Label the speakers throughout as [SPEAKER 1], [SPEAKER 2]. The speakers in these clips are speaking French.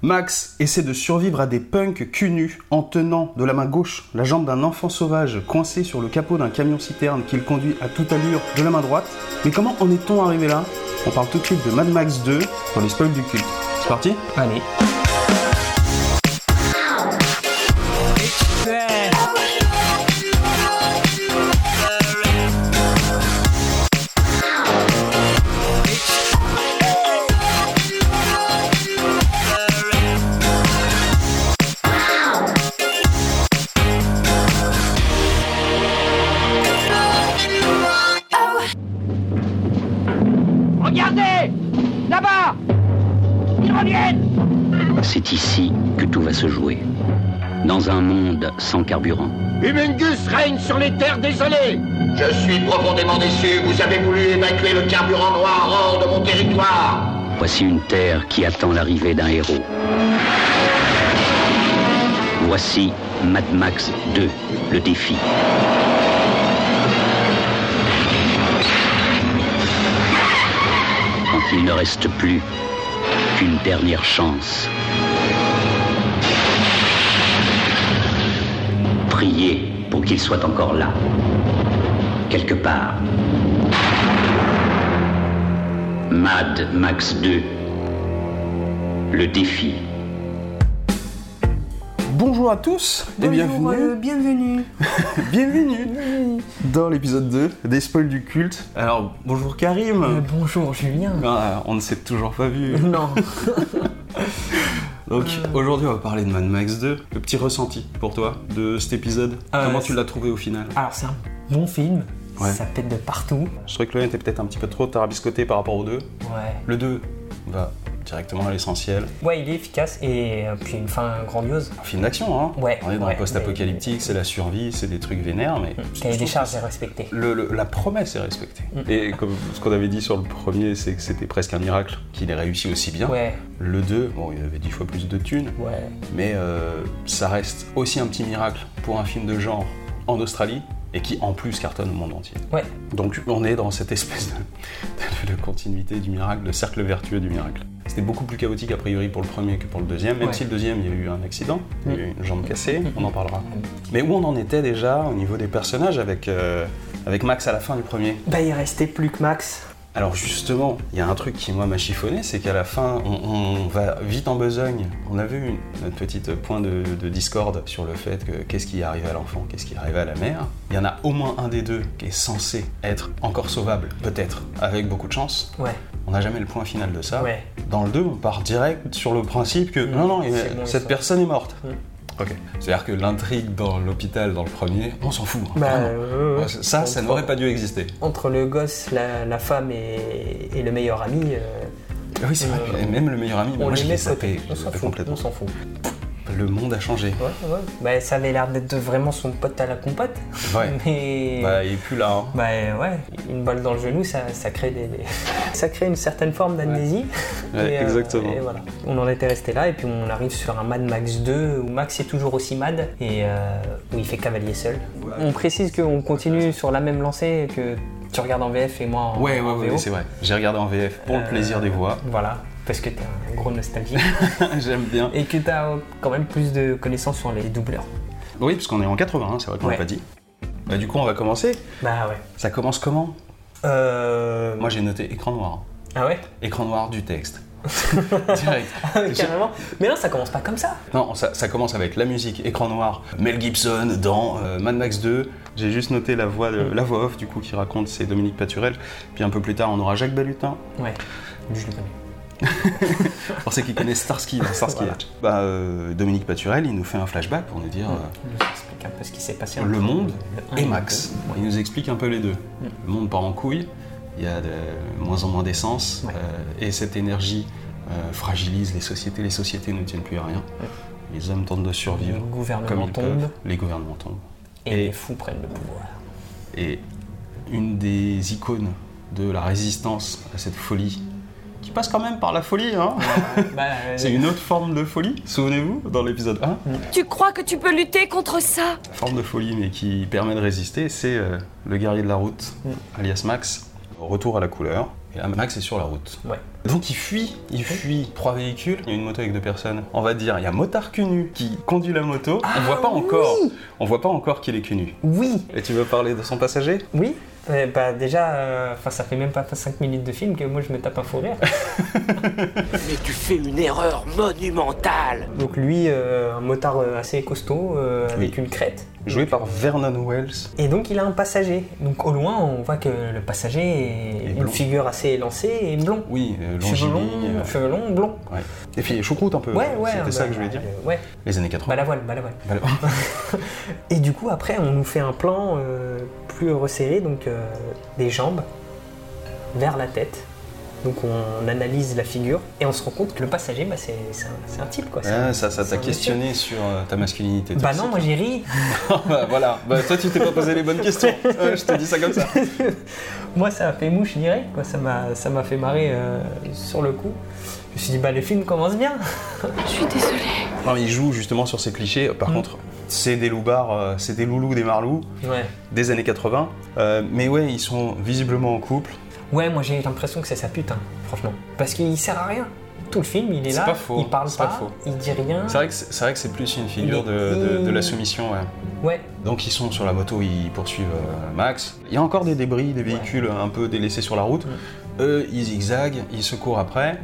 [SPEAKER 1] Max essaie de survivre à des punks cul nus en tenant de la main gauche la jambe d'un enfant sauvage coincé sur le capot d'un camion citerne qu'il conduit à toute allure de la main droite. Mais comment en est-on arrivé là On parle tout de suite de Mad Max 2 dans les spoils du culte. C'est parti
[SPEAKER 2] Allez.
[SPEAKER 3] Regardez Là-bas Ils reviennent
[SPEAKER 4] C'est ici que tout va se jouer. Dans un monde sans carburant.
[SPEAKER 3] Humungus règne sur les terres désolées
[SPEAKER 5] Je suis profondément déçu. Vous avez voulu évacuer le carburant noir hors de mon territoire.
[SPEAKER 4] Voici une terre qui attend l'arrivée d'un héros. Voici Mad Max 2, le défi. Quand il ne reste plus qu'une dernière chance. Priez pour qu'il soit encore là. Quelque part. Mad Max 2. Le défi.
[SPEAKER 1] Bonjour à tous et
[SPEAKER 6] Bonjour,
[SPEAKER 1] bienvenue.
[SPEAKER 6] euh, bienvenue.
[SPEAKER 1] Bienvenue dans l'épisode 2 des spoils du culte. Alors bonjour Karim.
[SPEAKER 2] Euh, bonjour Julien.
[SPEAKER 1] Ah, on ne s'est toujours pas vu.
[SPEAKER 2] Non.
[SPEAKER 1] Donc aujourd'hui on va parler de Mad Max 2. Le petit ressenti pour toi de cet épisode.
[SPEAKER 2] Euh,
[SPEAKER 1] Comment tu l'as trouvé au final
[SPEAKER 2] Alors c'est un bon film.
[SPEAKER 1] Ouais.
[SPEAKER 2] Ça pète de partout.
[SPEAKER 1] Je trouvais que le 1 était peut-être un petit peu trop tarabiscoté par rapport au 2.
[SPEAKER 2] Ouais.
[SPEAKER 1] Le 2 va directement à l'essentiel.
[SPEAKER 2] Ouais, il est efficace et euh, puis une fin grandiose.
[SPEAKER 1] Un film d'action, hein
[SPEAKER 2] Ouais,
[SPEAKER 1] On est dans
[SPEAKER 2] ouais,
[SPEAKER 1] le post-apocalyptique, c'est la survie, c'est des trucs vénères, mais...
[SPEAKER 2] Cahier
[SPEAKER 1] je
[SPEAKER 2] des
[SPEAKER 1] trouve
[SPEAKER 2] charges est respecté.
[SPEAKER 1] le- le- la promesse est respectée.
[SPEAKER 2] Mm.
[SPEAKER 1] Et comme ce qu'on avait dit sur le premier, c'est que c'était presque un miracle qu'il ait réussi aussi bien.
[SPEAKER 2] Ouais,
[SPEAKER 1] Le 2, bon, il avait 10 fois plus de thunes,
[SPEAKER 2] ouais.
[SPEAKER 1] mais euh, ça reste aussi un petit miracle pour un film de genre en Australie et qui en plus cartonne au monde entier.
[SPEAKER 2] Ouais.
[SPEAKER 1] Donc on est dans cette espèce de, de- de continuité du miracle, le cercle vertueux du miracle. C'était beaucoup plus chaotique a priori pour le premier que pour le deuxième, même
[SPEAKER 2] Ouais.
[SPEAKER 1] si le deuxième il y a eu un accident, il y a eu une jambe cassée, on en parlera.
[SPEAKER 2] Mm.
[SPEAKER 1] Mais où on en était déjà au niveau des personnages avec, euh, avec Max à la fin du premier
[SPEAKER 2] Bah il restait plus que Max.
[SPEAKER 1] alors justement, il y a un truc qui moi m'a chiffonné, c'est qu'à la fin, on, on va vite en besogne. On a vu notre petit point de, de discorde sur le fait que qu'est-ce qui arrive à l'enfant, qu'est-ce qui arrive à la mère. Il y en a au moins un des deux qui est censé être encore sauvable, peut-être, avec beaucoup de chance.
[SPEAKER 2] Ouais,
[SPEAKER 1] On n'a jamais le point final de ça.
[SPEAKER 2] ouais.
[SPEAKER 1] Dans le 2, on part direct sur le principe que
[SPEAKER 2] Mm.
[SPEAKER 1] non, non, il-
[SPEAKER 2] C'est bon,
[SPEAKER 1] cette
[SPEAKER 2] ça.
[SPEAKER 1] personne est morte.
[SPEAKER 2] Mm.
[SPEAKER 1] Ok. C'est-à-dire que l'intrigue dans l'hôpital, dans le premier, on s'en fout. hein,
[SPEAKER 2] Bah
[SPEAKER 1] vraiment.
[SPEAKER 2] euh, ouais.
[SPEAKER 1] ça, ça
[SPEAKER 2] Entre-
[SPEAKER 1] n'aurait pas dû exister.
[SPEAKER 2] Entre le gosse, la, la femme et, et le meilleur ami, euh,
[SPEAKER 1] Ah Oui, c'est vrai.
[SPEAKER 2] Euh,
[SPEAKER 1] Et même le meilleur ami,
[SPEAKER 2] on
[SPEAKER 1] moi
[SPEAKER 2] les
[SPEAKER 1] je
[SPEAKER 2] met
[SPEAKER 1] l'ai
[SPEAKER 2] de côté.
[SPEAKER 1] zappé, je
[SPEAKER 2] On
[SPEAKER 1] l'ai
[SPEAKER 2] s'en
[SPEAKER 1] zappé
[SPEAKER 2] fout.
[SPEAKER 1] complètement.
[SPEAKER 2] On s'en fout.
[SPEAKER 1] Le monde a changé.
[SPEAKER 2] Ouais, ouais. Bah ça avait l'air d'être vraiment son pote à la compote.
[SPEAKER 1] Ouais.
[SPEAKER 2] Mais.
[SPEAKER 1] Bah, il est plus là. hein.
[SPEAKER 2] Bah ouais, une balle dans le genou, ça, ça crée des, des- ça crée une certaine forme d'amnésie.
[SPEAKER 1] Ouais,
[SPEAKER 2] Et, euh,
[SPEAKER 1] exactement.
[SPEAKER 2] et voilà. On en était resté là et puis on arrive sur un Mad Max 2 où Max est toujours aussi mad et euh, où il fait cavalier seul. On précise qu'on continue sur la même lancée que tu regardes en VF et moi en,
[SPEAKER 1] Ouais, ouais,
[SPEAKER 2] en
[SPEAKER 1] ouais,
[SPEAKER 2] VO.
[SPEAKER 1] c'est vrai. J'ai regardé en VF pour le
[SPEAKER 2] Euh,
[SPEAKER 1] plaisir des voix.
[SPEAKER 2] Voilà, parce que t'es un gros nostalgique
[SPEAKER 1] J'aime bien.
[SPEAKER 2] et que t'as euh, quand même plus de connaissances sur les doubleurs.
[SPEAKER 1] Oui, parce qu'on est en 80, hein, c'est vrai qu'on l'a
[SPEAKER 2] Ouais.
[SPEAKER 1] pas dit. Bah, du coup, on va commencer.
[SPEAKER 2] Bah ouais.
[SPEAKER 1] Ça commence comment
[SPEAKER 2] Euh...
[SPEAKER 1] Moi, j'ai noté écran noir. hein.
[SPEAKER 2] Ah ouais
[SPEAKER 1] Écran noir du texte. Direct.
[SPEAKER 2] Carrément. Mais non, ça commence pas comme ça.
[SPEAKER 1] Non, ça, ça commence avec la musique, écran noir, Mel Gibson dans euh, Mad Max 2. J'ai juste noté la voix, de- la voix off du coup qui raconte, c'est Dominique Paturel. Puis un peu plus tard, on aura Jacques Balutin.
[SPEAKER 2] Ouais. Je le connais.
[SPEAKER 1] Pour ceux qui connaissent Starsky, hein, Starsky
[SPEAKER 2] Voilà.
[SPEAKER 1] Hutch. Bah, euh, Dominique Paturel, il nous fait un flashback pour nous dire
[SPEAKER 2] Il nous explique un peu ce qui s'est passé.
[SPEAKER 1] euh,
[SPEAKER 2] entre
[SPEAKER 1] le monde
[SPEAKER 2] le un
[SPEAKER 1] et
[SPEAKER 2] le
[SPEAKER 1] Max.
[SPEAKER 2] deux.
[SPEAKER 1] Il nous explique un peu les deux.
[SPEAKER 2] Mm.
[SPEAKER 1] Le monde part en couille, il y a de moins en moins d'essence,
[SPEAKER 2] Ouais.
[SPEAKER 1] euh, et cette énergie euh, fragilise les sociétés. Les sociétés ne tiennent plus à rien. Les hommes tentent de
[SPEAKER 2] Le
[SPEAKER 1] survivre comme
[SPEAKER 2] gouvernement
[SPEAKER 1] ils
[SPEAKER 2] tombe
[SPEAKER 1] peuvent. Les gouvernements tombent.
[SPEAKER 2] et,
[SPEAKER 1] Et-
[SPEAKER 2] les fous prennent le pouvoir.
[SPEAKER 1] Et une des icônes de la résistance à cette folie, qui passe quand même par la folie, hein
[SPEAKER 2] Bah, euh,
[SPEAKER 1] C'est une autre forme de folie, souvenez-vous, dans l'épisode 1.
[SPEAKER 7] Tu crois que tu peux lutter contre ça
[SPEAKER 1] La forme de folie, mais
[SPEAKER 2] Mm.
[SPEAKER 1] qui permet de résister, c'est euh, le guerrier de la route, alias Max. Retour à la couleur. Et là, Max est sur la route.
[SPEAKER 2] euh, Ouais.
[SPEAKER 1] Donc il fuit, il fuit trois véhicules, il y a une moto avec deux personnes. On va dire, il y a motard cul nu qui conduit la moto.
[SPEAKER 2] Ah
[SPEAKER 1] on voit pas encore, on voit pas encore qu'il est cul nu.
[SPEAKER 2] Oui,
[SPEAKER 1] Et tu veux parler de son passager
[SPEAKER 2] oui. Euh, bah déjà, euh, enfin ça fait même pas 5 minutes de film que moi je me tape un fou rire.
[SPEAKER 6] Mais tu fais une erreur monumentale
[SPEAKER 2] Donc lui, euh, un motard euh, assez costaud, euh, avec une crête.
[SPEAKER 1] Joué par Vernon Wells.
[SPEAKER 2] Et donc il a un passager. Donc au loin, on voit que le passager est
[SPEAKER 1] est
[SPEAKER 2] une
[SPEAKER 1] blond.
[SPEAKER 2] figure assez élancée et blond.
[SPEAKER 1] Oui, euh,
[SPEAKER 2] Cheveux
[SPEAKER 1] longiligne.
[SPEAKER 2] longs,
[SPEAKER 1] euh,
[SPEAKER 2] cheveux longs, blond.
[SPEAKER 1] ouais. Et puis choucroute un peu.
[SPEAKER 2] Ouais, ouais.
[SPEAKER 1] C'était
[SPEAKER 2] bah,
[SPEAKER 1] ça que je voulais dire.
[SPEAKER 2] euh, ouais,
[SPEAKER 1] Les années 80.
[SPEAKER 2] bah la voile, bah la voile.
[SPEAKER 1] Bah, la-
[SPEAKER 2] Et du coup, après, on nous fait un plan euh, plus resserré, donc euh, des jambes euh, vers la tête. Donc on analyse la figure et on se rend compte que le passager, bah, c'est c'est un, c'est un type quoi. C'est un-
[SPEAKER 1] Ah, ça, ça
[SPEAKER 2] c'est
[SPEAKER 1] t'a
[SPEAKER 2] un
[SPEAKER 1] questionné sur euh, ta masculinité.
[SPEAKER 2] monsieur. Bah
[SPEAKER 1] toxique.
[SPEAKER 2] non, moi j'ai ri.
[SPEAKER 1] bah voilà. Bah toi, tu t'es pas posé les bonnes questions. Euh, je te dis ça comme ça.
[SPEAKER 2] Moi, ça a fait mouche direct, quoi. Ça m'a, ça m'a fait marrer euh, sur le coup. Je me suis dit, bah, le film commence bien.
[SPEAKER 7] Je suis désolée.
[SPEAKER 1] Non, mais il joue justement sur ces clichés. Par contre, c'est des loupards, euh, c'est des loulous, des marlous
[SPEAKER 2] Ouais.
[SPEAKER 1] des années 80. Euh, mais ouais, ils sont visiblement en couple.
[SPEAKER 2] Ouais, moi, j'ai l'impression que c'est sa pute, hein, franchement. Parce qu'il sert à rien. Tout le film, il est,
[SPEAKER 1] C'est
[SPEAKER 2] là,
[SPEAKER 1] pas faux,
[SPEAKER 2] il parle
[SPEAKER 1] c'est
[SPEAKER 2] pas,
[SPEAKER 1] pas faux.
[SPEAKER 2] il dit rien.
[SPEAKER 1] C'est vrai que c'est c'est vrai que c'est plus une figure
[SPEAKER 2] Il est
[SPEAKER 1] de, de- de la
[SPEAKER 2] in-
[SPEAKER 1] soumission. ouais.
[SPEAKER 2] Ouais,
[SPEAKER 1] Donc ils sont sur la moto, ils poursuivent euh, Max. Il y a encore des débris, des véhicules un peu délaissés sur la route. Eux, ils zigzaguent, ils se courent après.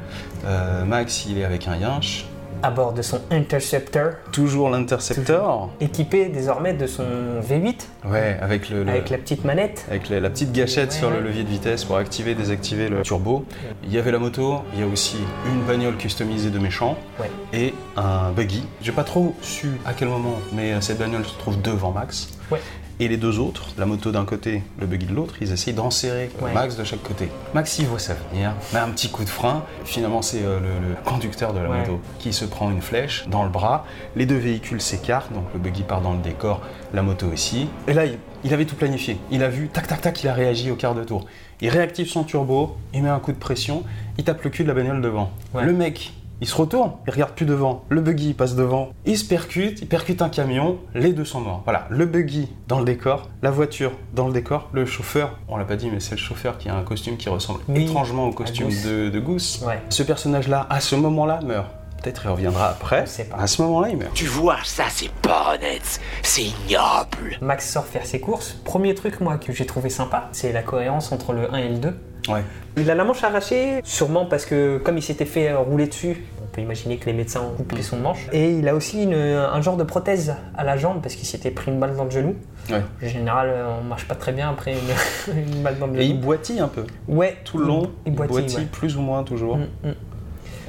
[SPEAKER 1] Euh, Max, il est avec un yinche.
[SPEAKER 2] à bord de son Interceptor,
[SPEAKER 1] Toujours l'intercepteur.
[SPEAKER 2] équipé désormais de son V8
[SPEAKER 1] Ouais, avec le, le-
[SPEAKER 2] avec la petite manette.
[SPEAKER 1] avec la, la petite gâchette
[SPEAKER 2] Ouais.
[SPEAKER 1] sur le levier de vitesse pour activer, désactiver le turbo. Il y avait la moto, il y a aussi une bagnole customisée de méchants
[SPEAKER 2] Ouais.
[SPEAKER 1] et un buggy. J'ai pas trop su à quel moment, mais euh, cette bagnole se trouve devant Max.
[SPEAKER 2] Ouais.
[SPEAKER 1] Et les deux autres, la moto d'un côté, le buggy de l'autre, ils essayent d'enserrer euh,
[SPEAKER 2] Ouais.
[SPEAKER 1] Max de chaque côté. Max, il voit ça venir, met un petit coup de frein. Finalement, c'est euh, le, le conducteur de la
[SPEAKER 2] Ouais.
[SPEAKER 1] moto qui se prend une flèche dans le bras. Les deux véhicules s'écartent, donc le buggy part dans le décor, la moto aussi. Et là, il, il avait tout planifié. Il a vu, tac, tac, tac, il a réagi au quart de tour. Il réactive son turbo, il met un coup de pression, il tape le cul de la bagnole devant.
[SPEAKER 2] Ouais.
[SPEAKER 1] Le mec, il se retourne, il regarde plus devant. Le buggy il passe devant, il se percute, il percute un camion, les deux sont morts. Voilà, le buggy dans le décor, la voiture dans le décor, le chauffeur, on l'a pas dit, mais c'est le chauffeur qui a un costume qui ressemble
[SPEAKER 2] Oui,
[SPEAKER 1] étrangement au costume
[SPEAKER 2] Goose.
[SPEAKER 1] de, de Goose.
[SPEAKER 2] Ouais.
[SPEAKER 1] Ce personnage-là, à ce moment-là, meurt. Peut-être il reviendra après.
[SPEAKER 2] On sait pas.
[SPEAKER 1] À ce moment-là, il meurt.
[SPEAKER 6] Tu vois, ça c'est pas honnête, c'est ignoble
[SPEAKER 2] Max sort faire ses courses. Premier truc, moi, que j'ai trouvé sympa, c'est la cohérence entre le 1 et le 2.
[SPEAKER 1] Ouais.
[SPEAKER 2] Il a la manche arrachée, sûrement parce que comme il s'était fait euh, rouler dessus, on peut imaginer que les médecins ont coupé son manche. Et il a aussi une- un genre de prothèse à la jambe parce qu'il s'était pris une balle dans le genou.
[SPEAKER 1] Ouais.
[SPEAKER 2] En général, euh, on marche pas très bien après une, une balle dans le
[SPEAKER 1] Et il
[SPEAKER 2] genou.
[SPEAKER 1] boitille un peu.
[SPEAKER 2] Ouais,
[SPEAKER 1] Tout le long,
[SPEAKER 2] il, boitille. ouais.
[SPEAKER 1] plus ou moins toujours.
[SPEAKER 2] Mm, mm.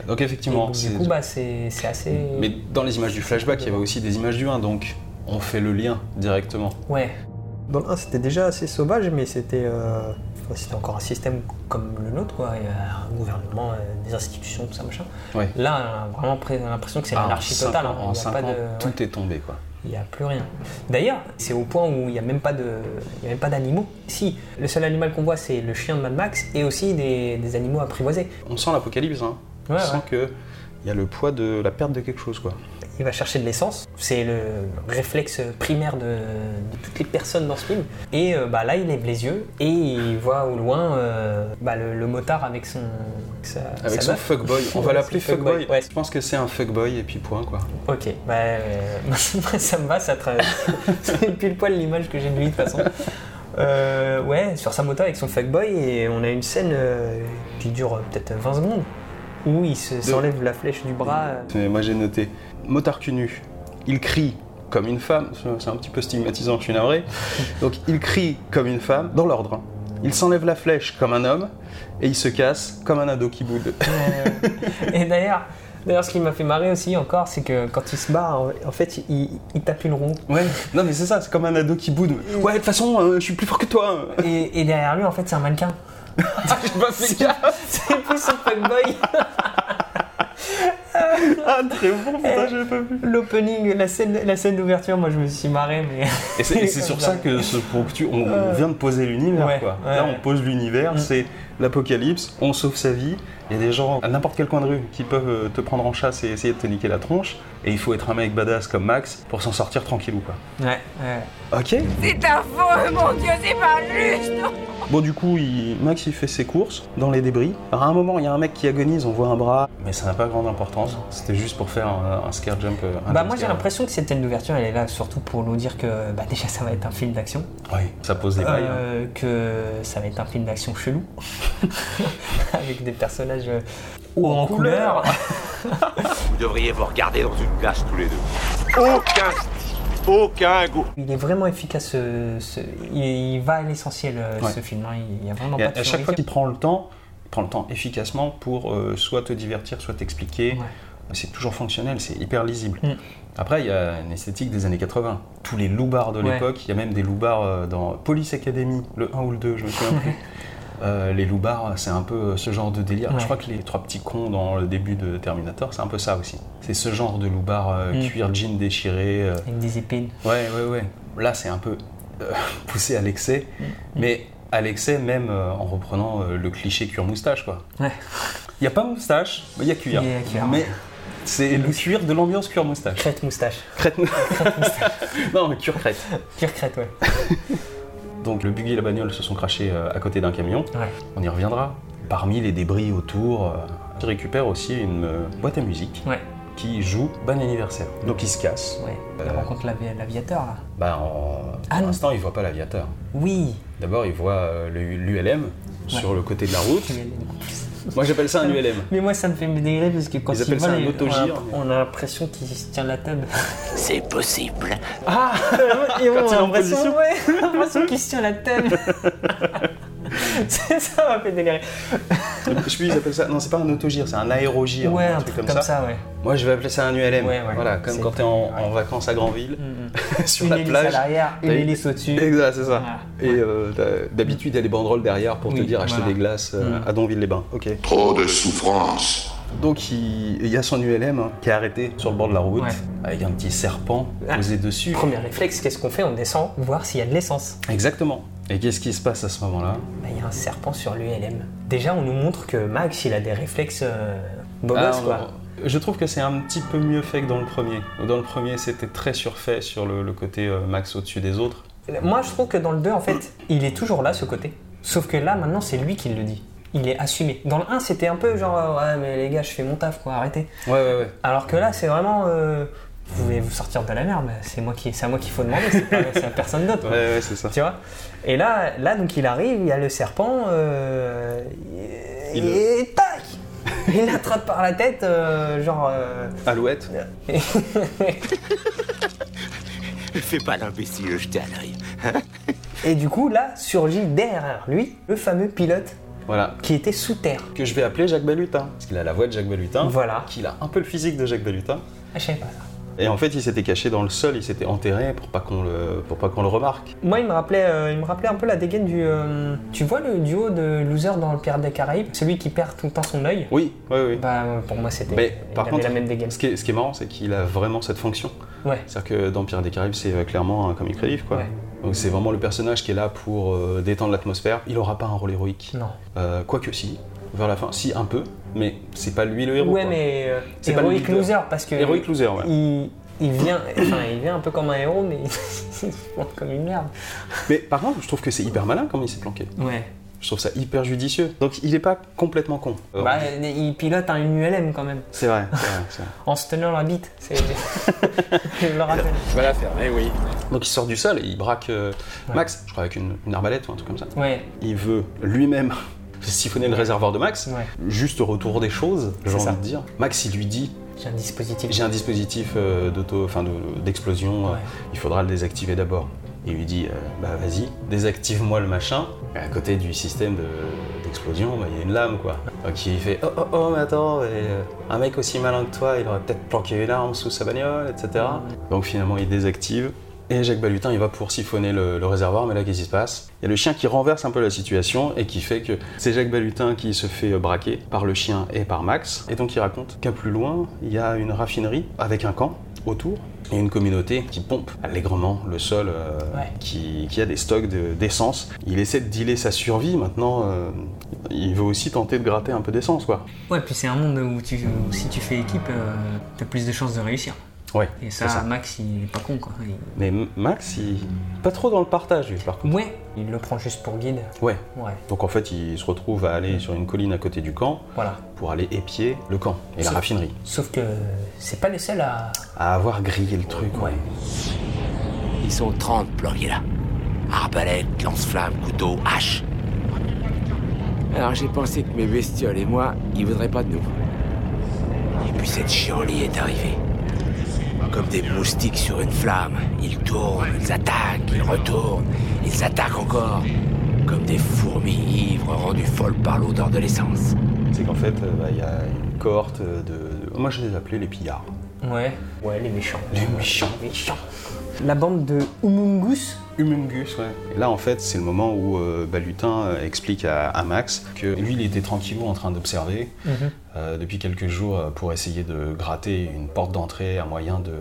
[SPEAKER 1] Donc
[SPEAKER 2] Et
[SPEAKER 1] effectivement,
[SPEAKER 2] du
[SPEAKER 1] c'est-
[SPEAKER 2] coup, bah, c'est c'est assez.
[SPEAKER 1] Mais dans les images du flashback, il y avait aussi des images du 1, donc on fait le lien directement.
[SPEAKER 2] Ouais. Dans le 1, c'était déjà assez sauvage, mais c'était. euh, enfin, C'était encore un système comme le nôtre, quoi. Il y a un gouvernement, euh, des institutions, tout ça, machin.
[SPEAKER 1] Ouais. Ah,
[SPEAKER 2] Là, on a vraiment pré- l'impression que c'est l'anarchie
[SPEAKER 1] En cinq
[SPEAKER 2] totale.
[SPEAKER 1] ans-
[SPEAKER 2] hein. Il y
[SPEAKER 1] En
[SPEAKER 2] a
[SPEAKER 1] 5
[SPEAKER 2] pas
[SPEAKER 1] ans,
[SPEAKER 2] de-
[SPEAKER 1] tout est tombé, quoi.
[SPEAKER 2] Il n'y a plus rien. D'ailleurs, c'est au point où il n'y a même pas de, il y a même pas d'animaux. Si, le seul animal qu'on voit, c'est le chien de Mad Max et aussi des, des animaux apprivoisés.
[SPEAKER 1] On sent l'apocalypse, hein.
[SPEAKER 2] Ouais,
[SPEAKER 1] on sent
[SPEAKER 2] ouais.
[SPEAKER 1] que il y a le poids de la perte de quelque chose, quoi.
[SPEAKER 2] Il va chercher de l'essence. C'est le réflexe primaire de, de toutes les personnes dans ce film. Et euh, bah, là, il lève les yeux et il voit au loin euh, bah, le, le motard avec son. Avec, sa,
[SPEAKER 1] Avec
[SPEAKER 2] sa
[SPEAKER 1] son
[SPEAKER 2] meuf.
[SPEAKER 1] fuckboy, on va
[SPEAKER 2] Ouais,
[SPEAKER 1] l'appeler
[SPEAKER 2] son
[SPEAKER 1] fuckboy.
[SPEAKER 2] Ouais.
[SPEAKER 1] Je pense que c'est un fuckboy et puis point, quoi.
[SPEAKER 2] Ok, bah, euh, ça me va, ça traverse. C'est pile poil l'image que j'ai de lui de toute façon. Euh, ouais, sur sa moto avec son fuckboy, et on a une scène euh, qui dure euh, peut-être 20 secondes où il se- s'enlève la flèche du bras. euh.
[SPEAKER 1] Mais moi j'ai noté motard cul nu. Il crie comme une femme. C'est un petit peu stigmatisant, je suis navré. Donc il crie comme une femme dans l'ordre. hein. Il s'enlève la flèche comme un homme et il se casse comme un ado qui boude.
[SPEAKER 2] Et d'ailleurs, d'ailleurs, ce qui m'a fait marrer aussi encore, c'est que quand il se barre, en- en fait, il, il tape une roue.
[SPEAKER 1] Ouais, non mais c'est ça, c'est comme un ado qui boude. Ouais, de toute façon, euh, je suis plus fort que toi. hein.
[SPEAKER 2] Et, et derrière lui, en fait, c'est un mannequin.
[SPEAKER 1] J'ai pas fait gaffe.
[SPEAKER 2] C'est plus son fuckboy.
[SPEAKER 1] Ah, très bon, putain, j'avais pas vu.
[SPEAKER 2] L'opening, la scène, la scène d'ouverture, moi, je me suis marré, mais.
[SPEAKER 1] Et c'est, et c'est sur ça que ce ponctu- on, on vient de poser l'univers.
[SPEAKER 2] Ouais,
[SPEAKER 1] quoi.
[SPEAKER 2] ouais. Mm.
[SPEAKER 1] Là, on pose l'univers, c'est l'apocalypse, on sauve sa vie. Il y a des gens à n'importe quel coin de rue qui peuvent euh, te prendre en chasse et essayer de te niquer la tronche. Et il faut être un mec badass comme Max pour s'en sortir tranquillou. Quoi.
[SPEAKER 2] Ouais, ouais.
[SPEAKER 1] Ok
[SPEAKER 7] C'est un faux, mon Dieu, c'est pas juste.
[SPEAKER 1] Bon, du coup, il- Max, il fait ses courses dans les débris. Alors, à un moment, il y a un mec qui agonise, on voit un bras, mais ça n'a pas grande importance. C'était juste pour faire un, un scare jump. euh, un
[SPEAKER 2] Bah
[SPEAKER 1] jump
[SPEAKER 2] moi j'ai
[SPEAKER 1] scare.
[SPEAKER 2] l'impression que cette scène d'ouverture elle est là surtout pour nous dire que bah, déjà ça va être un film d'action,
[SPEAKER 1] Oui, ça pose des bails. hein.
[SPEAKER 2] Euh, que ça va être un film d'action chelou, avec des personnages euh, hauts en couleur.
[SPEAKER 8] Vous devriez vous regarder dans une glace tous les deux. Aucun style, aucun goût.
[SPEAKER 2] Il est vraiment efficace, ce- ce- il, il va à l'essentiel euh,
[SPEAKER 1] Ouais.
[SPEAKER 2] ce film, hein. il n'y a vraiment
[SPEAKER 1] Et
[SPEAKER 2] pas
[SPEAKER 1] à,
[SPEAKER 2] de
[SPEAKER 1] à chaque fois
[SPEAKER 2] surrégime.
[SPEAKER 1] qu'il prend le temps, il prend le temps efficacement pour euh, soit te divertir, soit t'expliquer.
[SPEAKER 2] Ouais.
[SPEAKER 1] C'est toujours fonctionnel, c'est hyper lisible.
[SPEAKER 2] Mm.
[SPEAKER 1] Après, il y a une esthétique des années 80. Tous les loupards de
[SPEAKER 2] Ouais.
[SPEAKER 1] l'époque, il y a même des loupards euh, dans Police Academy, le 1 ou le 2, je me souviens plus. Euh, les loupards, c'est un peu euh, ce genre de délire.
[SPEAKER 2] Ouais.
[SPEAKER 1] Je crois que les trois petits cons dans le début de Terminator, c'est un peu ça aussi. C'est ce genre de loupards euh,
[SPEAKER 2] Mm.
[SPEAKER 1] cuir jean déchiré. euh,
[SPEAKER 2] Avec des épines.
[SPEAKER 1] Ouais, ouais, ouais. Là, c'est un peu euh, poussé à l'excès,
[SPEAKER 2] Mm.
[SPEAKER 1] mais à l'excès même euh, en reprenant euh, le cliché cuir moustache, quoi.
[SPEAKER 2] Ouais.
[SPEAKER 1] Il n'y a pas moustache, mais il y a cuir.
[SPEAKER 2] Il y a cuir.
[SPEAKER 1] Mais c'est le cuir de l'ambiance cuir moustache.
[SPEAKER 2] Crête moustache.
[SPEAKER 1] Crête. non, mais cuir crête.
[SPEAKER 2] Pure crête, ouais.
[SPEAKER 1] Donc le buggy et la bagnole se sont crachés euh, à côté d'un camion.
[SPEAKER 2] Ouais.
[SPEAKER 1] On y reviendra. Parmi les débris autour, euh, ils récupèrent aussi une euh, boîte à musique
[SPEAKER 2] Ouais.
[SPEAKER 1] qui joue Bon anniversaire. Donc ils se cassent.
[SPEAKER 2] ouais. Il rencontre l'avi- l'aviateur là.
[SPEAKER 1] Bah, en...
[SPEAKER 2] Ah
[SPEAKER 1] pour
[SPEAKER 2] non.
[SPEAKER 1] l'instant, ils voient pas l'aviateur.
[SPEAKER 2] Oui.
[SPEAKER 1] D'abord, il voit euh, le- l'ULM sur le côté de la route. Moi, j'appelle ça un ULM.
[SPEAKER 2] Mais moi ça me fait me délirer parce que quand
[SPEAKER 1] Ils
[SPEAKER 2] il
[SPEAKER 1] appellent ça
[SPEAKER 2] vole,
[SPEAKER 1] un
[SPEAKER 2] il- on a-
[SPEAKER 1] autogire.
[SPEAKER 2] on a, l'impression qu'il se tient la table.
[SPEAKER 6] C'est possible.
[SPEAKER 2] Ah Et
[SPEAKER 1] Quand
[SPEAKER 2] on
[SPEAKER 1] il est
[SPEAKER 2] a
[SPEAKER 1] en
[SPEAKER 2] l'impression
[SPEAKER 1] position.
[SPEAKER 2] ouais, on a l'impression qu'il se tient la table. C'est- ça m'a fait délirer.
[SPEAKER 1] Je sais ils appellent ça. Non, c'est pas un autogire, c'est un aérogire.
[SPEAKER 2] Ouais, un truc comme, ça. ouais.
[SPEAKER 1] Moi, je vais appeler ça un ULM.
[SPEAKER 2] Ouais, ouais.
[SPEAKER 1] Voilà, comme
[SPEAKER 2] C'est-
[SPEAKER 1] quand t'es en, en vacances à Granville,
[SPEAKER 2] Mm,
[SPEAKER 1] sur
[SPEAKER 2] une
[SPEAKER 1] la
[SPEAKER 2] hélice à
[SPEAKER 1] plage.
[SPEAKER 2] l'arrière, une
[SPEAKER 1] T'as-
[SPEAKER 2] hélice au-dessus.
[SPEAKER 1] Exact, c'est ça.
[SPEAKER 2] Ah.
[SPEAKER 1] Et euh, t'as- d'habitude, il y a des banderoles derrière pour te
[SPEAKER 2] Oui,
[SPEAKER 1] dire acheter
[SPEAKER 2] voilà. Mm.
[SPEAKER 1] des glaces euh, à Donville-les-Bains. Ok.
[SPEAKER 5] Trop de souffrance.
[SPEAKER 1] Donc, il il y a son ULM hein, qui est arrêté sur le bord de la route
[SPEAKER 2] Ouais.
[SPEAKER 1] avec un petit serpent
[SPEAKER 2] Ah.
[SPEAKER 1] posé dessus.
[SPEAKER 2] Premier réflexe, qu'est-ce qu'on fait On descend voir s'il y a de l'essence.
[SPEAKER 1] Exactement. Et qu'est-ce qui se passe à ce moment-là
[SPEAKER 2] Bah, Il y a un serpent sur l'ULM. Déjà, on nous montre que Max, il a des réflexes euh, bobos,
[SPEAKER 1] Ah,
[SPEAKER 2] quoi.
[SPEAKER 1] on- Je trouve que c'est un petit peu mieux fait que dans le premier. Dans le premier, c'était très surfait sur le, le côté euh, Max au-dessus des autres.
[SPEAKER 2] Moi, je trouve que dans le 2, en fait, il est toujours là, ce côté. Sauf que là, maintenant, c'est lui qui le dit. Il est assumé. Dans le 1, c'était un peu genre, ouais, mais les gars, je fais mon taf, quoi, arrêtez.
[SPEAKER 1] Ouais, ouais, ouais.
[SPEAKER 2] Alors que là, c'est vraiment, euh, vous voulez vous sortir de la merde, mais c'est moi qui- c'est à moi qu'il faut demander, c'est pas- c'est à personne d'autre.
[SPEAKER 1] Ouais,
[SPEAKER 2] quoi.
[SPEAKER 1] ouais, c'est ça.
[SPEAKER 2] Tu vois Et là, là, donc, il arrive, il y a le serpent, euh,
[SPEAKER 1] Il
[SPEAKER 2] et tac Il l'attrape par la tête, euh, genre... euh,
[SPEAKER 1] Alouette.
[SPEAKER 8] Fais pas l'imbécile, je t'ai à l'œil.
[SPEAKER 2] Et du coup, là, surgit derrière lui le fameux pilote
[SPEAKER 1] Voilà.
[SPEAKER 2] qui était sous terre.
[SPEAKER 1] Que je vais appeler Jacques Balutin. Parce qu'il a la voix de Jacques Balutin.
[SPEAKER 2] Voilà.
[SPEAKER 1] Qu'il a un peu le physique de Jacques Balutin.
[SPEAKER 2] Ah, je savais pas ça.
[SPEAKER 1] Et en fait, il s'était caché dans le sol, il s'était enterré pour pas qu'on le, pour pas qu'on le remarque.
[SPEAKER 2] Moi, il me rappelait, euh, il me rappelait un peu la dégaine du. euh, tu vois le duo de loser dans le Pirate des Caraïbes, celui qui perd tout le temps son œil.
[SPEAKER 1] Oui, oui, oui.
[SPEAKER 2] Bah, pour moi, c'était.
[SPEAKER 1] Mais
[SPEAKER 2] il
[SPEAKER 1] par
[SPEAKER 2] avait
[SPEAKER 1] contre,
[SPEAKER 2] la même dégaine.
[SPEAKER 1] ce qui est, ce qui est marrant, c'est qu'il a vraiment cette fonction.
[SPEAKER 2] Ouais.
[SPEAKER 1] C'est-à-dire que dans Pirates des Caraïbes, c'est euh, clairement un comic relief, quoi.
[SPEAKER 2] Ouais.
[SPEAKER 1] Donc c'est vraiment le personnage qui est là pour euh, détendre l'atmosphère. Il aura pas un rôle héroïque.
[SPEAKER 2] Non.
[SPEAKER 1] Euh, Quoique si, vers la fin, si un peu, mais c'est pas lui le héros.
[SPEAKER 2] Ouais,
[SPEAKER 1] quoi.
[SPEAKER 2] mais. euh,
[SPEAKER 1] C'est pas le
[SPEAKER 2] Heroic
[SPEAKER 1] leader.
[SPEAKER 2] loser, parce que.
[SPEAKER 1] Heroic loser, ouais.
[SPEAKER 2] Il, il vient, enfin, il vient un peu comme un héros, mais il se montre comme une merde.
[SPEAKER 1] Mais par contre, je trouve que c'est hyper malin comment il s'est planqué.
[SPEAKER 2] Ouais.
[SPEAKER 1] Je trouve ça hyper judicieux. Donc il est pas complètement con. Euh,
[SPEAKER 2] Bah, il pilote un ULM quand même,
[SPEAKER 1] c'est vrai, c'est vrai, c'est vrai.
[SPEAKER 2] en se tenant la bite. c'est- je le rappelle.
[SPEAKER 1] Donc il sort du sol et il braque euh, Max, je crois avec une, une arbalète ou un truc comme ça.
[SPEAKER 2] Ouais.
[SPEAKER 1] Il veut lui-même siphonner le réservoir de Max,
[SPEAKER 2] Ouais.
[SPEAKER 1] juste au retour des choses, j'ai
[SPEAKER 2] C'est
[SPEAKER 1] envie
[SPEAKER 2] ça.
[SPEAKER 1] de dire. Max, il lui dit
[SPEAKER 2] J'ai un dispositif.
[SPEAKER 1] J'ai un dispositif euh, d'auto, enfin de- d'explosion. euh,
[SPEAKER 2] Ouais.
[SPEAKER 1] il faudra le désactiver d'abord. Il lui dit, euh, bah vas-y, désactive-moi le machin. Et à côté du système de- d'explosion, bah, il y a une lame quoi. Donc il fait, oh oh oh, mais attends, mais, euh, un mec aussi malin que toi, il aurait peut-être planqué une arme sous sa bagnole, etc. Donc finalement, il désactive. Et Jacques Balutin, il va pour siphonner le, le réservoir, mais là, qu'est-ce qui se passe Il y a le chien qui renverse un peu la situation et qui fait que c'est Jacques Balutin qui se fait euh, braquer par le chien et par Max. Et donc, il raconte qu'à plus loin, il y a une raffinerie avec un camp autour et une communauté qui pompe allègrement le sol, euh,
[SPEAKER 2] Ouais.
[SPEAKER 1] qui, qui a des stocks de- d'essence. il essaie de dealer sa survie, maintenant, euh, il veut aussi tenter de gratter un peu d'essence, quoi.
[SPEAKER 2] Ouais, puis c'est un monde où, tu, où si tu fais équipe, euh, t'as plus de chances de réussir.
[SPEAKER 1] Ouais,
[SPEAKER 2] Et
[SPEAKER 1] c'est
[SPEAKER 2] ça, Max, il est pas con, quoi. Il-
[SPEAKER 1] Mais M- Max, il... pas trop dans le partage, lui, par contre.
[SPEAKER 2] Ouais, il le prend juste pour guide.
[SPEAKER 1] Ouais.
[SPEAKER 2] Ouais,
[SPEAKER 1] Donc en fait, il se retrouve à aller sur une colline à côté du camp
[SPEAKER 2] voilà.
[SPEAKER 1] pour aller épier le camp et la
[SPEAKER 2] Ça-
[SPEAKER 1] raffinerie.
[SPEAKER 2] Sauf que c'est pas les seuls à.
[SPEAKER 1] À avoir grillé le truc, ouais.
[SPEAKER 6] Ils sont 30 plombiers là. Arbalète, lance-flamme, couteau, hache. Alors j'ai pensé que mes bestioles et moi, ils voudraient pas de nous. Et puis cette chienlit est arrivée. Comme des moustiques sur une flamme. Ils tournent, ils attaquent, ils retournent, ils attaquent encore. Comme des fourmis ivres rendues folles par l'odeur de l'essence.
[SPEAKER 1] C'est qu'en fait, euh, bah, il y a une cohorte de... de- Moi, je les appelais les pillards.
[SPEAKER 2] Ouais. Ouais, les méchants.
[SPEAKER 1] Les méchants.
[SPEAKER 2] Les méchants. La bande de Humungus.
[SPEAKER 1] Humungus, ouais. Et là, en fait, c'est le moment où euh, bah, Lutin euh, explique à, à Max que lui, il était tranquillement en train d'observer euh, depuis quelques jours euh, pour essayer de gratter une porte d'entrée, un moyen de,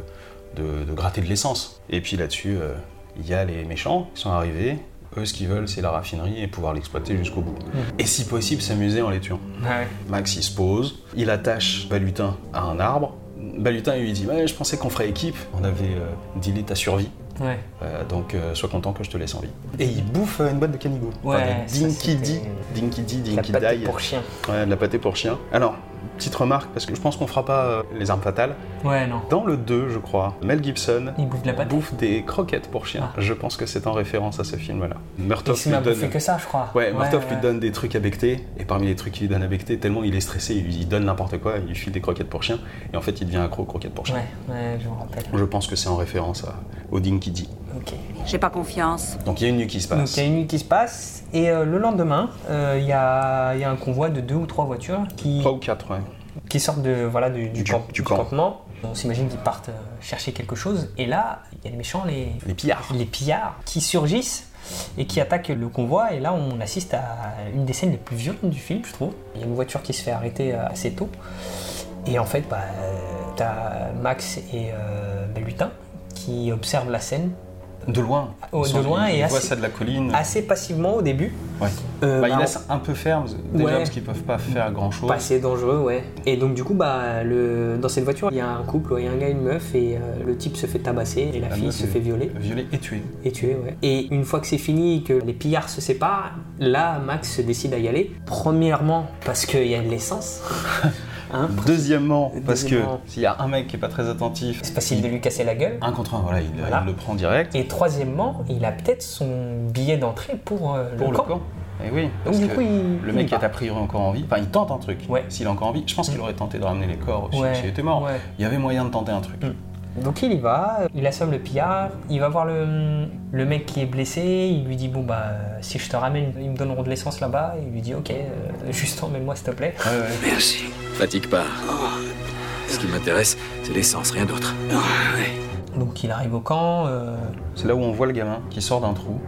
[SPEAKER 1] de- de gratter de l'essence. Et puis là-dessus, euh, il y a les méchants qui sont arrivés. Eux, ce qu'ils veulent, c'est la raffinerie et pouvoir l'exploiter jusqu'au bout. Et si possible, s'amuser en les tuant.
[SPEAKER 2] Ouais.
[SPEAKER 1] Max il se pose, il attache Balutin à un arbre. Balutin il lui dit Ouais, Je pensais qu'on ferait équipe, on avait euh, dealé ta survie,
[SPEAKER 2] Ouais.
[SPEAKER 1] Euh, donc euh, sois content que je te laisse en vie. Et il bouffe euh, une boîte de canigou.
[SPEAKER 2] Ouais, ça,
[SPEAKER 1] Dinky D,
[SPEAKER 2] c'était-
[SPEAKER 1] Dinky D,
[SPEAKER 2] La
[SPEAKER 1] Dinky
[SPEAKER 2] pâté
[SPEAKER 1] Die.
[SPEAKER 2] pour chien.
[SPEAKER 1] Ouais, de la pâté pour chien. Alors, petite remarque, parce que je pense qu'on fera pas euh, les armes fatales.
[SPEAKER 2] Ouais, non.
[SPEAKER 1] Dans le 2, je crois, Mel Gibson.
[SPEAKER 2] Il bouffe de la pâte.
[SPEAKER 1] bouffe des croquettes pour chien.
[SPEAKER 2] Ah.
[SPEAKER 1] Je pense que c'est en référence à ce film-là.
[SPEAKER 2] Il
[SPEAKER 1] Murtoff
[SPEAKER 2] se
[SPEAKER 1] lui
[SPEAKER 2] met à
[SPEAKER 1] donne...
[SPEAKER 2] bouffer que ça, je crois.
[SPEAKER 1] Ouais, Martov lui
[SPEAKER 2] ouais.
[SPEAKER 1] donne des trucs à becter, et parmi les trucs qu'il lui donne à becter, tellement il est stressé, il lui donne n'importe quoi, il lui file des croquettes pour chien, et en fait il devient accro aux croquettes pour chien.
[SPEAKER 2] Ouais, ouais, je me rappelle.
[SPEAKER 1] Je pense que c'est en référence à au Dinky Dee.
[SPEAKER 2] Ok.
[SPEAKER 9] J'ai pas confiance.
[SPEAKER 1] Donc il y a une nuit qui se
[SPEAKER 2] Donc
[SPEAKER 1] passe.
[SPEAKER 2] il y a une nuit qui se passe, et euh, le lendemain, euh, il y, a, il y a un convoi de deux ou trois voitures qui,
[SPEAKER 1] Trois ou quatre, ouais.
[SPEAKER 2] qui sortent de, voilà, du, du
[SPEAKER 1] Du-
[SPEAKER 2] camp-
[SPEAKER 1] du
[SPEAKER 2] du
[SPEAKER 1] camp.
[SPEAKER 2] campement. On s'imagine qu'ils partent euh, chercher quelque chose, et là, il y a les méchants, les,
[SPEAKER 1] Les pillards.
[SPEAKER 2] les pillards, qui surgissent et qui attaquent le convoi, et là on assiste à une des scènes les plus violentes du film, je trouve. Il y a une voiture qui se fait arrêter euh, assez tôt, et en fait, bah, euh, t'as Max et euh, bah, Lutin qui observent la scène
[SPEAKER 1] De loin.
[SPEAKER 2] Oh,
[SPEAKER 1] Ils
[SPEAKER 2] de loin
[SPEAKER 1] ils
[SPEAKER 2] et
[SPEAKER 1] voient
[SPEAKER 2] assez-
[SPEAKER 1] ça de la colline.
[SPEAKER 2] assez passivement au début.
[SPEAKER 1] Ouais.
[SPEAKER 2] Euh,
[SPEAKER 1] Bah,
[SPEAKER 2] bah,
[SPEAKER 1] ils laissent un peu ferme, déjà
[SPEAKER 2] Ouais.
[SPEAKER 1] parce qu'ils peuvent pas faire grand chose.
[SPEAKER 2] Pas assez Bah, dangereux, ouais. Et donc, du coup, bah, le... dans cette voiture, il y a un couple, ouais, il y a un gars et une meuf, et euh, le type se fait tabasser, et la, fille se fait violer
[SPEAKER 1] Violer et tuer.
[SPEAKER 2] et tuer, ouais. Et une fois que c'est fini, que les pillards se séparent, là, Max se décide à y aller. Premièrement, parce qu'il y a de l'essence. Hein
[SPEAKER 1] Deuxièmement, parce que
[SPEAKER 2] Deuxièmement.
[SPEAKER 1] s'il y a un mec qui est pas très attentif,
[SPEAKER 2] C'est facile de lui casser la gueule.
[SPEAKER 1] un contre un, voilà, il,
[SPEAKER 2] Voilà.
[SPEAKER 1] il le prend direct.
[SPEAKER 2] Et troisièmement, il a peut-être son billet d'entrée pour, euh,
[SPEAKER 1] pour
[SPEAKER 2] le,
[SPEAKER 1] le
[SPEAKER 2] camp.
[SPEAKER 1] camp. Et oui,
[SPEAKER 2] Donc,
[SPEAKER 1] parce
[SPEAKER 2] du
[SPEAKER 1] que
[SPEAKER 2] coup, il-
[SPEAKER 1] le
[SPEAKER 2] il
[SPEAKER 1] mec
[SPEAKER 2] part.
[SPEAKER 1] est a priori encore en vie. Enfin, il tente un truc.
[SPEAKER 2] bah. Ouais.
[SPEAKER 1] S'il est encore en vie, je pense qu'il aurait tenté de ramener les corps si-
[SPEAKER 2] Ouais.
[SPEAKER 1] s'il était mort.
[SPEAKER 2] Ouais.
[SPEAKER 1] Il y avait moyen de tenter un truc.
[SPEAKER 2] Donc il y va, il assomme le pillard, il va voir le, le mec qui est blessé, il lui dit bon bah euh, si je te ramène, ils me donneront de l'essence là-bas, il lui dit ok, euh, juste emmène-moi s'il te plaît.
[SPEAKER 1] Ouais, ouais.
[SPEAKER 6] Merci. Fatigue pas. Ce qui m'intéresse, c'est l'essence, rien d'autre.
[SPEAKER 2] Donc il arrive au camp, euh,
[SPEAKER 1] C'est là où on voit le gamin qui sort d'un trou.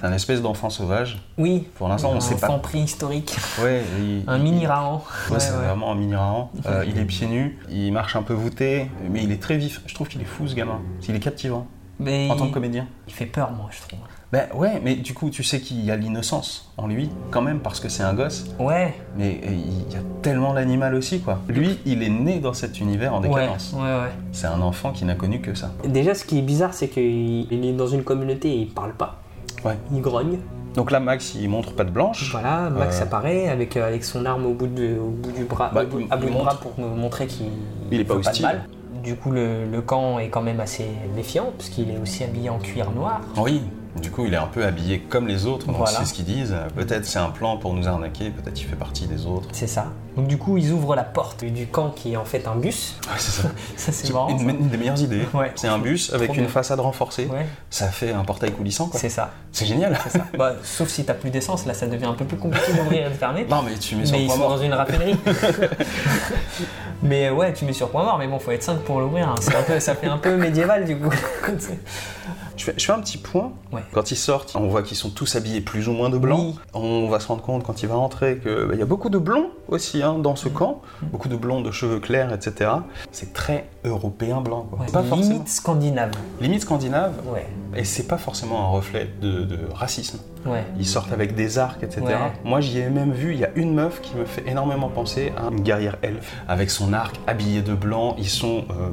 [SPEAKER 1] C'est un espèce d'enfant sauvage.
[SPEAKER 2] oui,
[SPEAKER 1] Pour l'instant, on
[SPEAKER 2] un
[SPEAKER 1] sait pas.
[SPEAKER 2] enfant préhistorique,
[SPEAKER 1] Ouais, il-
[SPEAKER 2] un mini raon.
[SPEAKER 1] Ouais, c'est vraiment un mini raon. Euh, il est pieds nus, il marche un peu voûté, mais il est très vif. Je trouve qu'il est fou ce gamin. Il est captivant
[SPEAKER 2] Mais
[SPEAKER 1] en tant que
[SPEAKER 2] il,
[SPEAKER 1] comédien.
[SPEAKER 2] il fait peur moi je trouve.
[SPEAKER 1] Ben ouais, mais du coup, tu sais qu'il y a l'innocence en lui, quand même, parce que c'est un gosse.
[SPEAKER 2] Ouais,
[SPEAKER 1] Mais euh, il y a tellement l'animal aussi, quoi. Lui, il est né dans cet univers en
[SPEAKER 2] ouais,
[SPEAKER 1] décadence.
[SPEAKER 2] ouais, ouais.
[SPEAKER 1] C'est un enfant qui n'a connu que ça.
[SPEAKER 2] Déjà ce qui est bizarre c'est qu'il il est dans une communauté et il parle pas,
[SPEAKER 1] Ouais.
[SPEAKER 2] il grogne.
[SPEAKER 1] Donc là, Max, il montre patte blanche.
[SPEAKER 2] Voilà, Max
[SPEAKER 1] Euh.
[SPEAKER 2] apparaît avec, euh, avec son arme au bout, de, au bout du bras,
[SPEAKER 1] Bah,
[SPEAKER 2] au bout-
[SPEAKER 1] il-
[SPEAKER 2] à bout
[SPEAKER 1] il
[SPEAKER 2] de
[SPEAKER 1] montre.
[SPEAKER 2] bras pour me montrer qu'il
[SPEAKER 1] Il est
[SPEAKER 2] il
[SPEAKER 1] pas
[SPEAKER 2] faut de
[SPEAKER 1] hostile.
[SPEAKER 2] balle. Du coup, le, le camp est quand même assez méfiant, parce qu'il est aussi habillé en cuir noir.
[SPEAKER 1] Oui. Du coup, il est un peu habillé comme les autres, donc
[SPEAKER 2] Voilà.
[SPEAKER 1] c'est ce qu'ils disent. Peut-être c'est un plan pour nous arnaquer, peut-être il fait partie des autres.
[SPEAKER 2] C'est ça. Donc du coup, ils ouvrent la porte du camp qui est en fait un bus.
[SPEAKER 1] Ouais, c'est ça.
[SPEAKER 2] Ça, c'est
[SPEAKER 1] C'est
[SPEAKER 2] marrant.
[SPEAKER 1] une,
[SPEAKER 2] ça.
[SPEAKER 1] une des meilleures idées.
[SPEAKER 2] Ouais.
[SPEAKER 1] C'est un bus avec
[SPEAKER 2] Trop
[SPEAKER 1] une
[SPEAKER 2] bien.
[SPEAKER 1] façade renforcée.
[SPEAKER 2] Ouais,
[SPEAKER 1] Ça fait un portail coulissant, quoi.
[SPEAKER 2] c'est ça.
[SPEAKER 1] C'est génial.
[SPEAKER 2] Bah, sauf si t'as plus d'essence, là, ça devient un peu plus compliqué d'ouvrir et de fermer.
[SPEAKER 1] non, mais tu mets sur
[SPEAKER 2] Mais ils
[SPEAKER 1] point
[SPEAKER 2] sont
[SPEAKER 1] mort.
[SPEAKER 2] dans une raffinerie. mais ouais, tu mets sur point mort, mais bon, faut être 5 pour l'ouvrir. hein. C'est un peu- Ça fait un peu médiéval du coup.
[SPEAKER 1] Je fais, je fais un petit point.
[SPEAKER 2] Ouais.
[SPEAKER 1] Quand ils sortent, on voit qu'ils sont tous habillés plus ou moins de blanc.
[SPEAKER 2] Oui.
[SPEAKER 1] On va se rendre compte quand il va rentrer qu'il y a beaucoup de blonds aussi hein, dans ce camp. Beaucoup de blonds de cheveux clairs, etc. C'est très européen blanc. Quoi.
[SPEAKER 2] Ouais,
[SPEAKER 1] Pas forcément.
[SPEAKER 2] limite scandinave.
[SPEAKER 1] Limite scandinave.
[SPEAKER 2] Ouais,
[SPEAKER 1] Et c'est pas forcément un reflet de, de racisme.
[SPEAKER 2] ouais.
[SPEAKER 1] Ils sortent avec des arcs, etc.
[SPEAKER 2] Ouais.
[SPEAKER 1] Moi, j'y ai même vu, il y a une meuf qui me fait énormément penser à une guerrière elfe. Avec son arc, habillée de blanc, ils sont euh,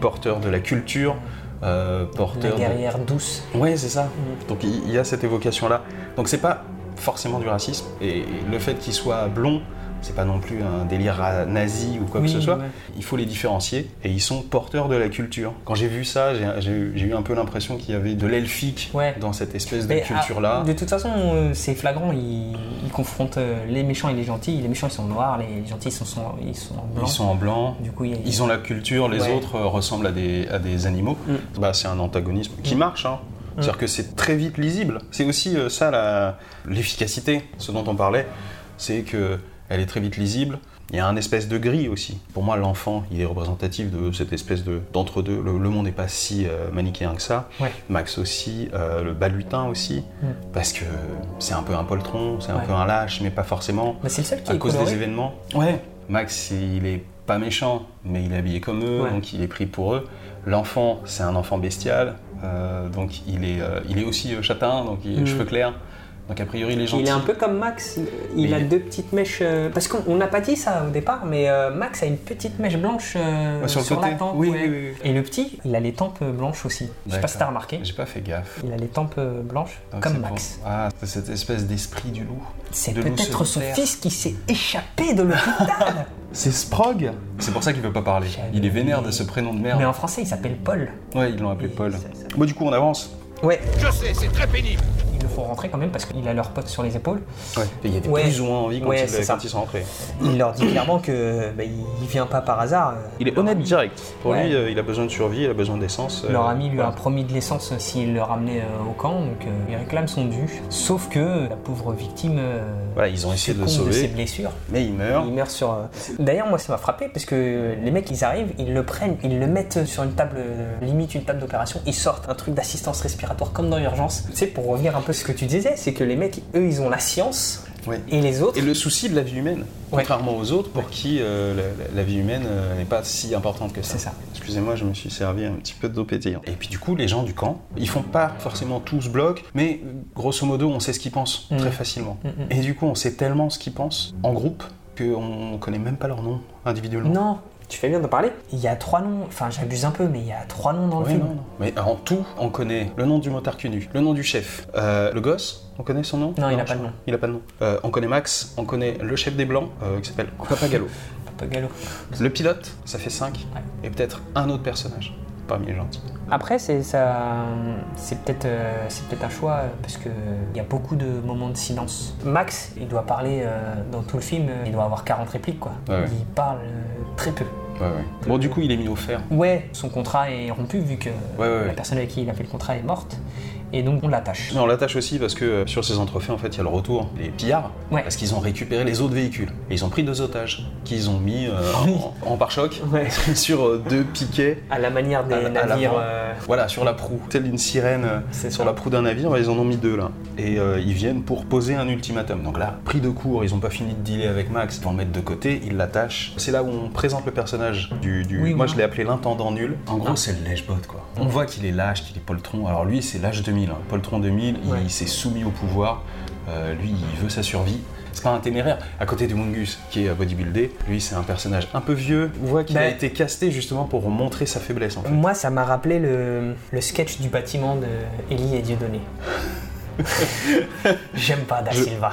[SPEAKER 1] porteur de la culture, euh,
[SPEAKER 2] La
[SPEAKER 1] porteur. de-
[SPEAKER 2] guerrière douce.
[SPEAKER 1] Ouais, c'est ça.
[SPEAKER 2] Mm.
[SPEAKER 1] Donc il il y a cette évocation-là. Donc c'est pas forcément du racisme. Et le fait qu'il soit blond, c'est pas non plus un délire ra- nazi ou quoi
[SPEAKER 2] Oui,
[SPEAKER 1] que ce soit.
[SPEAKER 2] ouais.
[SPEAKER 1] Il faut les différencier et ils sont porteurs de la culture. Quand j'ai vu ça, j'ai- j'ai eu- j'ai eu un peu l'impression qu'il y avait de l'elfique
[SPEAKER 2] Ouais.
[SPEAKER 1] dans cette espèce de
[SPEAKER 2] Mais, ah,
[SPEAKER 1] culture-là.
[SPEAKER 2] de toute façon, euh, c'est flagrant. Ils, ils confrontent euh, les méchants et les gentils. Les méchants, ils sont noirs. Les, les gentils, ils sont, sont- ils sont blancs.
[SPEAKER 1] Ils sont en blanc.
[SPEAKER 2] Du coup, il y a-
[SPEAKER 1] Ils ont la culture, les
[SPEAKER 2] Ouais. Mm.
[SPEAKER 1] autres euh, ressemblent à des, à des animaux. Bah, c'est un antagonisme qui marche. hein. C'est-à-dire que c'est très vite lisible. C'est aussi euh, ça la- l'efficacité, ce dont on parlait. C'est que elle est très vite lisible. Il y a un espèce de gris aussi. Pour moi, l'enfant, il est représentatif de cette espèce de- d'entre-deux. le, le monde n'est pas si euh, manichéen que ça.
[SPEAKER 2] Ouais. Mm.
[SPEAKER 1] Max aussi, euh, le balutin aussi. Parce que c'est un peu un poltron, c'est un
[SPEAKER 2] Ouais.
[SPEAKER 1] peu un lâche, mais pas forcément
[SPEAKER 2] Bah, c'est le seul qui
[SPEAKER 1] à
[SPEAKER 2] est
[SPEAKER 1] cause des
[SPEAKER 2] coloré.
[SPEAKER 1] événements. Ouais. Max, il est pas méchant, mais il est habillé comme eux,
[SPEAKER 2] Ouais.
[SPEAKER 1] donc il est pris pour eux. L'enfant, c'est un enfant bestial, euh, donc il est, euh, il est aussi euh, châtain, donc il a les
[SPEAKER 2] Mm.
[SPEAKER 1] cheveux clairs. Donc a priori, il est gentil.
[SPEAKER 2] Il est un peu comme Max, il,
[SPEAKER 1] Mais
[SPEAKER 2] a
[SPEAKER 1] il-
[SPEAKER 2] deux petites mèches. euh, parce qu'on on n'a pas dit ça au départ, mais euh, Max a une petite mèche blanche euh,
[SPEAKER 1] Ouais, sur
[SPEAKER 2] sur,
[SPEAKER 1] le côté.
[SPEAKER 2] la tempe.
[SPEAKER 1] Oui,
[SPEAKER 2] ouais.
[SPEAKER 1] oui, oui, oui.
[SPEAKER 2] Et le petit, il a les tempes blanches aussi. Je sais pas
[SPEAKER 1] D'accord.
[SPEAKER 2] si t'as remarqué.
[SPEAKER 1] J'ai pas fait gaffe.
[SPEAKER 2] Il a les tempes euh, blanches
[SPEAKER 1] Donc
[SPEAKER 2] comme
[SPEAKER 1] c'est
[SPEAKER 2] Max.
[SPEAKER 1] pour- Ah, c'est cette espèce d'esprit du loup.
[SPEAKER 2] C'est
[SPEAKER 1] de loup
[SPEAKER 2] peut-être son
[SPEAKER 1] solitaire.
[SPEAKER 2] fils qui s'est échappé de l'hôpital.
[SPEAKER 1] C'est Sprog C'est pour ça qu'il veut pas parler. Il est vénère de ce prénom de merde.
[SPEAKER 2] mais en français, il s'appelle Paul.
[SPEAKER 1] Ouais, ils l'ont appelé Paul.
[SPEAKER 2] Ça, ça-
[SPEAKER 1] Bon, du coup, on avance.
[SPEAKER 2] Ouais,
[SPEAKER 5] Je sais, c'est très pénible.
[SPEAKER 2] ils le font rentrer quand même parce qu'il a leur pote sur les épaules.
[SPEAKER 1] Ouais. Il y était
[SPEAKER 2] Ouais.
[SPEAKER 1] plus ou moins en vie quand,
[SPEAKER 2] Ouais,
[SPEAKER 1] ils-
[SPEAKER 2] c'est ça.
[SPEAKER 1] quand ils sont rentrés.
[SPEAKER 2] Il leur dit clairement que bah, il il vient pas par hasard.
[SPEAKER 1] Il est honnête direct. Pour
[SPEAKER 2] Ouais.
[SPEAKER 1] lui, euh, il a besoin de survie, il a besoin d'essence. euh,
[SPEAKER 2] Leur ami lui
[SPEAKER 1] voilà.
[SPEAKER 2] a promis de l'essence euh, s'il le ramenait euh, au camp, donc euh, il réclame son dû. Sauf que euh, la pauvre victime. euh,
[SPEAKER 1] Voilà, ils ont essayé de le
[SPEAKER 2] succombe
[SPEAKER 1] sauver.
[SPEAKER 2] ses blessures.
[SPEAKER 1] Mais il meurt.
[SPEAKER 2] Il meurt sur. euh, D'ailleurs, moi, ça m'a frappé parce que euh, les mecs, ils arrivent, ils le prennent, ils le mettent sur une table, euh, limite une table d'opération, ils sortent un truc d'assistance respiratoire comme dans l'urgence. Tu sais, pour revenir un peu à ce que tu disais, c'est que les mecs, eux, ils ont la science
[SPEAKER 1] Ouais.
[SPEAKER 2] et les autres.
[SPEAKER 1] Et le souci de la vie humaine, contrairement aux autres pour qui euh, la, la- la vie humaine euh, n'est pas si importante que ça.
[SPEAKER 2] C'est ça.
[SPEAKER 1] Excusez-moi, je me suis servi un petit peu d'eau pétillante. Et puis du coup, les gens du camp, ils font pas forcément tous bloc, mais euh, grosso modo, on sait ce qu'ils pensent
[SPEAKER 2] Mhm.
[SPEAKER 1] très facilement.
[SPEAKER 2] Mhm.
[SPEAKER 1] Et du coup, on sait tellement ce qu'ils pensent en groupe qu'on connaît même pas leur nom individuellement.
[SPEAKER 2] Non, tu fais bien d'en parler. Il y a trois noms, enfin, j'abuse un peu, mais il y a trois noms dans le
[SPEAKER 1] Ouais,
[SPEAKER 2] film.
[SPEAKER 1] non, non. Mais en tout, on connaît le nom du motard cul nu, le nom du chef, euh, le gosse, on connaît son nom
[SPEAKER 2] Non,
[SPEAKER 1] je
[SPEAKER 2] il a pas de
[SPEAKER 1] crois.
[SPEAKER 2] nom.
[SPEAKER 1] Il a pas de nom. Euh, on connaît Max, on connaît le chef des Blancs, euh, qui s'appelle Papagallo.
[SPEAKER 2] Pas galop.
[SPEAKER 1] le pilote, ça fait 5,
[SPEAKER 2] Ouais.
[SPEAKER 1] et peut-être un autre personnage parmi les gentils.
[SPEAKER 2] Après, c'est ça, c'est peut-être, euh, c'est peut-être un choix euh, parce que euh, il y a beaucoup de moments de silence. Max, il doit parler euh, dans tout le film, euh, il doit avoir 40 répliques quoi.
[SPEAKER 1] Ouais, ouais.
[SPEAKER 2] Il parle euh, très peu.
[SPEAKER 1] Bon, du coup, il est mis au fer.
[SPEAKER 2] Ouais, son contrat est rompu vu que
[SPEAKER 1] Ouais, ouais,
[SPEAKER 2] la
[SPEAKER 1] ouais.
[SPEAKER 2] personne avec qui il a fait le contrat est morte et donc on l'attache.
[SPEAKER 1] Mais on l'attache aussi parce que euh, sur ces entrefaits, en fait, il y a le retour des pillards.
[SPEAKER 2] Ouais.
[SPEAKER 1] Parce qu'ils ont récupéré les autres véhicules. Et ils ont pris deux otages qu'ils ont mis euh, en, en pare-choc
[SPEAKER 2] Ah Ouais.
[SPEAKER 1] sur euh, deux piquets.
[SPEAKER 2] À la manière des
[SPEAKER 1] À- à
[SPEAKER 2] navires.
[SPEAKER 1] l'avant.
[SPEAKER 2] euh,
[SPEAKER 1] Voilà, sur la proue. Telle une sirène euh,
[SPEAKER 2] C'est
[SPEAKER 1] sur
[SPEAKER 2] ça.
[SPEAKER 1] la proue d'un navire, bah, ils en ont mis deux là. Et euh, ils viennent pour poser un ultimatum. Donc là, pris de court, ils n'ont pas fini de dealer avec Max, ils vont le mettre de côté, ils l'attachent. C'est là où on présente le personnage du. du-
[SPEAKER 2] Oui,
[SPEAKER 1] moi
[SPEAKER 2] oui.
[SPEAKER 1] je l'ai appelé l'intendant nul. En gros, c'est le lèche-bot quoi. On voit qu'il est lâche, qu'il est poltron. Alors lui, c'est l'âge 2000. hein. Poltron 2000, il-
[SPEAKER 2] Ouais.
[SPEAKER 1] il s'est soumis au pouvoir. Euh, lui, il veut sa survie. C'est pas un téméraire. À côté de Mungus, qui est euh, bodybuildé, lui, c'est un personnage un peu vieux. On voit qu'il
[SPEAKER 2] Bah-
[SPEAKER 1] a été casté justement pour montrer sa faiblesse en fait.
[SPEAKER 2] Moi, ça m'a rappelé le, le sketch du bâtiment de Ellie et Dieudonné. J'aime pas Da Silva.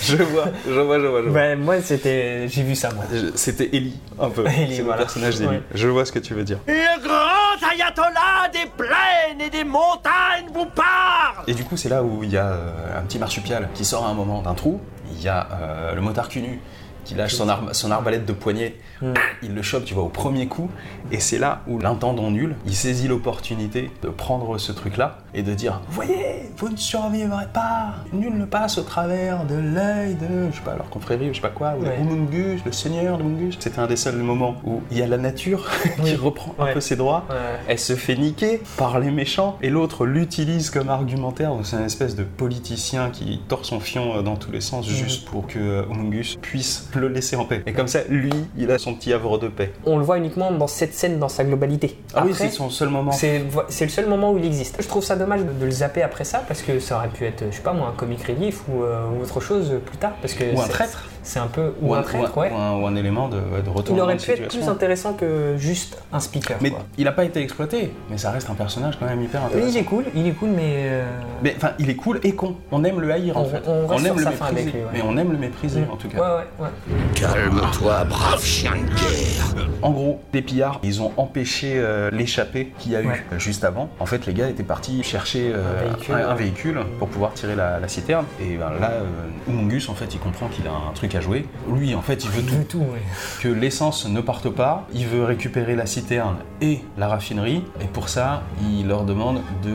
[SPEAKER 1] Je vois, je vois, je vois, je vois.
[SPEAKER 2] Ouais, moi, c'était, j'ai vu ça moi.
[SPEAKER 1] Je- C'était Ellie, un peu.
[SPEAKER 2] Ellie,
[SPEAKER 1] C'est le
[SPEAKER 2] voilà.
[SPEAKER 1] personnage d'Ellie.
[SPEAKER 2] Ouais.
[SPEAKER 1] Je vois ce que tu veux dire.
[SPEAKER 5] Le grand ayatollah des plaines et des montagnes vous parle
[SPEAKER 1] Et du coup, c'est là où il y a euh, un petit marsupial qui sort à un moment d'un trou. Il y a euh, le motard cul nu qui lâche son, arme- son arbalète de poignet.
[SPEAKER 2] Hmm.
[SPEAKER 1] Il le chope, tu vois, au premier coup. Et c'est là où l'intendant nul, il saisit l'opportunité de prendre ce truc-là et de dire « Voyez, vous ne survivrez pas Nul ne passe au travers de l'œil de, je sais pas, leur confrérie ou je sais pas quoi, ou de
[SPEAKER 2] Ouais.
[SPEAKER 1] Mungus, le seigneur de Mungus. » C'était un des seuls moments où il y a la nature qui
[SPEAKER 2] Oui.
[SPEAKER 1] reprend un
[SPEAKER 2] Ouais.
[SPEAKER 1] peu ses droits.
[SPEAKER 2] Ouais.
[SPEAKER 1] Elle se fait niquer par les méchants et l'autre l'utilise comme argumentaire. Donc, C'est un espèce de politicien qui tord son fion euh, dans tous les
[SPEAKER 2] Mhm.
[SPEAKER 1] sens juste pour que euh, Omungus puisse le laisser en paix. Et comme ça, lui, il a son petit havre de paix.
[SPEAKER 2] on le voit uniquement dans cette scène dans sa globalité.
[SPEAKER 1] Ah oui,
[SPEAKER 2] Après,
[SPEAKER 1] c'est son seul moment.
[SPEAKER 2] c'est c'est le seul moment où il existe. Je trouve ça dommage de, de le zapper après ça parce que ça aurait pu être, je sais pas moi, un comic relief ou, euh, ou autre chose euh, plus tard parce que
[SPEAKER 1] Ou un
[SPEAKER 2] c'est-
[SPEAKER 1] traître.
[SPEAKER 2] c'est un peu
[SPEAKER 1] Ou
[SPEAKER 2] ou
[SPEAKER 1] un,
[SPEAKER 2] un
[SPEAKER 1] ou
[SPEAKER 2] traître,
[SPEAKER 1] un-
[SPEAKER 2] ouais.
[SPEAKER 1] ou un- ou un élément de, ouais, de retour.
[SPEAKER 2] Il aurait pu être plus
[SPEAKER 1] intéressant.
[SPEAKER 2] intéressant que juste un speaker.
[SPEAKER 1] Mais
[SPEAKER 2] quoi.
[SPEAKER 1] il n'a pas été exploité, mais ça reste un personnage quand même hyper
[SPEAKER 2] Oui,
[SPEAKER 1] intéressant.
[SPEAKER 2] il est cool, il est cool, mais. euh,
[SPEAKER 1] Mais enfin, il est cool et con. On aime le haïr en
[SPEAKER 2] On-
[SPEAKER 1] fait.
[SPEAKER 2] on
[SPEAKER 1] aime
[SPEAKER 2] reste sur
[SPEAKER 1] le
[SPEAKER 2] sa fin
[SPEAKER 1] mépriser.
[SPEAKER 2] avec lui, ouais. Mm.
[SPEAKER 1] Mais on aime le mépriser en tout cas.
[SPEAKER 2] Ouais, ouais, ouais.
[SPEAKER 5] Calme-toi, brave chien de guerre.
[SPEAKER 1] En gros, des pillards, ils ont empêché euh, l'échappée qu'il y a eu
[SPEAKER 2] Ouais.
[SPEAKER 1] euh, juste avant. En fait, les gars étaient partis chercher euh,
[SPEAKER 2] Un véhicule.
[SPEAKER 1] un véhicule pour pouvoir tirer la, la citerne. Et ben, là, euh, Humongus, en fait, il comprend qu'il a un truc à jouer. Lui, en fait, il veut tout.
[SPEAKER 2] Du tout, ouais.
[SPEAKER 1] Que l'essence ne parte pas. Il veut récupérer la citerne et la raffinerie. Et pour ça, il leur demande de-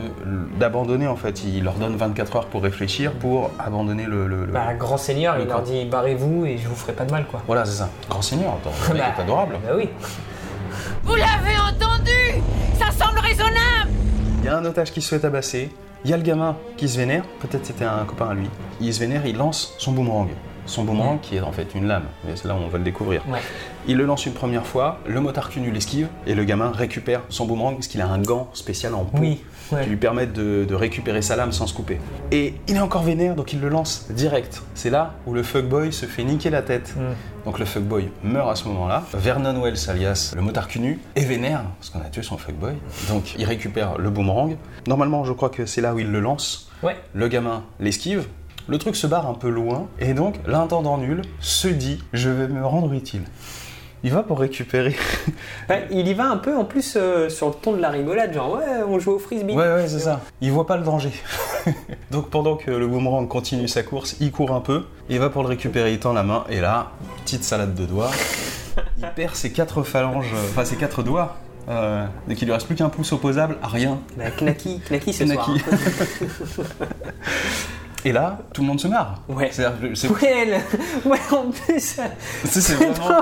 [SPEAKER 1] d'abandonner, en fait. Il leur donne 24 heures pour réfléchir, pour abandonner le... le- le-
[SPEAKER 2] Bah, grand seigneur,
[SPEAKER 1] Le
[SPEAKER 2] il leur
[SPEAKER 1] grand-
[SPEAKER 2] dit barrez-vous et je vous ferai pas de mal, quoi.
[SPEAKER 1] Voilà, c'est ça. Grand seigneur, attends, le mec
[SPEAKER 2] Bah,
[SPEAKER 1] est adorable.
[SPEAKER 2] Bah oui.
[SPEAKER 7] Vous l'avez entendu Ça semble raisonnable
[SPEAKER 1] Il y a un otage qui se fait tabasser, il y a le gamin qui se vénère, peut-être c'était un copain à lui. Il se vénère, il lance son boomerang. Son boomerang qui est en fait une lame, mais c'est là où on va le découvrir.
[SPEAKER 2] Ouais.
[SPEAKER 1] Il le lance une première fois, le motard cunu l'esquive, et le gamin récupère son boomerang parce qu'il a un gant spécial en peau
[SPEAKER 2] Oui.
[SPEAKER 1] qui
[SPEAKER 2] Ouais.
[SPEAKER 1] lui permet de, de récupérer sa lame sans se couper. Et il est encore vénère, donc il le lance direct. C'est là où le fuckboy se fait niquer la tête.
[SPEAKER 2] Mm.
[SPEAKER 1] Donc le fuckboy meurt à ce moment-là. Vernon Wells, alias le motard cunu, est vénère, parce qu'on a tué son fuckboy. Donc il récupère le boomerang. Normalement, je crois que c'est là où il le lance.
[SPEAKER 2] Ouais.
[SPEAKER 1] Le gamin l'esquive. Le truc se barre un peu loin. Et donc l'intendant nul se dit « Je vais me rendre utile ». Il va pour récupérer.
[SPEAKER 2] Ouais, il y va un peu en plus euh, sur le ton de la rigolade, genre ouais, on joue au frisbee.
[SPEAKER 1] Ouais, ouais, c'est ça. Il voit pas le danger. Donc pendant que le boomerang continue sa course, il court un peu, il va pour le récupérer, il tend la main, et là, petite salade de doigts, il perd ses quatre phalanges, euh, enfin ses quatre doigts, euh, donc il lui reste plus qu'un pouce opposable à rien.
[SPEAKER 2] Bah, knacky, knacky ce
[SPEAKER 1] Knacky.
[SPEAKER 2] soir. hein.
[SPEAKER 1] Et là, tout le monde se marre.
[SPEAKER 2] Ouais.
[SPEAKER 1] C'est-à-dire que c'est-
[SPEAKER 2] hein. Ouais, le- ouais, en plus, euh,
[SPEAKER 1] c'est- c'est
[SPEAKER 2] c'est
[SPEAKER 1] vraiment-
[SPEAKER 2] trop,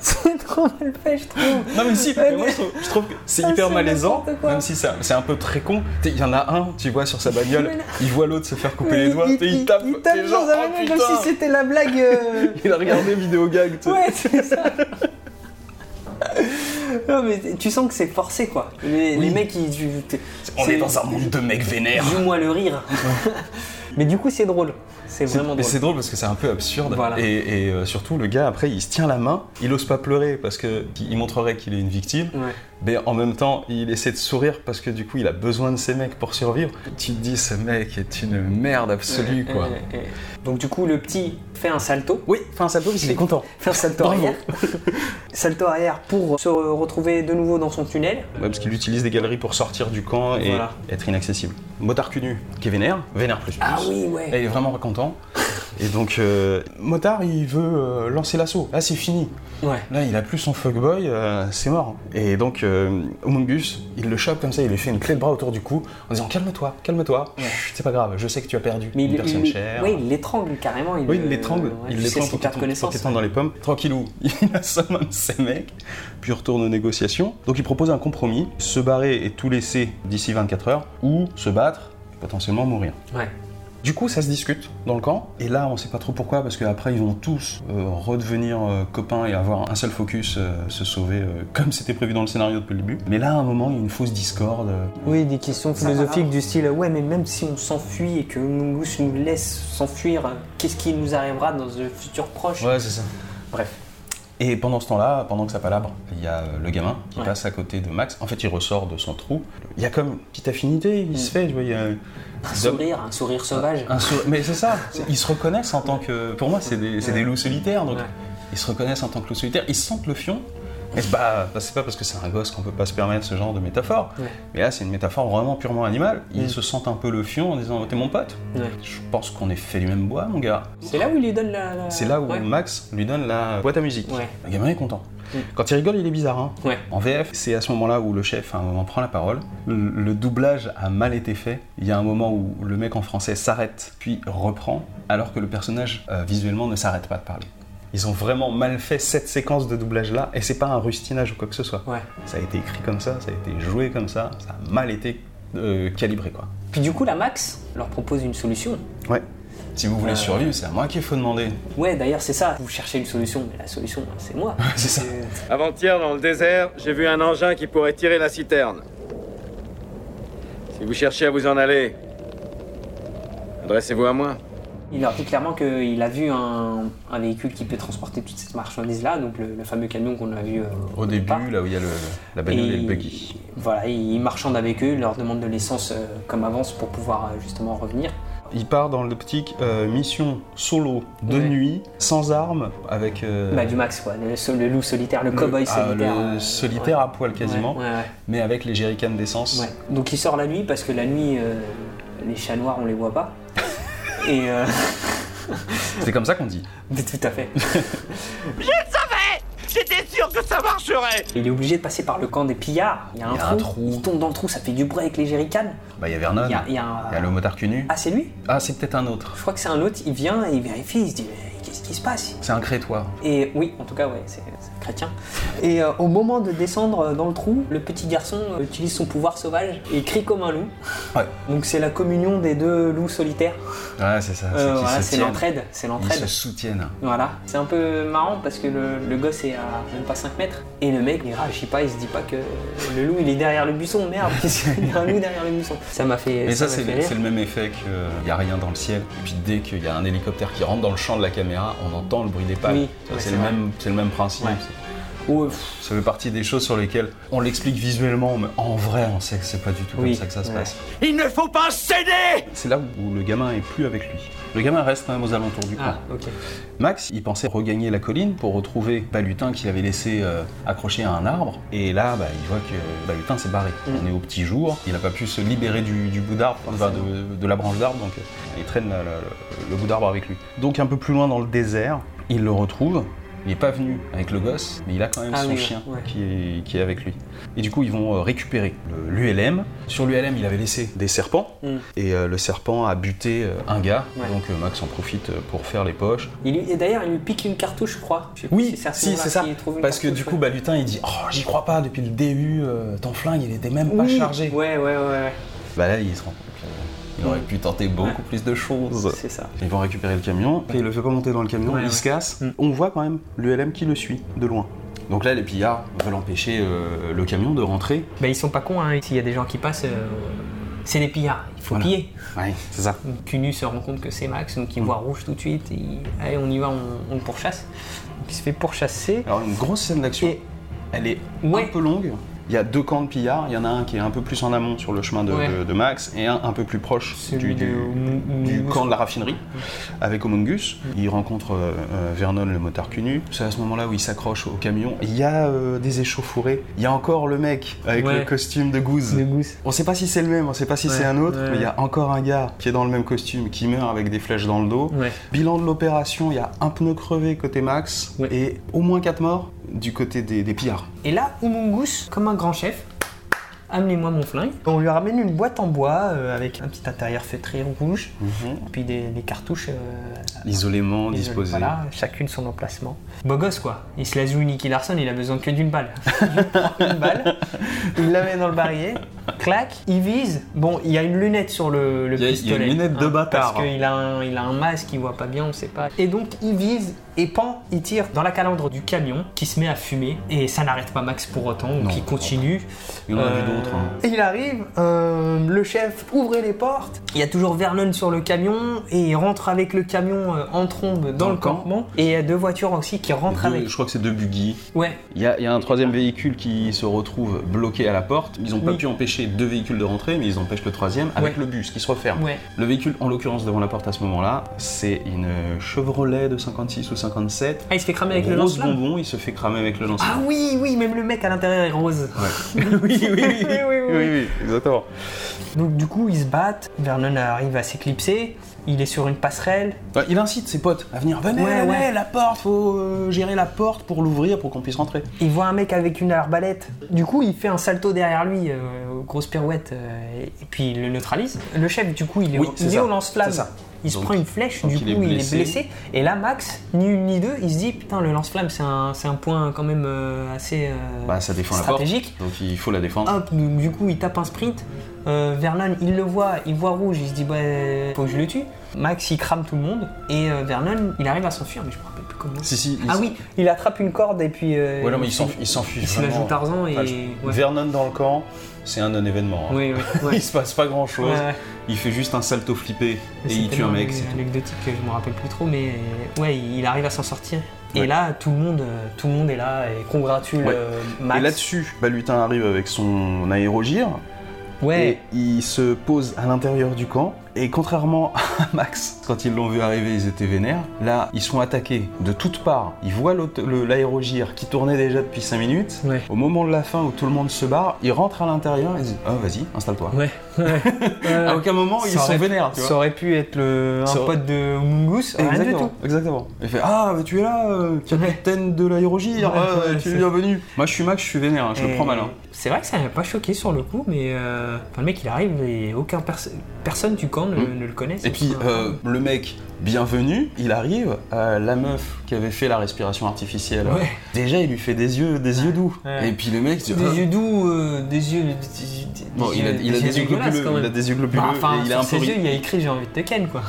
[SPEAKER 2] c'est trop mal fait, je trouve.
[SPEAKER 1] Non mais si,
[SPEAKER 2] Ouais,
[SPEAKER 1] mais moi,
[SPEAKER 2] mais-
[SPEAKER 1] je, trouve, je trouve que c'est
[SPEAKER 2] Ah,
[SPEAKER 1] hyper
[SPEAKER 2] c'est
[SPEAKER 1] malaisant,
[SPEAKER 2] n'importe quoi.
[SPEAKER 1] même si ça- c'est un peu très con. Tu sais, Il y en a un, tu vois, sur sa bagnole,
[SPEAKER 2] Mais non.
[SPEAKER 1] il voit l'autre se faire couper
[SPEAKER 2] Mais
[SPEAKER 1] les doigts, et il, tape,
[SPEAKER 2] il tape
[SPEAKER 1] et genre,
[SPEAKER 2] dans un
[SPEAKER 1] oh,
[SPEAKER 2] manuel
[SPEAKER 1] putain.
[SPEAKER 2] comme si c'était la blague. euh,
[SPEAKER 1] Il a regardé vidéo gag, tu sais.
[SPEAKER 2] Ouais, c'est ça. non, mais t- tu sens que c'est forcé quoi. Les, les mecs, ils. tu- t'es-
[SPEAKER 1] On est
[SPEAKER 2] c'est-
[SPEAKER 1] dans un monde de mecs vénères.
[SPEAKER 2] Joue-moi le rire. mais du coup, c'est drôle. C'est vraiment
[SPEAKER 1] Mais
[SPEAKER 2] drôle.
[SPEAKER 1] c'est drôle parce que c'est un peu absurde.
[SPEAKER 2] Voilà.
[SPEAKER 1] Et, et, euh, surtout, le gars, après, il se tient la main, il ose pas pleurer parce que il montrerait qu'il est une victime.
[SPEAKER 2] Ouais.
[SPEAKER 1] Mais en même temps, il essaie de sourire parce que du coup, il a besoin de ces mecs pour survivre. Tu te dis, ce mec est une merde absolue, quoi.
[SPEAKER 2] Euh, euh, euh. Donc du coup, le petit fait un salto.
[SPEAKER 1] Oui, enfin, ça peut, parce qu'il est content.
[SPEAKER 2] Fait un salto
[SPEAKER 1] Bravo.
[SPEAKER 2] arrière. salto arrière pour se retrouver de nouveau dans son tunnel.
[SPEAKER 1] Ouais, parce qu'il utilise des galeries pour sortir du camp et
[SPEAKER 2] Voilà.
[SPEAKER 1] être inaccessible. Motard cul nu, qui est vénère, vénère plus.
[SPEAKER 2] Ah
[SPEAKER 1] plus.
[SPEAKER 2] oui, ouais.
[SPEAKER 1] Là, il est vraiment content. Et donc, euh, Motard, il veut euh, lancer l'assaut. Là, c'est fini.
[SPEAKER 2] Ouais.
[SPEAKER 1] Là, il a plus son fuckboy, euh, c'est mort. Et donc, euh, Homungus, il le chope comme ça, il lui fait une clé de bras autour du cou en disant Calme-toi, calme-toi, Chut, c'est pas grave, je sais que tu as perdu
[SPEAKER 2] Mais
[SPEAKER 1] une
[SPEAKER 2] il,
[SPEAKER 1] personne
[SPEAKER 2] il-
[SPEAKER 1] chère.
[SPEAKER 2] ouais, il l'étrangle carrément. Il
[SPEAKER 1] Oui, il
[SPEAKER 2] le-
[SPEAKER 1] l'étrangle,
[SPEAKER 2] ouais,
[SPEAKER 1] il
[SPEAKER 2] tu sais
[SPEAKER 1] l'étrangle
[SPEAKER 2] ce qu'il
[SPEAKER 1] pour
[SPEAKER 2] perd
[SPEAKER 1] qu'il tombe- pour
[SPEAKER 2] connaissance.
[SPEAKER 1] qu'il tombe dans les pommes. Tranquillou, il assomme un de ses mecs, puis retourne aux négociations. Donc il propose un compromis, se barrer et tout laisser d'ici 24 heures, ou se battre et potentiellement mourir.
[SPEAKER 2] Ouais.
[SPEAKER 1] Du coup, ça se discute dans le camp, et là, on sait pas trop pourquoi, parce qu'après, ils vont tous euh, redevenir euh, copains et avoir un seul focus, euh, se sauver, euh, comme c'était prévu dans le scénario depuis le début. Mais là, à un moment, il y a une fausse discorde. euh.
[SPEAKER 2] Oui, des questions philosophiques du style ouais, mais même si on s'enfuit et que Mungus nous laisse s'enfuir, qu'est-ce qui nous arrivera dans le futur proche
[SPEAKER 1] Ouais, c'est ça.
[SPEAKER 2] Bref.
[SPEAKER 1] Et pendant ce temps-là, pendant que ça palabre, il y a euh, le gamin qui
[SPEAKER 2] Ouais.
[SPEAKER 1] passe à côté de Max. En fait, il ressort de son trou. Il y a comme une petite affinité, il se fait, tu vois, il y a...
[SPEAKER 2] Mm. Un sourire, un sourire sauvage.
[SPEAKER 1] Un sourire. Mais c'est ça, c'est- ils se reconnaissent en tant que. Pour moi, c'est des, c'est des loups solitaires, donc
[SPEAKER 2] Ouais.
[SPEAKER 1] ils se reconnaissent en tant que loups solitaires, ils sentent le fion. Mais bah, bah, c'est pas parce que c'est un gosse qu'on peut pas se permettre ce genre de métaphore.
[SPEAKER 2] Ouais. Mm.
[SPEAKER 1] Mais là, c'est une métaphore vraiment purement animale. Ils se sentent un peu le fion en disant oh, T'es mon pote
[SPEAKER 2] Ouais.
[SPEAKER 1] Je pense qu'on est fait du même bois, mon gars.
[SPEAKER 2] C'est là où il lui donne la. la-
[SPEAKER 1] C'est là où
[SPEAKER 2] Ouais.
[SPEAKER 1] Max lui donne la boîte à musique.
[SPEAKER 2] Ouais.
[SPEAKER 1] Le gamin est content.
[SPEAKER 2] Mm.
[SPEAKER 1] Quand il rigole, il est bizarre. Hein
[SPEAKER 2] Ouais.
[SPEAKER 1] en VF, c'est à ce moment-là où le chef, à un moment, prend la parole. Le, le doublage a mal été fait. Il y a un moment où le mec en français s'arrête, puis reprend, alors que le personnage, euh, visuellement, ne s'arrête pas de parler. Ils ont vraiment mal fait cette séquence de doublage-là, et c'est pas un rustinage ou quoi que ce soit.
[SPEAKER 2] Ouais.
[SPEAKER 1] Ça a été écrit comme ça, ça a été joué comme ça, ça a mal été euh, calibré, quoi.
[SPEAKER 2] Puis du coup, la Max leur propose une solution.
[SPEAKER 1] Ouais. Si vous
[SPEAKER 2] Euh.
[SPEAKER 1] voulez survivre, c'est à moi qu'il faut demander.
[SPEAKER 2] Ouais, d'ailleurs, c'est ça. Vous cherchez une solution, mais la solution, c'est moi. Euh,
[SPEAKER 1] C'est ça.
[SPEAKER 9] Avant-hier, dans le désert, j'ai vu un engin qui pourrait tirer la citerne. Si vous cherchez à vous en aller, adressez-vous à moi.
[SPEAKER 2] Il leur dit clairement qu'il a vu un, un véhicule qui peut transporter toute cette marchandise-là, donc le, le fameux camion qu'on a vu euh,
[SPEAKER 1] Au début,
[SPEAKER 2] départ.
[SPEAKER 1] là où il y a le- la bagnole et, le buggy.
[SPEAKER 2] il- Voilà, il marchande avec eux, il leur demande de l'essence euh, comme avance pour pouvoir euh, justement revenir.
[SPEAKER 1] Il part dans l'optique euh, mission solo de
[SPEAKER 2] Ouais.
[SPEAKER 1] nuit, sans armes, avec euh,
[SPEAKER 2] Bah, du max, quoi. Le, so- le loup solitaire, le,
[SPEAKER 1] le-
[SPEAKER 2] cowboy
[SPEAKER 1] ah,
[SPEAKER 2] solitaire.
[SPEAKER 1] le
[SPEAKER 2] euh,
[SPEAKER 1] solitaire à poil quasiment,
[SPEAKER 2] Ouais, ouais, ouais.
[SPEAKER 1] mais avec les jerrycans d'essence.
[SPEAKER 2] Ouais. Donc il sort la nuit parce que la nuit, euh, les chats noirs, on les voit pas. Et. euh,
[SPEAKER 1] C'est comme ça qu'on dit.
[SPEAKER 2] mais tout à fait.
[SPEAKER 8] J'étais sûr que ça marcherait
[SPEAKER 2] Il est obligé de passer par le camp des pillards. Il y a un,
[SPEAKER 1] Il y a
[SPEAKER 2] trou,
[SPEAKER 1] un trou.
[SPEAKER 2] Il tombe dans le trou, ça fait du bruit avec les jerrycans.
[SPEAKER 1] Bah, il y a Vernon,
[SPEAKER 2] Il y a- il y a un-
[SPEAKER 1] le motard cul nu.
[SPEAKER 2] Ah, c'est lui
[SPEAKER 1] Ah, c'est peut-être un autre.
[SPEAKER 2] Je crois que c'est un autre. Il vient et il vérifie, il se dit mais qu'est-ce qui se passe
[SPEAKER 1] C'est un crétoir.
[SPEAKER 2] Et oui, en tout cas, ouais, c'est c'est chrétien. Et euh, au moment de descendre euh, dans le trou, le petit garçon euh, utilise son pouvoir sauvage et crie comme un loup.
[SPEAKER 1] Ouais,
[SPEAKER 2] Donc c'est la communion des deux loups solitaires.
[SPEAKER 1] Ouais, c'est ça.
[SPEAKER 2] Euh,
[SPEAKER 1] qu'ils
[SPEAKER 2] voilà,
[SPEAKER 1] se
[SPEAKER 2] c'est
[SPEAKER 1] tiennent.
[SPEAKER 2] l'entraide, c'est
[SPEAKER 1] Ils se
[SPEAKER 2] l'entraide.
[SPEAKER 1] soutiennent.
[SPEAKER 2] Voilà, c'est un peu marrant parce que le, le gosse est à même pas 5 mètres et le mec il réagit pas, il se dit pas que le loup il est derrière le buisson, merde, qu'est-ce qu'il y a un loup derrière le buisson. Ça m'a fait.
[SPEAKER 1] Mais ça,
[SPEAKER 2] m'a
[SPEAKER 1] c'est
[SPEAKER 2] fait
[SPEAKER 1] le,
[SPEAKER 2] rire.
[SPEAKER 1] c'est le même effet qu'il n'y a rien dans le ciel. Et puis dès qu'il y a un hélicoptère qui rentre dans le champ de la caméra, on entend le bruit des pales.
[SPEAKER 2] Oui,
[SPEAKER 1] Ça,
[SPEAKER 2] ouais,
[SPEAKER 1] c'est
[SPEAKER 2] c'est
[SPEAKER 1] le,
[SPEAKER 2] vrai.
[SPEAKER 1] même- c'est le même principe.
[SPEAKER 2] Ouais. Ouais, pff,
[SPEAKER 1] Ça fait partie des choses sur lesquelles on l'explique visuellement, mais en vrai, on sait que c'est pas du tout
[SPEAKER 2] Oui,
[SPEAKER 1] comme ça que ça se
[SPEAKER 2] ouais.
[SPEAKER 1] passe.
[SPEAKER 8] Il ne faut pas céder
[SPEAKER 1] C'est là où le gamin est plus avec lui. Le gamin reste quand même aux alentours du camp.
[SPEAKER 2] Ah, ok.
[SPEAKER 1] Max, il pensait regagner la colline pour retrouver Balutin qu'il avait laissé euh, accroché à un arbre. Et là, bah, il voit que Balutin s'est barré.
[SPEAKER 2] Mm.
[SPEAKER 1] On est au petit jour. Il n'a pas pu se libérer du, du bout d'arbre, enfin, de, de la branche d'arbre, donc euh, il traîne la- la- la- le bout d'arbre avec lui. Donc un peu plus loin dans le désert, il le retrouve. Il n'est pas venu avec le gosse, mais il a quand même
[SPEAKER 2] Ah
[SPEAKER 1] son
[SPEAKER 2] oui, ouais,
[SPEAKER 1] chien
[SPEAKER 2] ouais.
[SPEAKER 1] qui, est, qui est avec lui. Et du coup, ils vont euh, récupérer le- l'ULM. Sur l'ULM, il avait laissé des serpents.
[SPEAKER 2] Mm.
[SPEAKER 1] Et euh, le serpent a buté euh, un gars.
[SPEAKER 2] Ouais.
[SPEAKER 1] Donc euh, Max en profite euh, pour faire les poches.
[SPEAKER 2] Il lui- et d'ailleurs, il lui pique une cartouche, je crois. Je sais pas
[SPEAKER 1] Oui,
[SPEAKER 2] si à ce
[SPEAKER 1] si,
[SPEAKER 2] moment-là
[SPEAKER 1] c'est ça.
[SPEAKER 2] qu'il trouve une
[SPEAKER 1] Parce que
[SPEAKER 2] cartouche,
[SPEAKER 1] du
[SPEAKER 2] ouais.
[SPEAKER 1] coup, bah, Lutin, il dit Oh, j'y crois pas, depuis le début, euh, ton flingue, il était même pas
[SPEAKER 2] Oui,
[SPEAKER 1] chargé.
[SPEAKER 2] Ouais, ouais, ouais, ouais.
[SPEAKER 1] Bah là, il se rend compte que, il aurait pu tenter beaucoup
[SPEAKER 2] Ouais.
[SPEAKER 1] plus de choses.
[SPEAKER 2] C'est ça.
[SPEAKER 1] Ils vont récupérer le camion, et il le fait pas monter dans le camion,
[SPEAKER 2] Ouais,
[SPEAKER 1] il
[SPEAKER 2] ouais.
[SPEAKER 1] se casse.
[SPEAKER 2] Mm.
[SPEAKER 1] On voit quand même l'ULM qui le suit, de loin. Donc là, les pillards veulent empêcher euh, le camion de rentrer.
[SPEAKER 2] Bah, ils sont pas cons, hein. S'il y a des gens qui passent, euh, c'est des pillards. Il faut
[SPEAKER 1] Voilà.
[SPEAKER 2] piller.
[SPEAKER 1] Ouais, c'est ça.
[SPEAKER 2] Cunu se rend compte que c'est Max, donc
[SPEAKER 1] Mm.
[SPEAKER 2] il voit rouge tout de suite. et il- Allez, on y va, on, on le pourchasse. Donc il se fait pourchasser.
[SPEAKER 1] Alors, une grosse scène d'action.
[SPEAKER 2] Et-
[SPEAKER 1] Elle est
[SPEAKER 2] Ouais.
[SPEAKER 1] un peu longue. Il y a deux camps de pillards. Il y en a un qui est un peu plus en amont sur le chemin de,
[SPEAKER 2] Ouais.
[SPEAKER 1] de- de Max et un un peu plus proche
[SPEAKER 2] Celui
[SPEAKER 1] du, du-
[SPEAKER 2] de Oum-
[SPEAKER 1] du
[SPEAKER 2] Oumoungus.
[SPEAKER 1] camp de la raffinerie avec Omongus. Il rencontre euh, euh, Vernon, le motard cunu. C'est à ce moment-là où il s'accroche au camion. Il y a euh, des échauffourées. Il y a encore le mec avec
[SPEAKER 2] Ouais.
[SPEAKER 1] le costume de gouze.
[SPEAKER 2] Le gousse.
[SPEAKER 1] On sait pas si c'est le même, on sait pas si
[SPEAKER 2] Ouais,
[SPEAKER 1] c'est un autre,
[SPEAKER 2] ouais,
[SPEAKER 1] mais il y a
[SPEAKER 2] ouais.
[SPEAKER 1] encore un gars qui est dans le même costume qui meurt avec des flèches dans le dos.
[SPEAKER 2] Ouais.
[SPEAKER 1] Bilan de l'opération, il y a un pneu crevé côté Max
[SPEAKER 2] Ouais.
[SPEAKER 1] et au moins 4 morts du côté des, des pillards.
[SPEAKER 2] Et là, Oumungus, comme un grand chef, amenez-moi mon flingue. On lui ramène une boîte en bois euh, avec un petit intérieur feutré rouge, puis des, des cartouches euh,
[SPEAKER 1] Isolément
[SPEAKER 2] Ils veulent
[SPEAKER 1] disposés.
[SPEAKER 2] pas là, chacune son emplacement. Beau gosse quoi. Il se la joue Nicky Larson, il a besoin que d'une balle. Il prend une balle, il la met dans le barillet, clac, il vise. Bon, il y a une lunette sur le, le
[SPEAKER 1] Il y a- il y a
[SPEAKER 2] pistolet. hein,
[SPEAKER 1] une lunette de bâtard.
[SPEAKER 2] Parce qu'il a, un- il a un masque, il voit pas bien, on sait pas. Et donc il vise et pan, il tire dans la calandre du camion qui se met à fumer et ça n'arrête pas Max pour autant, donc
[SPEAKER 1] Non.
[SPEAKER 2] il continue.
[SPEAKER 1] Il y en a
[SPEAKER 2] Euh,
[SPEAKER 1] vu d'autres. hein.
[SPEAKER 2] et Il arrive, euh, le chef ouvre les portes. Il y a toujours Vernon sur le camion et il rentre avec le camion euh, en trombe dans, le
[SPEAKER 1] le camp.
[SPEAKER 2] campement. Et il y a deux voitures aussi qui rentrent
[SPEAKER 1] Deux-
[SPEAKER 2] avec.
[SPEAKER 1] je crois que c'est deux buggy.
[SPEAKER 2] Ouais,
[SPEAKER 1] Il y, a, il y a un troisième véhicule qui se retrouve bloqué à la porte. Ils n'ont pas
[SPEAKER 2] Oui.
[SPEAKER 1] pu empêcher deux véhicules de rentrer, mais ils empêchent le troisième avec
[SPEAKER 2] Ouais.
[SPEAKER 1] le bus qui se referme.
[SPEAKER 2] ouais.
[SPEAKER 1] Le véhicule, en l'occurrence, devant la porte à ce moment-là, c'est une Chevrolet de 56 ou 57.
[SPEAKER 2] Ah, il se fait cramer avec le
[SPEAKER 1] Grosse
[SPEAKER 2] lance-flamme.
[SPEAKER 1] bonbon, il se fait cramer avec le lance
[SPEAKER 2] Ah oui, oui, même le mec à l'intérieur est rose.
[SPEAKER 1] oui, oui, oui, oui,
[SPEAKER 2] Oui, oui, oui.
[SPEAKER 1] oui, exactement.
[SPEAKER 2] Donc du coup, ils se battent. Vernon arrive à s'éclipser. Il est sur une passerelle.
[SPEAKER 1] Ouais, il incite ses potes à venir. Venez,
[SPEAKER 2] Ouais,
[SPEAKER 1] venez,
[SPEAKER 2] ouais.
[SPEAKER 1] la porte, faut euh, gérer la porte pour l'ouvrir pour qu'on puisse rentrer.
[SPEAKER 2] Il voit un mec avec une arbalète. Du coup, il fait un salto derrière lui, euh, grosse pirouette, euh, et puis il le neutralise. Le chef, du coup, il est,
[SPEAKER 1] Oui,
[SPEAKER 2] au-
[SPEAKER 1] c'est
[SPEAKER 2] il est
[SPEAKER 1] ça,
[SPEAKER 2] au lance-flamme.
[SPEAKER 1] c'est ça.
[SPEAKER 2] Il se
[SPEAKER 1] Donc,
[SPEAKER 2] prend une flèche,
[SPEAKER 1] donc
[SPEAKER 2] du coup,
[SPEAKER 1] il
[SPEAKER 2] il
[SPEAKER 1] est
[SPEAKER 2] est,
[SPEAKER 1] blessé.
[SPEAKER 2] blessé. Et là, Max, ni une ni deux, il se dit Putain, le lance-flamme, c'est un, c'est un point quand même euh, assez euh,
[SPEAKER 1] Bah, ça défend la porte.
[SPEAKER 2] stratégique. Ah,
[SPEAKER 1] Donc il faut la défendre.
[SPEAKER 2] Hop, donc, du coup, il tape un sprint. Euh, Vernon, il le voit, il voit rouge, il se dit Bah, faut que je le tue. Max, il crame tout le monde. Et euh, Vernon, il arrive à s'enfuir, mais je me rappelle plus comment.
[SPEAKER 1] Si, si, il
[SPEAKER 2] Ah
[SPEAKER 1] s-
[SPEAKER 2] oui, il attrape une corde et puis. euh,
[SPEAKER 1] Ouais, non, mais il s'enfuit. Il s'enfuit
[SPEAKER 2] il se la
[SPEAKER 1] vraiment.
[SPEAKER 2] joue Tarzan et-
[SPEAKER 1] Enfin, je-
[SPEAKER 2] ouais.
[SPEAKER 1] Vernon dans le camp, c'est un non-événement. hein.
[SPEAKER 2] Oui, oui. ouais.
[SPEAKER 1] Il se passe pas grand chose.
[SPEAKER 2] Ouais, ouais.
[SPEAKER 1] Il fait juste un salto flippé
[SPEAKER 2] Mais
[SPEAKER 1] et
[SPEAKER 2] c'est
[SPEAKER 1] il tue un
[SPEAKER 2] tellement hein.
[SPEAKER 1] mec. c'est tout.
[SPEAKER 2] anecdotique que je me rappelle plus trop, mais ouais, il arrive à s'en sortir.
[SPEAKER 1] Ouais.
[SPEAKER 2] Et là, tout le monde, euh, tout le monde est là et congratule
[SPEAKER 1] Ouais.
[SPEAKER 2] euh, Max.
[SPEAKER 1] Et là-dessus, Balutin arrive avec son aérogir
[SPEAKER 2] ouais,
[SPEAKER 1] et il se pose à l'intérieur du camp. Et contrairement à Max, quand ils l'ont vu arriver, ils étaient vénères. Là, ils sont attaqués de toutes parts. Ils voient l'auto- le- l'aérogir qui tournait déjà depuis 5 minutes.
[SPEAKER 2] Ouais.
[SPEAKER 1] Au moment de la fin où tout le monde se barre, ils rentrent à l'intérieur et ils disent Ah, vas-y, installe-toi.
[SPEAKER 2] ouais, ouais. Euh,
[SPEAKER 1] À aucun moment, Oh, ils
[SPEAKER 2] ça
[SPEAKER 1] sont
[SPEAKER 2] aurait-
[SPEAKER 1] vénères. Tu vois.
[SPEAKER 2] Ça aurait pu être le, un
[SPEAKER 1] Ça aurait-
[SPEAKER 2] pote de Mungus, rien du
[SPEAKER 1] Exactement,
[SPEAKER 2] tout.
[SPEAKER 1] exactement. Il fait Ah, bah tu es là, euh, capitaine de l'aérogir,
[SPEAKER 2] Ouais,
[SPEAKER 1] ouais,
[SPEAKER 2] ouais,
[SPEAKER 1] tu es
[SPEAKER 2] c'est-
[SPEAKER 1] bienvenu. Moi je suis Max, je suis vénère, hein, je le
[SPEAKER 2] Et
[SPEAKER 1] prends malin.
[SPEAKER 2] C'est vrai que ça m'a pas choqué sur le coup, mais euh, enfin, le mec il arrive et aucun perso- personne du camp ne,
[SPEAKER 1] Mm.
[SPEAKER 2] ne le connaît.
[SPEAKER 1] Et
[SPEAKER 2] c'est
[SPEAKER 1] puis
[SPEAKER 2] ça.
[SPEAKER 1] euh, le mec, bienvenu, il arrive, euh, la meuf qui avait fait la respiration artificielle,
[SPEAKER 2] Ouais.
[SPEAKER 1] déjà il lui fait des yeux, des yeux doux.
[SPEAKER 2] Ouais.
[SPEAKER 1] Et puis le mec dit
[SPEAKER 2] des
[SPEAKER 1] Ah.
[SPEAKER 2] yeux doux, euh, des yeux. des- des-
[SPEAKER 1] Bon,
[SPEAKER 2] des
[SPEAKER 1] il a,
[SPEAKER 2] yeux-
[SPEAKER 1] il a des yeux
[SPEAKER 2] dégueulasses,
[SPEAKER 1] globuleux,
[SPEAKER 2] quand
[SPEAKER 1] il a
[SPEAKER 2] même.
[SPEAKER 1] des yeux globuleux,
[SPEAKER 2] Bah, enfin,
[SPEAKER 1] et il
[SPEAKER 2] sur
[SPEAKER 1] a un peu
[SPEAKER 2] ses
[SPEAKER 1] ri.
[SPEAKER 2] yeux, il y a écrit j'ai envie de te ken quoi.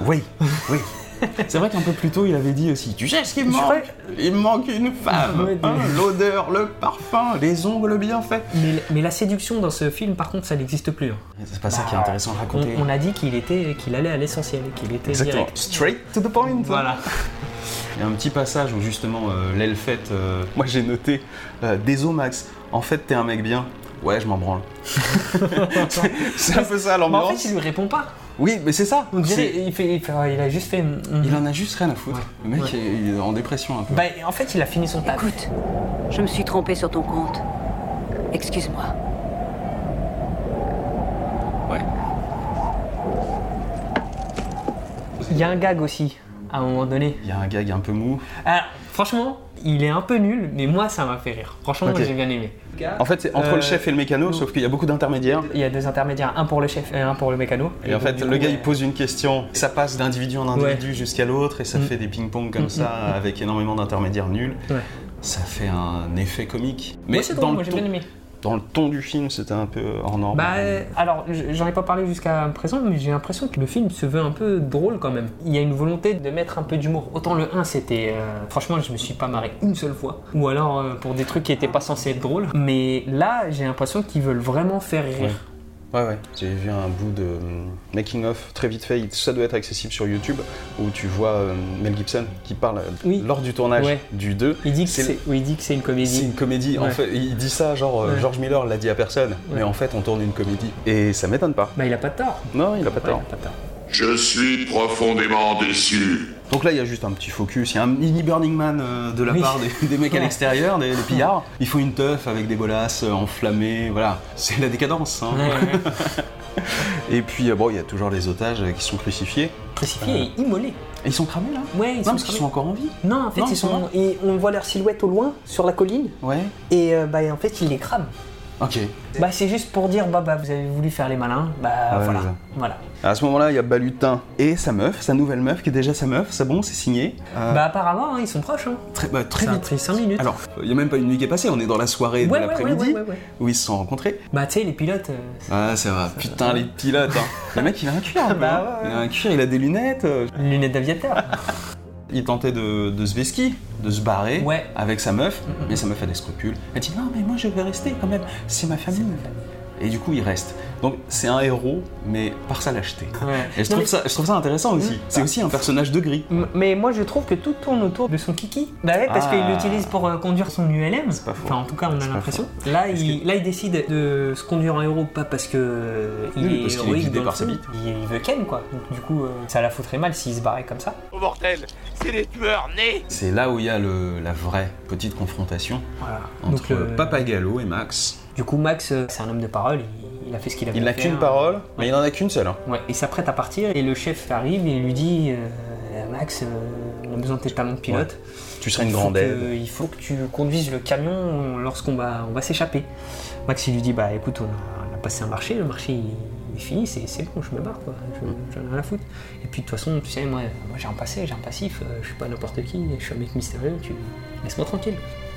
[SPEAKER 1] Oui, oui. C'est vrai qu'un peu plus tôt, il avait dit aussi Tu sais ce qu'il me
[SPEAKER 2] Je
[SPEAKER 1] manque
[SPEAKER 2] crois-
[SPEAKER 1] Il me manque une femme
[SPEAKER 2] Ouais,
[SPEAKER 1] hein,
[SPEAKER 2] des-
[SPEAKER 1] L'odeur, le parfum, les ongles bien faits
[SPEAKER 2] Mais, la- mais la séduction dans ce film, par contre, ça n'existe plus. hein.
[SPEAKER 1] C'est pas ça qui est intéressant à
[SPEAKER 2] On,
[SPEAKER 1] raconter.
[SPEAKER 2] on a dit qu'il était, qu'il allait à l'essentiel, qu'il était
[SPEAKER 1] Exactement.
[SPEAKER 2] direct.
[SPEAKER 1] Straight to the point.
[SPEAKER 2] Voilà.
[SPEAKER 1] Il y a un petit passage où justement euh, l'elfette, euh, moi j'ai noté euh, Désolé Max, en fait t'es un mec bien. Ouais, je m'en branle. c'est c'est un peu ça
[SPEAKER 2] Mais en
[SPEAKER 1] l'ambiance.
[SPEAKER 2] fait, il lui répond pas.
[SPEAKER 1] Oui, mais c'est ça.
[SPEAKER 2] On dirait,
[SPEAKER 1] C'est-
[SPEAKER 2] il, fait, il, fait- il a juste fait. mm, mm.
[SPEAKER 1] Il en a juste rien à foutre.
[SPEAKER 2] Ouais.
[SPEAKER 1] Le mec
[SPEAKER 2] Ouais.
[SPEAKER 1] est- il est en dépression un peu.
[SPEAKER 2] Bah, en fait, il a fini son taf.
[SPEAKER 7] Écoute, je me suis trompée sur ton compte. Excuse-moi.
[SPEAKER 2] Il y a un gag aussi, à un moment donné.
[SPEAKER 1] Il y a un gag un peu mou.
[SPEAKER 2] Alors, franchement, il est un peu nul, mais moi, ça m'a fait rire. Franchement,
[SPEAKER 1] Ok.
[SPEAKER 2] moi, j'ai bien aimé.
[SPEAKER 1] En fait, c'est entre
[SPEAKER 2] Euh,
[SPEAKER 1] le chef et le mécano,
[SPEAKER 2] non.
[SPEAKER 1] sauf qu'il y a beaucoup d'intermédiaires.
[SPEAKER 2] Il y a deux intermédiaires, un pour le chef et un pour le mécano.
[SPEAKER 1] Et en fait,
[SPEAKER 2] donc, du
[SPEAKER 1] le
[SPEAKER 2] coup,
[SPEAKER 1] gars
[SPEAKER 2] euh,
[SPEAKER 1] il pose une question, ça passe d'individu en individu jusqu'à l'autre et ça
[SPEAKER 2] Mm.
[SPEAKER 1] fait des ping-pong comme
[SPEAKER 2] Mm,
[SPEAKER 1] ça avec énormément d'intermédiaires nuls.
[SPEAKER 2] Ouais.
[SPEAKER 1] Ça fait un effet comique.
[SPEAKER 2] Moi, c'est drôle,
[SPEAKER 1] dans,
[SPEAKER 2] moi,
[SPEAKER 1] le
[SPEAKER 2] j'ai
[SPEAKER 1] ton,
[SPEAKER 2] bien aimé.
[SPEAKER 1] dans le ton du film, c'était un peu hors norme.
[SPEAKER 2] Bah, euh, alors, j- j'en ai pas parlé jusqu'à présent, mais j'ai l'impression que le film se veut un peu drôle quand même. Il y a une volonté de mettre un peu d'humour. Autant le 1, c'était. euh, franchement, je me suis pas marré une seule fois. Ou alors euh, pour des trucs qui étaient pas censés être drôles. Mais là, j'ai l'impression qu'ils veulent vraiment faire rire.
[SPEAKER 1] Ouais. Ouais, ouais. J'ai vu un bout de making-of très vite fait, il- ça doit être accessible sur YouTube, où tu vois euh, Mel Gibson qui parle euh,
[SPEAKER 2] Oui.
[SPEAKER 1] lors du tournage
[SPEAKER 2] Ouais.
[SPEAKER 1] du 2.
[SPEAKER 2] Il dit que
[SPEAKER 1] C'est-
[SPEAKER 2] c'est oui, il dit que c'est une
[SPEAKER 1] C'est
[SPEAKER 2] comédie.
[SPEAKER 1] une comédie, en
[SPEAKER 2] Ouais.
[SPEAKER 1] fait, il dit ça genre euh,
[SPEAKER 2] Ouais.
[SPEAKER 1] George Miller l'a dit à personne, mais en fait on tourne une comédie. Et ça m'étonne pas.
[SPEAKER 2] Bah, il a pas tort.
[SPEAKER 1] Non, il a pas tort.
[SPEAKER 5] Je suis profondément déçu.
[SPEAKER 1] Donc là, il y a juste un petit focus, il y a un mini Burning Man euh, de la
[SPEAKER 2] Oui.
[SPEAKER 1] part des, des mecs à
[SPEAKER 2] Ouais.
[SPEAKER 1] l'extérieur, des, des pillards. Ils font une teuf avec des bolasses euh, enflammées, voilà. C'est la décadence. hein.
[SPEAKER 2] Ouais, ouais, ouais.
[SPEAKER 1] Et puis, euh, bon, il y a toujours les otages euh, qui sont crucifiés.
[SPEAKER 2] Crucifié et immolé.
[SPEAKER 1] Et ils sont cramés là
[SPEAKER 2] Ouais, ils
[SPEAKER 1] Non,
[SPEAKER 2] sont
[SPEAKER 1] parce qu'ils
[SPEAKER 2] cramés.
[SPEAKER 1] sont encore en vie.
[SPEAKER 2] Non, en fait,
[SPEAKER 1] Non,
[SPEAKER 2] ils
[SPEAKER 1] ils sont
[SPEAKER 2] sont. Et on voit leur silhouette au loin, sur la colline.
[SPEAKER 1] Ouais.
[SPEAKER 2] Et euh, bah, en fait, ils les crament.
[SPEAKER 1] Ok.
[SPEAKER 2] Bah, c'est juste pour dire, bah, bah, vous avez voulu faire les malins. Bah,
[SPEAKER 1] Ouais,
[SPEAKER 2] voilà.
[SPEAKER 1] c'est ça.
[SPEAKER 2] Voilà.
[SPEAKER 1] À ce moment-là, il y a Balutin et sa meuf, sa nouvelle meuf, qui est déjà sa meuf, c'est bon, c'est signé. Euh,
[SPEAKER 2] Bah apparemment, hein, ils sont proches. Hein.
[SPEAKER 1] très, bah, très
[SPEAKER 2] ça a
[SPEAKER 1] vite.
[SPEAKER 2] pris cinq minutes.
[SPEAKER 1] Alors, il n'y a même pas une nuit qui est passée, on est dans la soirée
[SPEAKER 2] Ouais,
[SPEAKER 1] de
[SPEAKER 2] ouais,
[SPEAKER 1] l'après-midi,
[SPEAKER 2] ouais, ouais, ouais, ouais.
[SPEAKER 1] où ils se sont rencontrés.
[SPEAKER 2] Bah tu sais, les pilotes... euh,
[SPEAKER 1] Ah, c'est vrai. Putain, les pilotes. hein. Le mec, il a un cuir. un peu,
[SPEAKER 2] Bah
[SPEAKER 1] hein.
[SPEAKER 2] ouais, ouais.
[SPEAKER 1] Il a un cuir, il a des lunettes. euh.
[SPEAKER 2] Lunettes d'aviateur.
[SPEAKER 1] Il tentait de, de se vesquir, de se barrer
[SPEAKER 2] Ouais. Mm,
[SPEAKER 1] avec sa meuf, mais sa meuf a des scrupules. Elle dit non, mais moi je vais rester quand même, c'est ma famille. Et du coup, il reste. Donc, c'est un héros, mais par sa lâcheté.
[SPEAKER 2] Ouais.
[SPEAKER 1] Et je trouve,
[SPEAKER 2] Non, mais- Mm.
[SPEAKER 1] ça, je trouve ça intéressant aussi. C'est aussi un personnage de gris.
[SPEAKER 2] M- Mais moi je trouve que tout tourne autour de son kiki. Bah ouais, parce
[SPEAKER 1] Ah.
[SPEAKER 2] qu'il l'utilise pour euh, conduire son ULM.
[SPEAKER 1] C'est pas faux.
[SPEAKER 2] Enfin en tout cas on
[SPEAKER 1] C'est
[SPEAKER 2] a
[SPEAKER 1] pas
[SPEAKER 2] l'impression. Là
[SPEAKER 1] Parce
[SPEAKER 2] il, là il décide de se conduire en héros, pas parce que euh, il
[SPEAKER 1] Oui,
[SPEAKER 2] est
[SPEAKER 1] parce qu'il est
[SPEAKER 2] héroïque
[SPEAKER 1] guidé
[SPEAKER 2] dans le
[SPEAKER 1] par sa
[SPEAKER 2] film.
[SPEAKER 1] bite.
[SPEAKER 2] Il, il veut Ken quoi. Donc du coup euh, ça la foutrait mal s'il se barrait comme ça.
[SPEAKER 8] Au mortel, c'est des tueurs nés
[SPEAKER 1] C'est là où il y a le- la vraie petite confrontation
[SPEAKER 2] Voilà.
[SPEAKER 1] entre
[SPEAKER 2] le-
[SPEAKER 1] Papagallo et Max.
[SPEAKER 2] Du coup Max euh, c'est un homme de parole, il, il a fait ce qu'il avait
[SPEAKER 1] Il n'a
[SPEAKER 2] à faire.
[SPEAKER 1] qu'une parole, mais il en a qu'une seule. hein.
[SPEAKER 2] Ouais, il s'apprête à partir et le chef arrive et lui dit euh, Max, euh, on a besoin de tes talents de pilote.
[SPEAKER 1] Tu serais une
[SPEAKER 2] Il faut
[SPEAKER 1] grande
[SPEAKER 2] que-
[SPEAKER 1] aide.
[SPEAKER 2] Il faut que tu conduises le camion lorsqu'on va, on va s'échapper. Max il lui dit Bah écoute, on a, on a passé un marché, le marché il, il est fini, c'est, c'est bon, je me barre quoi,
[SPEAKER 1] Mm.
[SPEAKER 2] je, j'en ai rien à foutre. Et puis de toute façon, tu sais, moi, moi j'ai un passé, j'ai un passif, euh, je suis pas n'importe qui, je suis un mec mystérieux, tu laisse-moi tranquille.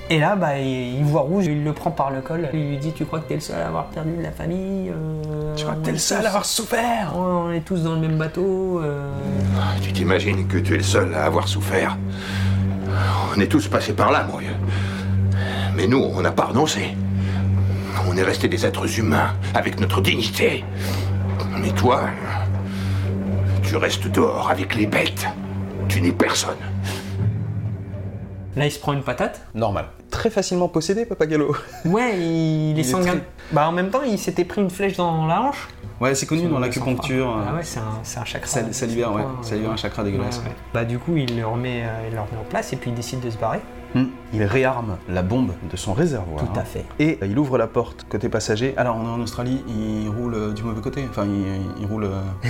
[SPEAKER 2] Et là, bah, il, il voit rouge, il le prend par le col, il lui dit Tu crois que t'es le seul à avoir perdu la famille euh,
[SPEAKER 1] Tu vois,
[SPEAKER 2] on
[SPEAKER 1] t'es
[SPEAKER 2] est
[SPEAKER 1] le seul
[SPEAKER 2] tous-
[SPEAKER 1] à avoir souffert.
[SPEAKER 2] Ouais, on est tous dans le même bateau. euh.
[SPEAKER 5] Tu t'imagines que tu es le seul à avoir souffert On est tous passés par là, mon vieux. Mais nous, on n'a pas renoncé. On est resté des êtres humains, avec notre dignité. Mais toi, tu restes dehors avec les bêtes. Tu n'es personne.
[SPEAKER 2] Là, il se prend une patate.
[SPEAKER 1] Normal. Très facilement possédé, Papagallo.
[SPEAKER 2] Ouais, il, est
[SPEAKER 1] est
[SPEAKER 2] sanguin.
[SPEAKER 1] très-
[SPEAKER 2] Bah, en même temps, il s'était pris une flèche dans la hanche.
[SPEAKER 1] Ouais, c'est connu dans
[SPEAKER 2] On
[SPEAKER 1] l'acupuncture.
[SPEAKER 2] sent pas. Ah
[SPEAKER 1] euh,
[SPEAKER 2] ouais, c'est un, c'est un chakra.
[SPEAKER 1] ça, ça libère, ouais. Ça libère un chakra dégueulasse.
[SPEAKER 2] Ouais, ouais. Bah, du coup, il le, remet, euh, il le remet en place et puis il décide de se barrer.
[SPEAKER 1] Hmm. Il réarme la bombe de son réservoir. hein.
[SPEAKER 2] Tout à fait.
[SPEAKER 1] Et euh, il ouvre la porte côté passager. Alors, on est en Australie, il roule euh, du mauvais côté. Enfin, il, il roule. euh,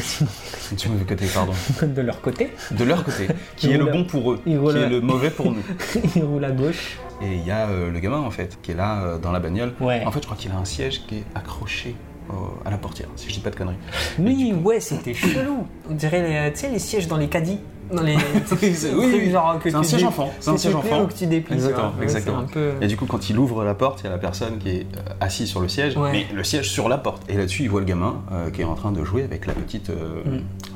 [SPEAKER 1] du mauvais côté, pardon.
[SPEAKER 2] de leur côté,
[SPEAKER 1] De leur côté, qui
[SPEAKER 2] Il
[SPEAKER 1] est le
[SPEAKER 2] roule-
[SPEAKER 1] bon pour eux, qui
[SPEAKER 2] il roule-
[SPEAKER 1] est le mauvais pour nous.
[SPEAKER 2] il roule à gauche.
[SPEAKER 1] Et il y a euh, le gamin, en fait, qui est là euh, dans la bagnole.
[SPEAKER 2] Ouais.
[SPEAKER 1] En fait, je crois qu'il a un siège qui est accroché au- à la portière, si je dis pas de conneries.
[SPEAKER 2] Oui, ouais, c'était chelou. On dirait, les, tu sais, les sièges dans les caddies. Dans les.
[SPEAKER 1] Oui,
[SPEAKER 2] ces
[SPEAKER 1] c'est-
[SPEAKER 2] trucs
[SPEAKER 1] oui, oui.
[SPEAKER 2] genre que
[SPEAKER 1] C'est un
[SPEAKER 2] tu
[SPEAKER 1] siège
[SPEAKER 2] dé-
[SPEAKER 1] enfant, c'est un
[SPEAKER 2] que tu
[SPEAKER 1] siège
[SPEAKER 2] plies
[SPEAKER 1] enfant.
[SPEAKER 2] ou que tu déplies. tu
[SPEAKER 1] Exactement,
[SPEAKER 2] vois. Ouais,
[SPEAKER 1] exactement.
[SPEAKER 2] c'est un peu-
[SPEAKER 1] Et du coup, quand il ouvre la porte, il y a la personne qui est euh, assise sur le siège,
[SPEAKER 2] Ouais.
[SPEAKER 1] mais le siège sur la porte. Et là-dessus, il voit le gamin euh, qui est en train de jouer avec la petite euh,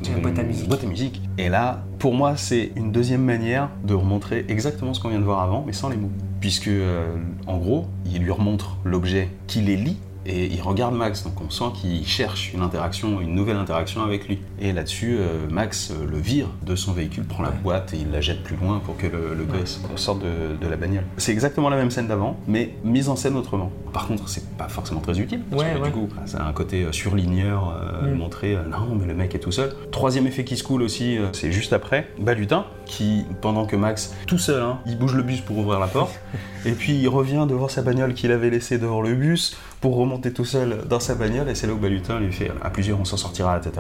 [SPEAKER 2] C'est Mm. la boîte à musique.
[SPEAKER 1] boîte à musique. Et là, pour moi, c'est une deuxième manière de remontrer exactement ce qu'on vient de voir avant, mais sans les mots. Puisque, euh, en gros, il lui remontre l'objet qui les lit. Et il regarde Max, donc on sent qu'il cherche une interaction, une nouvelle interaction avec lui. Et là-dessus, euh, Max euh, le vire de son véhicule, prend la boîte et il la jette plus loin pour que le, le gosse sorte de, de la bagnole. C'est exactement la même scène d'avant, mais mise en scène autrement. Par contre, c'est pas forcément très utile. parce
[SPEAKER 2] Ouais,
[SPEAKER 1] que
[SPEAKER 2] ouais.
[SPEAKER 1] Du coup, ça a un côté euh, surligneur, euh,
[SPEAKER 2] Mm.
[SPEAKER 1] montrer euh, non, mais le mec est tout seul. Troisième effet qui se coule aussi, euh, c'est juste après Balutin, qui, pendant que Max, tout seul, hein, il bouge le bus pour ouvrir la porte, et puis il revient devant sa bagnole qu'il avait laissée devant le bus pour remonter tout seul dans sa bagnole, et c'est là où Balutin lui fait à plusieurs on s'en sortira, etc.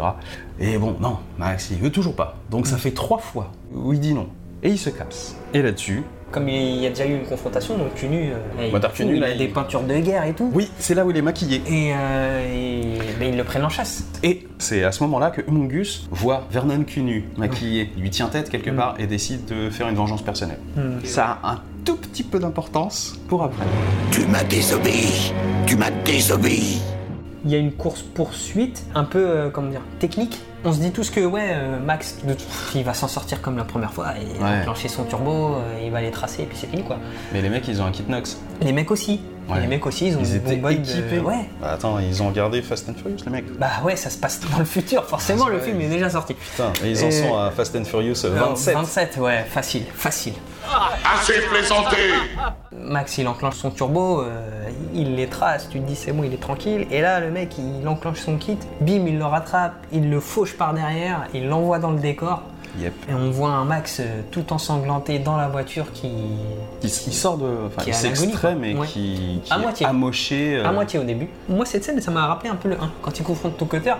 [SPEAKER 1] Et bon, non, Max il veut toujours pas. Donc ça fait trois fois où il dit non, et il se casse. Et là-dessus,
[SPEAKER 2] Comme il y a déjà eu une confrontation, donc tu nu, euh,
[SPEAKER 1] Bah, t'as
[SPEAKER 2] il,
[SPEAKER 1] reconnu,
[SPEAKER 2] il
[SPEAKER 1] là,
[SPEAKER 2] a
[SPEAKER 1] il-
[SPEAKER 2] des peintures de guerre et tout.
[SPEAKER 1] oui, c'est là où il est maquillé.
[SPEAKER 2] Et, euh, et- ben, ils le prennent en chasse.
[SPEAKER 1] Et c'est à ce moment-là que Humongus voit Vernon Cunu maquillé, lui tient tête quelque
[SPEAKER 2] Mm.
[SPEAKER 1] part et décide de faire une vengeance personnelle. Ça a un tout petit peu d'importance pour après.
[SPEAKER 5] Tu m'as désobéi. Tu m'as désobéi.
[SPEAKER 2] Il y a une course poursuite, un peu euh, comment dire, technique. On se dit tous que ouais, euh, Max, de tout- il va s'en sortir comme la première fois, il va
[SPEAKER 1] Ouais.
[SPEAKER 2] enclencher son turbo, euh, il va les tracer et puis c'est fini quoi.
[SPEAKER 1] Mais les mecs, ils ont un kitnox.
[SPEAKER 2] Les mecs aussi,
[SPEAKER 1] Ouais.
[SPEAKER 2] les mecs aussi, ils ont
[SPEAKER 1] Ils
[SPEAKER 2] une
[SPEAKER 1] étaient
[SPEAKER 2] bonbonne de-
[SPEAKER 1] équipés.
[SPEAKER 2] Ouais.
[SPEAKER 1] Bah attends, ils ont regardé Fast and Furious, les mecs.
[SPEAKER 2] Bah ouais, ça se passe dans le futur, forcément le
[SPEAKER 1] Ouais.
[SPEAKER 2] film est déjà sorti.
[SPEAKER 1] Ah, Putain, et ils en
[SPEAKER 2] Et-
[SPEAKER 1] sont à Fast and Furious euh, 27.
[SPEAKER 2] 27, ouais, facile, facile.
[SPEAKER 5] Assez plaisanté.
[SPEAKER 2] Max, il enclenche son turbo, euh, il les trace, tu te dis c'est bon, il est tranquille. Et là, le mec, il enclenche son kit, bim, il le rattrape, il le fauche par derrière, il l'envoie dans le décor.
[SPEAKER 1] Yep.
[SPEAKER 2] Et on voit un Max euh, tout ensanglanté dans la voiture qui.
[SPEAKER 1] Il, il sort de. Enfin,
[SPEAKER 2] Qui
[SPEAKER 1] il
[SPEAKER 2] est à l'agonie, quoi.
[SPEAKER 1] s'extrait, mais
[SPEAKER 2] Ouais.
[SPEAKER 1] qui, qui
[SPEAKER 2] À
[SPEAKER 1] est
[SPEAKER 2] moitié.
[SPEAKER 1] amoché. euh,
[SPEAKER 2] À moitié au début. Moi, cette scène, ça m'a rappelé un peu le 1. Quand il confronte tout cutter,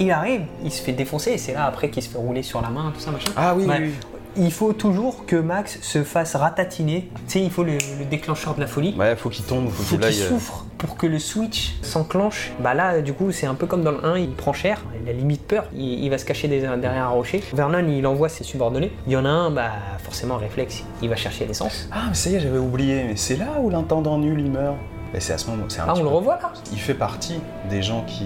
[SPEAKER 2] il arrive, il se fait défoncer, et c'est là après qu'il se fait rouler sur la main, tout ça, machin.
[SPEAKER 1] Ah oui,
[SPEAKER 2] Ouais.
[SPEAKER 1] oui, oui.
[SPEAKER 2] Il faut toujours que Max se fasse ratatiner. Tu sais, il faut le, le déclencheur de la folie.
[SPEAKER 1] Ouais, faut qu'il tombe, faut,
[SPEAKER 2] faut
[SPEAKER 1] qu'il
[SPEAKER 2] qu'il
[SPEAKER 1] aille. euh,
[SPEAKER 2] souffre pour que le switch s'enclenche. Bah là, du coup, c'est un peu comme dans le 1, il prend cher, il a limite peur, il, il va se cacher des- derrière un rocher. Vernon, il envoie ses subordonnés. Il y en a un, bah forcément, réflexe, il va chercher l'essence.
[SPEAKER 1] Ah, mais ça y est, j'avais oublié. Mais c'est là où l'intendant nul, il meurt. Et c'est à ce moment. c'est un
[SPEAKER 2] Ah,
[SPEAKER 1] petit
[SPEAKER 2] on le
[SPEAKER 1] peu-
[SPEAKER 2] revoit là
[SPEAKER 1] Il fait partie des gens qui.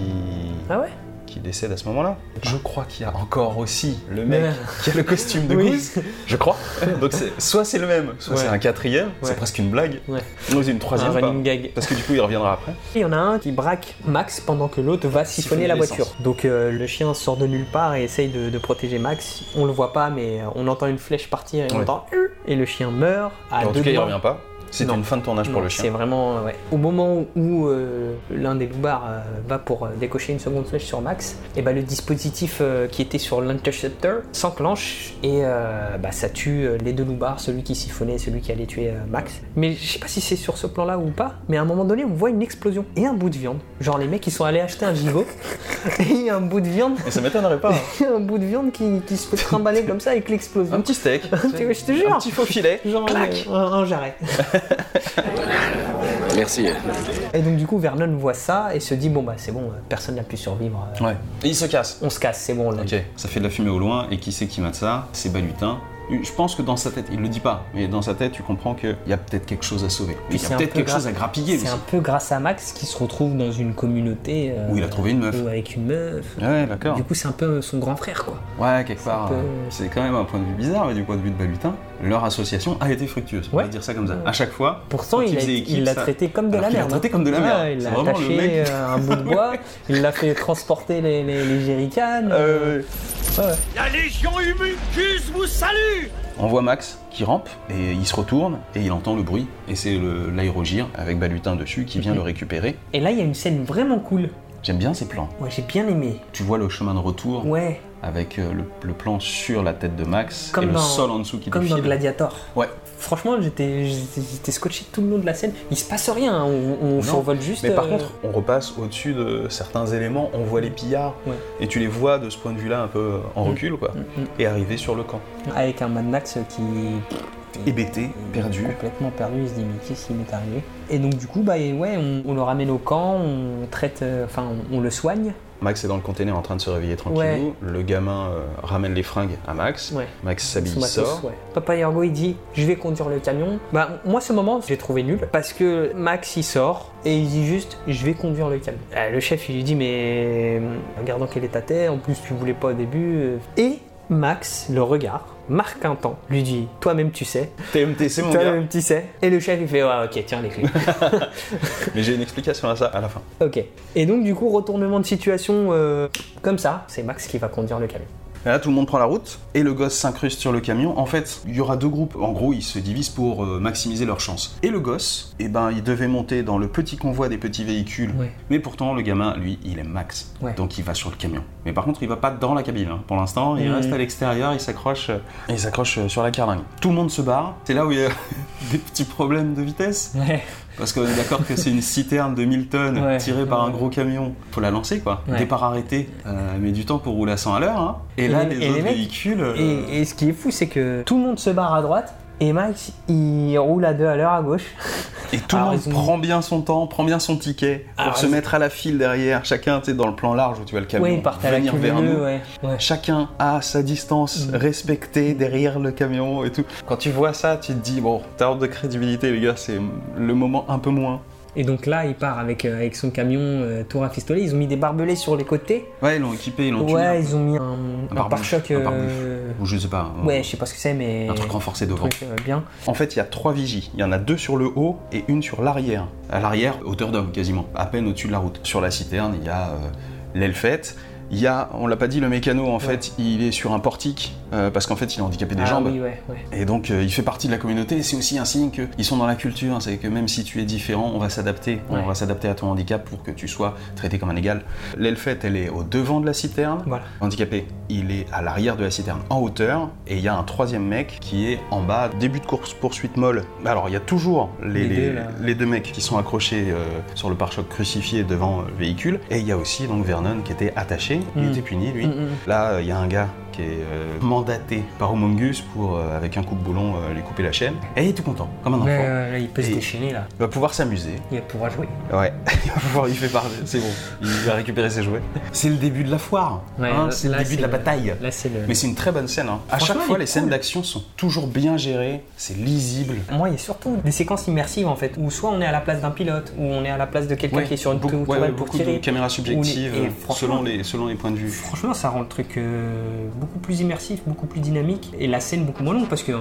[SPEAKER 2] Ah ouais Ah.
[SPEAKER 1] qui décède à ce moment-là. Je crois qu'il y a encore aussi le mec
[SPEAKER 2] Mais-
[SPEAKER 1] qui a le costume de
[SPEAKER 2] Oui.
[SPEAKER 1] Goose, je crois. Donc c'est- soit c'est le même, soit
[SPEAKER 2] Ouais.
[SPEAKER 1] c'est un quatrième, c'est
[SPEAKER 2] Ouais.
[SPEAKER 1] presque une blague,
[SPEAKER 2] Ouais.
[SPEAKER 1] ou c'est une troisième
[SPEAKER 2] Un
[SPEAKER 1] Ah, pas.
[SPEAKER 2] running gag.
[SPEAKER 1] Parce que du coup, il reviendra après.
[SPEAKER 2] Il y en a un qui braque Max pendant que l'autre va siphonner
[SPEAKER 1] Siphonner
[SPEAKER 2] la
[SPEAKER 1] l'essence.
[SPEAKER 2] voiture. Donc euh, le chien sort de nulle part et essaye de, de protéger Max. On le voit pas, mais euh, on entend une flèche partir et on
[SPEAKER 1] Ouais.
[SPEAKER 2] entend Hum et le chien meurt. À
[SPEAKER 1] Et en
[SPEAKER 2] deux
[SPEAKER 1] tout cas, il
[SPEAKER 2] doigts.
[SPEAKER 1] revient pas. C'est
[SPEAKER 2] Ah, Non.
[SPEAKER 1] une fin de tournage pour
[SPEAKER 2] Non,
[SPEAKER 1] le
[SPEAKER 2] C'est
[SPEAKER 1] chien.
[SPEAKER 2] vraiment euh, ouais. au moment où euh, l'un des loupards euh, va pour euh, décocher une seconde flèche sur Max, et bah, le dispositif euh, qui était sur l'interceptor s'enclenche et euh, bah, ça tue euh, les deux loupards, celui qui siphonnait et celui qui allait tuer euh, Max. Mais je sais pas si c'est sur ce plan-là ou pas, mais à un moment donné on voit une explosion et un bout de viande. Genre les mecs ils sont allés acheter un gigot et il y a un bout de viande,
[SPEAKER 1] Et ça m'étonnerait pas. hein.
[SPEAKER 2] il y a un bout de viande qui, qui se fait trimballer comme ça avec l'explosion.
[SPEAKER 1] Un petit steak,
[SPEAKER 2] Tu- je te jure.
[SPEAKER 1] un petit faux filet.
[SPEAKER 2] Genre
[SPEAKER 1] Clac.
[SPEAKER 2] euh, un- un jarret.
[SPEAKER 6] Merci.
[SPEAKER 2] Et donc du coup Vernon voit ça et se dit bon bah c'est bon, euh, personne n'a pu survivre. euh,
[SPEAKER 1] Ouais. Et il se casse.
[SPEAKER 2] On se casse, c'est bon. on l'a
[SPEAKER 1] Ok, ça fait de la fumée au loin, et qui c'est qui mate ça C'est Balutin. Euh, Je pense que dans sa tête, il le dit pas, mais dans sa tête, tu comprends qu'il y a peut-être quelque chose à sauver.
[SPEAKER 2] Puis
[SPEAKER 1] Il y
[SPEAKER 2] c'est
[SPEAKER 1] a
[SPEAKER 2] un
[SPEAKER 1] peut-être
[SPEAKER 2] peu
[SPEAKER 1] quelque
[SPEAKER 2] gra-
[SPEAKER 1] chose à grappiller aussi.
[SPEAKER 2] C'est un peu grâce à Max qui se retrouve dans une communauté. euh,
[SPEAKER 1] Où il a trouvé une meuf.
[SPEAKER 2] où Avec une meuf.
[SPEAKER 1] Ah Ouais, d'accord.
[SPEAKER 2] Du coup, c'est un peu son grand frère, quoi.
[SPEAKER 1] Ouais, quelque part,
[SPEAKER 2] peu-
[SPEAKER 1] euh, c'est quand même un point de vue bizarre, mais du point de vue de Balutin, leur association a été fructueuse. On va
[SPEAKER 2] Ouais.
[SPEAKER 1] dire ça comme ça. À chaque fois.
[SPEAKER 2] Pourtant,
[SPEAKER 1] quand
[SPEAKER 2] il
[SPEAKER 1] ils
[SPEAKER 2] a-
[SPEAKER 1] faisaient équipe,
[SPEAKER 2] il l'a
[SPEAKER 1] ça-
[SPEAKER 2] traité comme de
[SPEAKER 1] Alors
[SPEAKER 2] la
[SPEAKER 1] qu'il l'a
[SPEAKER 2] merde. hein.
[SPEAKER 1] traité comme de la merde.
[SPEAKER 2] Ouais, il
[SPEAKER 1] C'est
[SPEAKER 2] l'a
[SPEAKER 1] vraiment le
[SPEAKER 2] attaché
[SPEAKER 1] mec-
[SPEAKER 2] euh, un bout de bois, il l'a fait transporter les, les, les jerrycans.
[SPEAKER 1] Euh,
[SPEAKER 2] Ouais.
[SPEAKER 8] La Légion Humuncus vous salue
[SPEAKER 1] On voit Max qui rampe et il se retourne et il entend le bruit et c'est le- l'aérogir avec Balutin dessus qui
[SPEAKER 2] Mhm.
[SPEAKER 1] vient le récupérer.
[SPEAKER 2] Et là, il y a une scène vraiment cool.
[SPEAKER 1] J'aime bien ces plans.
[SPEAKER 2] Moi, j'ai bien aimé.
[SPEAKER 1] Tu vois le chemin de retour
[SPEAKER 2] Ouais,
[SPEAKER 1] avec euh, le, le plan sur la tête de Max
[SPEAKER 2] Comme
[SPEAKER 1] et le
[SPEAKER 2] dans-
[SPEAKER 1] sol en dessous qui
[SPEAKER 2] comme dans
[SPEAKER 1] défile.
[SPEAKER 2] Gladiator.
[SPEAKER 1] Ouais.
[SPEAKER 2] Franchement, j'étais j'étais- j'étais scotché tout le long de la scène. Il se passe rien, hein, on, on
[SPEAKER 1] Non,
[SPEAKER 2] survole juste.
[SPEAKER 1] Mais par
[SPEAKER 2] euh,
[SPEAKER 1] contre, on repasse au-dessus de certains éléments, on voit les pillards
[SPEAKER 2] Ouais.
[SPEAKER 1] et tu les vois de ce point de vue-là un peu en recul quoi,
[SPEAKER 2] Mm,
[SPEAKER 1] et arriver sur le camp.
[SPEAKER 2] mm. Avec un Mad Max qui
[SPEAKER 1] Hébété, Eh ben, perdu.
[SPEAKER 2] Complètement perdu, il se dit mais qu'est-ce qui m'est arrivé Et donc du coup bah et ouais on, on le ramène au camp, on traite, euh, enfin on, on le soigne.
[SPEAKER 1] Max est dans le container en train de se réveiller tranquillou.
[SPEAKER 2] Ouais.
[SPEAKER 1] Le gamin euh, ramène les fringues à Max.
[SPEAKER 2] Ouais.
[SPEAKER 1] Max
[SPEAKER 2] Son
[SPEAKER 1] s'habille,
[SPEAKER 2] matos,
[SPEAKER 1] sort.
[SPEAKER 2] ouais. Papa Yargo il dit je vais conduire le camion. Bah moi ce moment j'ai trouvé nul parce que Max il sort et il dit juste je vais conduire le camion. Euh, le chef il lui dit mais euh, regarde dans quel état t'es, en plus tu voulais pas au début. euh. Et Max le regarde, marque un temps, lui dit toi-même tu sais,
[SPEAKER 1] TMT, c'est mon gars.
[SPEAKER 2] toi-même tu sais. Et le chef il fait ouais ok tiens les clés.
[SPEAKER 1] Mais j'ai une explication à ça à la fin.
[SPEAKER 2] Ok. Et donc du coup retournement de situation euh, comme ça, c'est Max qui va conduire le camion.
[SPEAKER 1] Et Là, tout le monde prend la route et le gosse s'incruste sur le camion. En fait, il y aura deux groupes. En gros, ils se divisent pour euh, maximiser leurs chances. Et le gosse, eh ben, il devait monter dans le petit convoi des petits véhicules.
[SPEAKER 2] Ouais.
[SPEAKER 1] Mais pourtant, le gamin, lui, il est max.
[SPEAKER 2] Ouais.
[SPEAKER 1] Donc, il va sur le camion. Mais par contre, il va pas dans la cabine. hein. Pour l'instant, il
[SPEAKER 2] Mhm.
[SPEAKER 1] reste à l'extérieur. Il s'accroche. euh, il s'accroche euh, sur la carlingue. Tout le monde se barre. C'est là où il y a des petits problèmes de vitesse. Parce qu'on est d'accord que c'est une citerne de 1000 tonnes
[SPEAKER 2] Ouais.
[SPEAKER 1] tirée par un
[SPEAKER 2] Ouais.
[SPEAKER 1] gros camion. Faut la lancer quoi.
[SPEAKER 2] Ouais.
[SPEAKER 1] Départ arrêté, euh, mais du temps pour rouler à 100 à l'heure. hein. Et là,
[SPEAKER 2] Et-
[SPEAKER 1] les
[SPEAKER 2] et
[SPEAKER 1] autres
[SPEAKER 2] les mecs-
[SPEAKER 1] véhicules. euh,
[SPEAKER 2] Et, et ce qui est fou c'est que tout le monde se barre à droite et Max il roule à deux à l'heure à gauche.
[SPEAKER 1] et tout le
[SPEAKER 2] Alors,
[SPEAKER 1] monde
[SPEAKER 2] Ah, ils ont-
[SPEAKER 1] prend bien son temps, prend bien son ticket pour
[SPEAKER 2] Alors,
[SPEAKER 1] se
[SPEAKER 2] ils-
[SPEAKER 1] mettre à la file derrière. Chacun, tu sais, dans le plan large où tu vois le camion
[SPEAKER 2] ouais il part à la
[SPEAKER 1] venir vers
[SPEAKER 2] cumuleux,
[SPEAKER 1] nous.
[SPEAKER 2] ouais. Mm. Ouais.
[SPEAKER 1] Chacun à sa distance respectée derrière le camion et tout. Quand tu vois ça, tu te dis, bon, ta horde de crédibilité, les gars, c'est le moment un peu moins.
[SPEAKER 2] Et donc là il part avec, euh, avec son camion euh, tout rafistolé. Ils ont mis des barbelés sur les côtés.
[SPEAKER 1] Ouais, ils l'ont équipé, ils l'ont tuné.
[SPEAKER 2] Ouais ils ont mis un, un
[SPEAKER 1] barbu-
[SPEAKER 2] pare-choc.
[SPEAKER 1] un barbu.
[SPEAKER 2] euh,
[SPEAKER 1] Ou je sais pas. un-
[SPEAKER 2] Ouais je sais pas ce que c'est mais
[SPEAKER 1] Un truc renforcé devant.
[SPEAKER 2] truc, euh, bien.
[SPEAKER 1] En fait, il y a trois vigies. Il y en a deux sur le haut et une sur l'arrière. À l'arrière, hauteur d'homme quasiment, à peine au-dessus de la route. Sur la citerne, il y a euh, l'elfette. Il y a, on l'a pas dit, le mécano, en fait, il est sur un portique euh, parce qu'en fait, il est handicapé des
[SPEAKER 2] Ah
[SPEAKER 1] jambes.
[SPEAKER 2] oui, ouais, ouais.
[SPEAKER 1] Et donc, euh, il fait partie de la communauté. Et c'est aussi un signe qu'ils sont dans la culture. hein. C'est que même si tu es différent, on va s'adapter.
[SPEAKER 2] Ouais.
[SPEAKER 1] On va s'adapter à ton handicap pour que tu sois traité comme un égal. L'elfette, elle est au devant de la citerne.
[SPEAKER 2] Voilà.
[SPEAKER 1] Handicapé, il est à l'arrière de la citerne en hauteur et il y a un troisième mec qui est en bas, début de course poursuite molle. Alors il y a toujours les,
[SPEAKER 2] Les deux,
[SPEAKER 1] les-
[SPEAKER 2] là.
[SPEAKER 1] les deux mecs qui sont accrochés euh, sur le pare-choc crucifié devant le véhicule et il y a aussi donc Vernon qui était attaché, il
[SPEAKER 2] Mm.
[SPEAKER 1] était puni lui.
[SPEAKER 2] Mm, mm.
[SPEAKER 1] Là euh, il y a un gars qui est euh, mandaté par Homongus pour euh, avec un coup de boulon euh, lui couper la chaîne et il est tout content comme un enfant.
[SPEAKER 2] Ouais, ouais, là, il peut se
[SPEAKER 1] Et-
[SPEAKER 2] déchaîner là.
[SPEAKER 1] Il va pouvoir s'amuser.
[SPEAKER 2] Il va pouvoir jouer.
[SPEAKER 1] Ouais, il va pouvoir lui faire parler. C'est bon, il a récupéré ses jouets. C'est le début de la foire.
[SPEAKER 2] Ouais,
[SPEAKER 1] hein,
[SPEAKER 2] là,
[SPEAKER 1] c'est le
[SPEAKER 2] là,
[SPEAKER 1] début de la
[SPEAKER 2] c'est le-
[SPEAKER 1] bataille.
[SPEAKER 2] Là c'est le.
[SPEAKER 1] Mais c'est une très bonne scène. hein. À
[SPEAKER 2] Franchement,
[SPEAKER 1] chaque fois,
[SPEAKER 2] elle est
[SPEAKER 1] les scènes d'action sont toujours bien gérées, c'est lisible.
[SPEAKER 2] Moi, il y a surtout des séquences immersives en fait, où soit on est à la place d'un pilote, ou on est à la place de quelqu'un
[SPEAKER 1] Ouais,
[SPEAKER 2] qui est sur une
[SPEAKER 1] beaucoup,
[SPEAKER 2] tour-
[SPEAKER 1] ouais,
[SPEAKER 2] tourelle
[SPEAKER 1] ouais,
[SPEAKER 2] pour
[SPEAKER 1] beaucoup
[SPEAKER 2] tirer.
[SPEAKER 1] de caméras subjectives
[SPEAKER 2] Ou les- et
[SPEAKER 1] euh,
[SPEAKER 2] franchement-
[SPEAKER 1] selon, les, selon les points de vue.
[SPEAKER 2] Franchement, ça rend le truc euh, beaucoup plus immersif, beaucoup plus dynamique, et la scène beaucoup moins longue parce qu'elle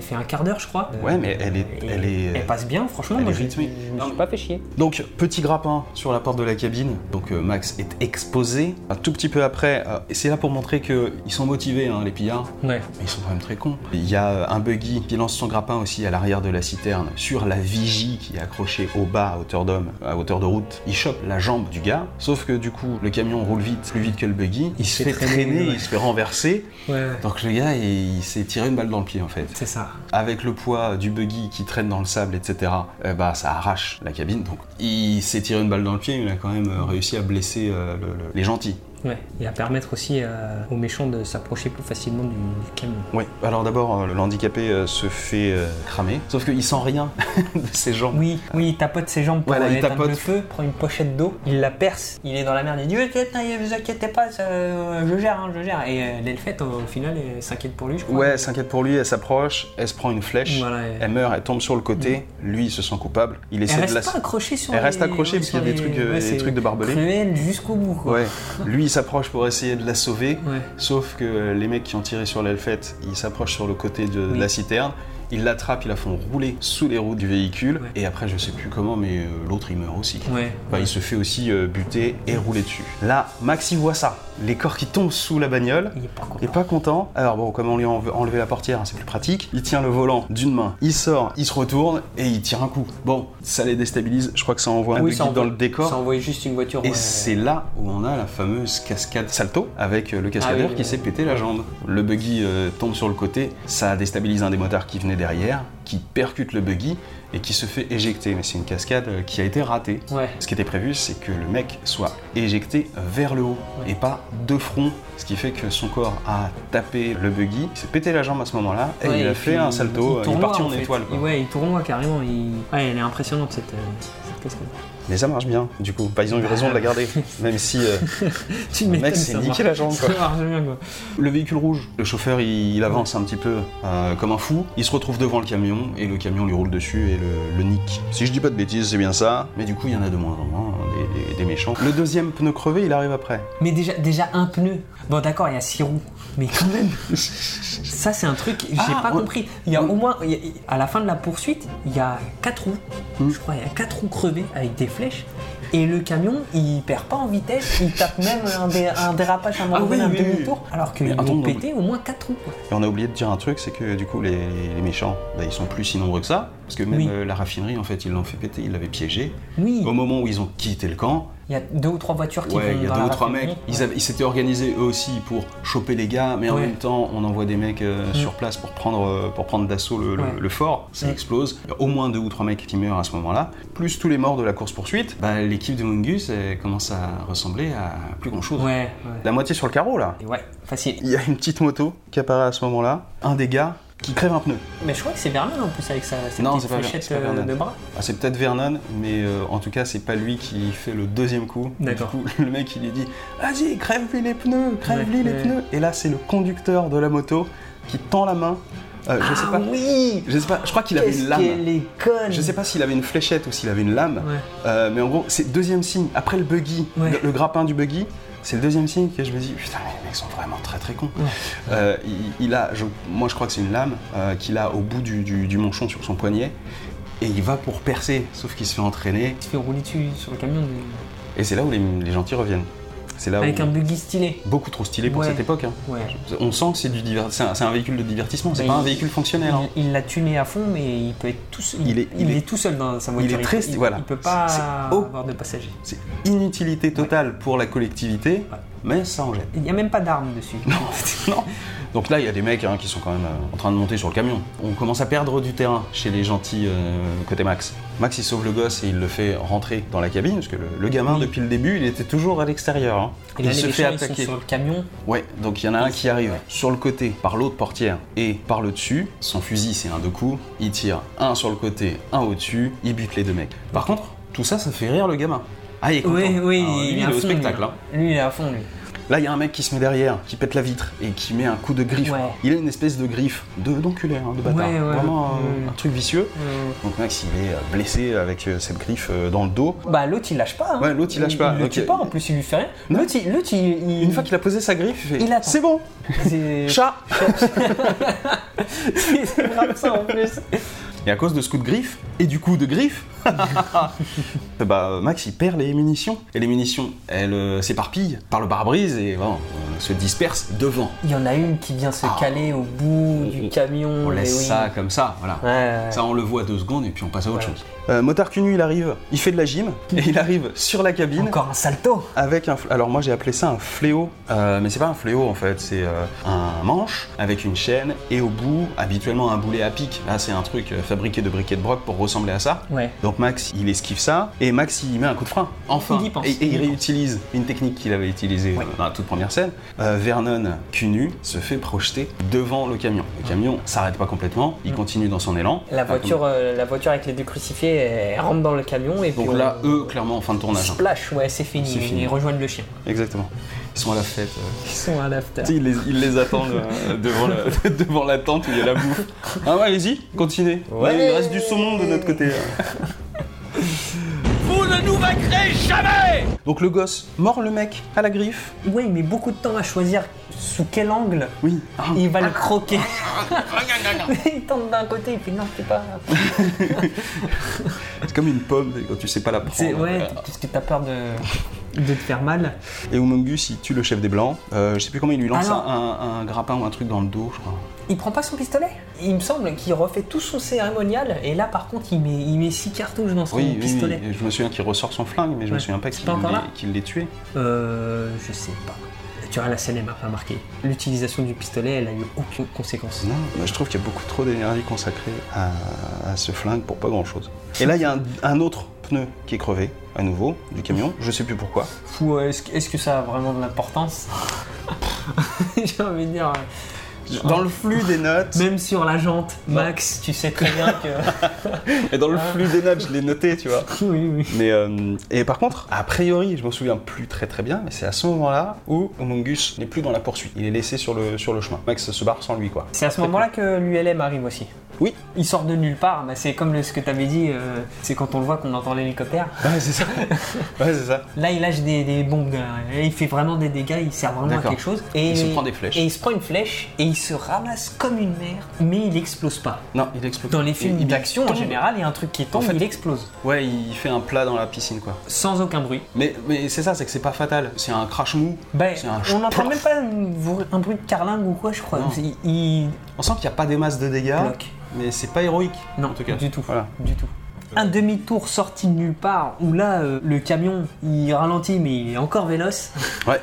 [SPEAKER 2] fait un quart d'heure, je crois. Euh,
[SPEAKER 1] Ouais, mais elle est-
[SPEAKER 2] et
[SPEAKER 1] elle est-
[SPEAKER 2] elle passe bien, franchement.
[SPEAKER 1] elle
[SPEAKER 2] moi,
[SPEAKER 1] est
[SPEAKER 2] je-
[SPEAKER 1] rythmée.
[SPEAKER 2] Je, me
[SPEAKER 1] Non,
[SPEAKER 2] suis
[SPEAKER 1] mais-
[SPEAKER 2] pas fait chier.
[SPEAKER 1] Donc, petit grappin sur la porte de la cabine. Donc, euh, Max est exposé. Un tout petit peu après, euh, et c'est là pour montrer qu'ils sont motivés, hein, les pillards.
[SPEAKER 2] Ouais.
[SPEAKER 1] Mais ils sont quand même très cons. Il y a euh, un buggy qui lance son grappin aussi à l'arrière de la citerne sur la vigie qui est accrochée au bas à hauteur d'homme, à hauteur de route. Il chope la jambe du gars, sauf que du coup le camion roule vite, plus vite que le buggy. Il se fait traîner,
[SPEAKER 2] ouais.
[SPEAKER 1] il se fait renverser.
[SPEAKER 2] Ouais, ouais.
[SPEAKER 1] Donc le gars, il, il s'est tiré une balle dans le pied en fait.
[SPEAKER 2] C'est ça.
[SPEAKER 1] Avec le poids du buggy qui traîne dans le sable, etc., euh, bah, ça arrache la cabine. Donc il s'est tiré une balle dans le pied, mais il a quand même euh, réussi à blesser euh, le- le- les gentils.
[SPEAKER 2] Ouais, et à permettre aussi euh, aux méchants de s'approcher plus facilement du, du camion.
[SPEAKER 1] Oui, alors d'abord, euh, l'handicapé euh, se fait euh, cramer, sauf qu'il sent rien de ses jambes.
[SPEAKER 2] Oui, oui, il tapote ses jambes pour
[SPEAKER 1] Voilà, il
[SPEAKER 2] éteindre
[SPEAKER 1] tapote.
[SPEAKER 2] le feu, prend une pochette d'eau, il la perce, il est dans la merde, il dit Eh, putain, vous inquiétez pas, ça, euh, je gère, hein, je gère. Et euh, l'elfette, au, au final, elle s'inquiète pour lui, je crois.
[SPEAKER 1] Ouais, elle s'inquiète pour lui, elle s'approche, elle se prend une flèche,
[SPEAKER 2] Voilà, et- Mm.
[SPEAKER 1] elle meurt, elle tombe sur le côté, lui il se sent coupable, il essaie
[SPEAKER 2] Elle
[SPEAKER 1] de
[SPEAKER 2] reste
[SPEAKER 1] la...
[SPEAKER 2] pas accrochée sur
[SPEAKER 1] Elle
[SPEAKER 2] les-
[SPEAKER 1] reste accrochée parce
[SPEAKER 2] sur
[SPEAKER 1] qu'il y a des
[SPEAKER 2] les-
[SPEAKER 1] trucs, euh,
[SPEAKER 2] ouais,
[SPEAKER 1] des
[SPEAKER 2] c'est
[SPEAKER 1] trucs de barbelés.
[SPEAKER 2] cruel jusqu'au bout, quoi.
[SPEAKER 1] Ouais, lui il s'approche pour essayer de la sauver,
[SPEAKER 2] Ouais.
[SPEAKER 1] sauf que euh, les mecs qui ont tiré sur l'elfette, ils s'approchent sur le côté de, de la citerne, ils l'attrapent, ils la font rouler sous les roues du véhicule,
[SPEAKER 2] Ouais.
[SPEAKER 1] et après je sais plus comment, mais euh, l'autre il meurt aussi.
[SPEAKER 2] Ouais.
[SPEAKER 1] Enfin, il se fait aussi euh, buter et rouler dessus. Là, Max il voit ça, les corps qui tombent sous la bagnole,
[SPEAKER 2] Il est pas content.
[SPEAKER 1] il est pas content. Alors bon, comme on lui a enve- enlevé la portière, hein, c'est plus pratique. Il tient le volant d'une main, il sort, il se retourne et il tire un coup. Bon, ça les déstabilise. Je crois que ça envoie un
[SPEAKER 2] Ah Oui,
[SPEAKER 1] peu
[SPEAKER 2] ça
[SPEAKER 1] guide dans le
[SPEAKER 2] envoie- Ça
[SPEAKER 1] décor.
[SPEAKER 2] envoie juste une voiture.
[SPEAKER 1] Et
[SPEAKER 2] ouais.
[SPEAKER 1] c'est là où on a la fameuse cascade salto avec euh, le cascadeur
[SPEAKER 2] Ah oui,
[SPEAKER 1] qui
[SPEAKER 2] oui.
[SPEAKER 1] s'est pété la jambe. Le buggy euh, tombe sur le côté, ça déstabilise un des motards qui venait derrière, qui percute le buggy et qui se fait éjecter. Mais c'est une cascade euh, qui a été ratée.
[SPEAKER 2] Ouais.
[SPEAKER 1] Ce qui était prévu, c'est que le mec soit éjecté euh, vers le haut et pas de front, ce qui fait que son corps a tapé le buggy, il s'est pété la jambe à ce moment-là et
[SPEAKER 2] Ouais,
[SPEAKER 1] il a
[SPEAKER 2] et
[SPEAKER 1] fait
[SPEAKER 2] puis
[SPEAKER 1] un salto, euh, il, est
[SPEAKER 2] tournoie,
[SPEAKER 1] parti en,
[SPEAKER 2] fait.
[SPEAKER 1] étoile. quoi.
[SPEAKER 2] Et Ouais, il tournoie carrément. Il... Ouais, elle est impressionnante cette, euh, cette cascade.
[SPEAKER 1] Mais ça marche bien, du coup, bah, ils ont eu raison de la garder, même si euh,
[SPEAKER 2] Tu
[SPEAKER 1] le
[SPEAKER 2] m'étonnes,
[SPEAKER 1] mec s'est
[SPEAKER 2] ça
[SPEAKER 1] niqué
[SPEAKER 2] marche.
[SPEAKER 1] la jambe. quoi.
[SPEAKER 2] Ça marche bien quoi.
[SPEAKER 1] Le véhicule rouge, le chauffeur il, il avance un petit peu euh, comme un fou, il se retrouve devant le camion et le camion lui roule dessus et le, le nique. Si je dis pas de bêtises, c'est bien ça, mais du coup il y en a de moins en moins, hein, des, des- des méchants. Le deuxième pneu crevé, il arrive après.
[SPEAKER 2] Mais déjà, déjà un pneu. Bon, d'accord, il y a six roues. Mais quand même, ça c'est un truc, j'ai
[SPEAKER 1] Ah,
[SPEAKER 2] pas
[SPEAKER 1] on-
[SPEAKER 2] compris. Il y a
[SPEAKER 1] on-
[SPEAKER 2] au moins, il y a- à la fin de la poursuite, il y a quatre roues.
[SPEAKER 1] Hmm.
[SPEAKER 2] Je crois, il y a quatre roues crevées avec des flèches. Et le camion, il perd pas en vitesse, il tape même un, dé- un dérapage à un moment
[SPEAKER 1] Ah oui,
[SPEAKER 2] donné, un
[SPEAKER 1] oui, oui.
[SPEAKER 2] demi-tour. Alors qu'il
[SPEAKER 1] Mais
[SPEAKER 2] a
[SPEAKER 1] attends, on
[SPEAKER 2] pété au moins quatre roues. quoi.
[SPEAKER 1] Et on a oublié de dire un truc, c'est que du coup les, les méchants, bah, ils sont plus si nombreux que ça, parce que même
[SPEAKER 2] Oui.
[SPEAKER 1] euh, la raffinerie en fait ils l'ont fait péter, ils l'avaient piégé.
[SPEAKER 2] Oui,
[SPEAKER 1] Au moment où ils ont quitté le camp,
[SPEAKER 2] il y a deux ou trois voitures qui
[SPEAKER 1] ouais,
[SPEAKER 2] vont
[SPEAKER 1] il y a
[SPEAKER 2] dans
[SPEAKER 1] deux
[SPEAKER 2] la
[SPEAKER 1] ou trois
[SPEAKER 2] raffinerie.
[SPEAKER 1] mecs, ils, avaient- ils s'étaient organisés eux aussi pour choper les gars, mais en
[SPEAKER 2] Ouais. Mm.
[SPEAKER 1] même temps on envoie des mecs euh, sur place pour prendre, euh, pour prendre d'assaut le, le-
[SPEAKER 2] Ouais.
[SPEAKER 1] le fort, ça
[SPEAKER 2] Mm.
[SPEAKER 1] explose, il y a au moins deux ou trois mecs qui meurent à ce moment-là, plus tous les morts de la course-poursuite, bah, l'équipe de Mungus elle commence à ressembler à plus grand-chose.
[SPEAKER 2] Ouais, ouais.
[SPEAKER 1] La moitié sur le carreau là
[SPEAKER 2] Et ouais, facile.
[SPEAKER 1] il y a une petite moto qui apparaît à ce moment-là, un des gars qui crève un pneu.
[SPEAKER 2] Mais je crois que c'est Verlaine en plus avec sa, sa
[SPEAKER 1] Non,
[SPEAKER 2] petite
[SPEAKER 1] c'est pas Ver-
[SPEAKER 2] fléchette
[SPEAKER 1] c'est pas
[SPEAKER 2] euh,
[SPEAKER 1] Verlaine.
[SPEAKER 2] de bras.
[SPEAKER 1] Ah, c'est peut-être Vernon, mais euh, en tout cas, c'est pas lui qui fait le deuxième coup.
[SPEAKER 2] D'accord.
[SPEAKER 1] Du coup, le mec, il lui dit Vas-y, crève-lui les pneus, crève-lui
[SPEAKER 2] Ouais,
[SPEAKER 1] les
[SPEAKER 2] ouais.
[SPEAKER 1] pneus. Et là, c'est le conducteur de la moto qui tend la main. Euh, je sais pas.
[SPEAKER 2] Ah oui
[SPEAKER 1] Je sais pas, je crois qu'il avait
[SPEAKER 2] Qu'est-ce
[SPEAKER 1] une lame.
[SPEAKER 2] qu'elle est conne
[SPEAKER 1] Je sais pas s'il avait une fléchette ou s'il avait une lame,
[SPEAKER 2] Ouais.
[SPEAKER 1] Euh, mais en gros, c'est deuxième signe. Après le buggy,
[SPEAKER 2] Ouais.
[SPEAKER 1] le, le grappin du buggy, c'est le deuxième signe que je me dis putain, mais les mecs sont vraiment très très cons. Euh, il, il a, je- moi je crois que c'est une lame euh, qu'il a au bout du, du- du manchon sur son poignet. Et il va pour percer, sauf qu'il se fait entraîner.
[SPEAKER 2] Il se fait rouler dessus sur le camion de-
[SPEAKER 1] Et c'est là où les, les gentils reviennent. C'est là
[SPEAKER 2] avec
[SPEAKER 1] où.
[SPEAKER 2] un buggy stylé.
[SPEAKER 1] Beaucoup trop stylé pour
[SPEAKER 2] Ouais.
[SPEAKER 1] cette époque. hein.
[SPEAKER 2] Ouais.
[SPEAKER 1] On sent que c'est du diver- c'est un, c'est un véhicule de divertissement, c'est
[SPEAKER 2] Mais
[SPEAKER 1] pas un
[SPEAKER 2] il-
[SPEAKER 1] véhicule fonctionnel. hein.
[SPEAKER 2] Il il l'a tuné à fond, mais il peut être tout seul.
[SPEAKER 1] Il est- il est-
[SPEAKER 2] tout seul dans sa voiture.
[SPEAKER 1] très-
[SPEAKER 2] il,
[SPEAKER 1] voilà.
[SPEAKER 2] il peut pas
[SPEAKER 1] C'est- c'est- oh.
[SPEAKER 2] avoir de passagers.
[SPEAKER 1] C'est inutilité totale pour la collectivité,
[SPEAKER 2] Ouais.
[SPEAKER 1] mais ça en jette.
[SPEAKER 2] Il n'y a même pas d'armes dessus.
[SPEAKER 1] Non. Donc là, il y a des mecs hein, qui sont quand même euh, en train de monter sur le camion. On commence à perdre du terrain chez les gentils euh, côté Max. Max, il sauve le gosse et il le fait rentrer dans la cabine, parce que le, le gamin, depuis le début, il était toujours à l'extérieur. hein.
[SPEAKER 2] Et
[SPEAKER 1] Il
[SPEAKER 2] là, les
[SPEAKER 1] se fait
[SPEAKER 2] méchants, ils sont
[SPEAKER 1] attaquer.
[SPEAKER 2] sur le camion.
[SPEAKER 1] Ouais, donc il y en a un qui arrive sur le côté par l'autre portière et par le dessus. Son fusil, c'est un de coups. Il tire un sur le côté, un au-dessus. Il bute les deux mecs. Par contre, tout ça, ça fait rire le gamin. Ah, il est content.
[SPEAKER 2] Oui, oui,
[SPEAKER 1] Ah, lui,
[SPEAKER 2] il
[SPEAKER 1] il
[SPEAKER 2] est
[SPEAKER 1] est
[SPEAKER 2] à
[SPEAKER 1] au
[SPEAKER 2] fond.
[SPEAKER 1] spectacle.
[SPEAKER 2] lui.
[SPEAKER 1] hein.
[SPEAKER 2] Lui, il est à fond, lui.
[SPEAKER 1] Là, il y a un mec qui se met derrière, qui pète la vitre et qui met un coup de griffe.
[SPEAKER 2] Ouais.
[SPEAKER 1] Il a une espèce de griffe, de d'enculaire, hein, de bâtard.
[SPEAKER 2] Ouais, ouais.
[SPEAKER 1] Vraiment euh,
[SPEAKER 2] Mm.
[SPEAKER 1] un truc vicieux.
[SPEAKER 2] Euh,
[SPEAKER 1] Donc Max, il est euh, blessé avec euh, cette griffe euh, dans le dos.
[SPEAKER 2] Bah, l'autre, il lâche pas. hein.
[SPEAKER 1] Ouais, l'autre, il lâche pas.
[SPEAKER 2] Il le
[SPEAKER 1] Donc,
[SPEAKER 2] tue
[SPEAKER 1] il-
[SPEAKER 2] pas, en plus, il lui fait rien.
[SPEAKER 1] Non.
[SPEAKER 2] L'autre, il. l'autre, il- il-
[SPEAKER 1] Une fois qu'il a posé sa griffe, il fait
[SPEAKER 2] Il attend.
[SPEAKER 1] C'est bon,
[SPEAKER 2] C'est-
[SPEAKER 1] chat
[SPEAKER 2] C'est grave ça, en plus.
[SPEAKER 1] Et à cause de ce coup de griffe, et du coup de griffe, bah, Max il perd les munitions. Et les munitions, elles euh, s'éparpillent par le pare-brise et bon, euh, se dispersent devant.
[SPEAKER 2] Il y en a une qui vient se
[SPEAKER 1] Ah.
[SPEAKER 2] caler au bout
[SPEAKER 1] On-
[SPEAKER 2] du camion.
[SPEAKER 1] On laisse
[SPEAKER 2] mais oui.
[SPEAKER 1] ça comme ça, voilà.
[SPEAKER 2] Ouais, ouais.
[SPEAKER 1] Ça, on le voit deux secondes et puis on passe à autre
[SPEAKER 2] Ouais.
[SPEAKER 1] chose. Euh, Motard Cunu, il arrive, il fait de la gym et il arrive sur la cabine.
[SPEAKER 2] Encore un salto
[SPEAKER 1] Avec un, fl- alors moi j'ai appelé ça un fléau, euh, mais c'est pas un fléau en fait, c'est euh, un manche avec une chaîne et au bout habituellement un boulet à pic. Là c'est un truc euh, fabriqué de briquet de broc pour ressembler à ça.
[SPEAKER 2] Ouais.
[SPEAKER 1] Donc Max il esquive ça et Max il met un coup de frein. Enfin.
[SPEAKER 2] Il y pense.
[SPEAKER 1] Et, et il
[SPEAKER 2] Il y pense.
[SPEAKER 1] réutilise une technique qu'il avait utilisée
[SPEAKER 2] Ouais.
[SPEAKER 1] euh, dans la toute première scène. Euh, Vernon Cunu se fait projeter devant le camion. Le camion s'arrête pas complètement, il continue dans son élan.
[SPEAKER 2] La
[SPEAKER 1] Enfin,
[SPEAKER 2] voiture, euh, la voiture avec les deux crucifiés, elle rentre dans le camion
[SPEAKER 1] comme-
[SPEAKER 2] et puis
[SPEAKER 1] Ah, Donc
[SPEAKER 2] on-
[SPEAKER 1] là eux clairement fin de tournage. hein.
[SPEAKER 2] Splash, ouais, c'est fini.
[SPEAKER 1] C'est fini.
[SPEAKER 2] Ils rejoignent le chien.
[SPEAKER 1] Exactement. Ils sont à la fête. euh,
[SPEAKER 2] Ils sont à l'after.
[SPEAKER 1] Tu sais, Ils les, ils les attendent euh, devant, la, devant la tente où il y a la bouffe. Ah ouais, allez-y, continuez. Ouais, il reste du saumon de notre côté. hein.
[SPEAKER 8] Vous ne nous vaincrez jamais
[SPEAKER 1] Donc le gosse, mort le mec, à la griffe.
[SPEAKER 2] Ouais, il met beaucoup de temps à choisir sous quel angle
[SPEAKER 1] Oui. Ah,
[SPEAKER 2] il va le croquer. il tente d'un côté et puis non, c'est pas.
[SPEAKER 1] C'est comme une pomme quand tu sais pas la
[SPEAKER 2] C'est
[SPEAKER 1] prendre. Euh,
[SPEAKER 2] ouais, t- parce que t'as peur de, de te faire mal.
[SPEAKER 1] Et Humongus, il tue le chef des Blancs. Euh, je sais plus comment il lui lance
[SPEAKER 2] Ah non.
[SPEAKER 1] un, un grappin ou un truc dans le dos, je crois.
[SPEAKER 2] Il prend pas son pistolet. Il me semble qu'il refait tout son cérémonial et là par contre il met il met six cartouches dans son
[SPEAKER 1] Oui, oui,
[SPEAKER 2] pistolet.
[SPEAKER 1] oui, je me souviens qu'il ressort son flingue, mais je me
[SPEAKER 2] Ouais.
[SPEAKER 1] souviens pas
[SPEAKER 2] C'est
[SPEAKER 1] qu'il
[SPEAKER 2] pas encore
[SPEAKER 1] l'ait-
[SPEAKER 2] là
[SPEAKER 1] qu'il l'ait tué.
[SPEAKER 2] Euh, je sais pas. Tu vois, la scène elle m'a pas marqué. L'utilisation du pistolet, elle a eu aucune conséquence.
[SPEAKER 1] Non, bah, je trouve qu'il y a beaucoup trop d'énergie consacrée à, à ce flingue pour pas grand chose. Et là, il y a un, un autre pneu qui est crevé, à nouveau, du camion, je sais plus pourquoi.
[SPEAKER 2] Fou, euh, est-ce que, est-ce que ça a vraiment de l'importance J'ai envie de dire. euh,
[SPEAKER 1] Dans le flux des notes,
[SPEAKER 2] Même sur la jante, Max, tu sais très bien que.
[SPEAKER 1] et dans le flux des notes, je l'ai noté, tu vois.
[SPEAKER 2] oui, oui.
[SPEAKER 1] Mais euh, et par contre, a priori, je m'en souviens plus très très bien, mais c'est à ce moment-là où Homongus n'est plus dans la poursuite. Il est laissé sur le, sur le chemin. Max se barre sans lui, quoi.
[SPEAKER 2] C'est à ce moment-là que l'ULM arrive aussi.
[SPEAKER 1] Oui.
[SPEAKER 2] Il sort de nulle part, mais c'est comme le- ce que t'avais dit, euh, c'est quand on le voit qu'on entend l'hélicoptère.
[SPEAKER 1] Ouais, c'est ça. ouais, c'est ça.
[SPEAKER 2] Là, il lâche des, des bombes, euh, et il fait vraiment des dégâts, il sert vraiment à
[SPEAKER 1] D'accord.
[SPEAKER 2] quelque chose. Et
[SPEAKER 1] Il se prend des flèches.
[SPEAKER 2] Et il se prend une flèche, et il se ramasse comme une merde, mais il explose pas.
[SPEAKER 1] Non, il explose.
[SPEAKER 2] Dans les films
[SPEAKER 1] Il- il
[SPEAKER 2] d'action, en
[SPEAKER 1] tombe.
[SPEAKER 2] général, il y a un truc qui tombe,
[SPEAKER 1] fait-
[SPEAKER 2] il explose.
[SPEAKER 1] Ouais, il fait un plat dans la piscine, quoi.
[SPEAKER 2] Sans aucun bruit.
[SPEAKER 1] Mais, mais c'est ça, c'est que c'est pas fatal. C'est un crash mou.
[SPEAKER 2] Ben,
[SPEAKER 1] c'est un
[SPEAKER 2] on n'entend
[SPEAKER 1] plaf.
[SPEAKER 2] même pas une- un bruit de carlingue ou quoi, je crois.
[SPEAKER 1] Non.
[SPEAKER 2] Il- il,
[SPEAKER 1] On sent qu'il n'y a pas des masses de dégâts,
[SPEAKER 2] Bloc.
[SPEAKER 1] mais c'est pas héroïque.
[SPEAKER 2] Non,
[SPEAKER 1] en tout cas.
[SPEAKER 2] du tout.
[SPEAKER 1] Voilà.
[SPEAKER 2] Du tout. Un demi-tour sorti de nulle part où là euh, le camion il ralentit mais il est encore véloce.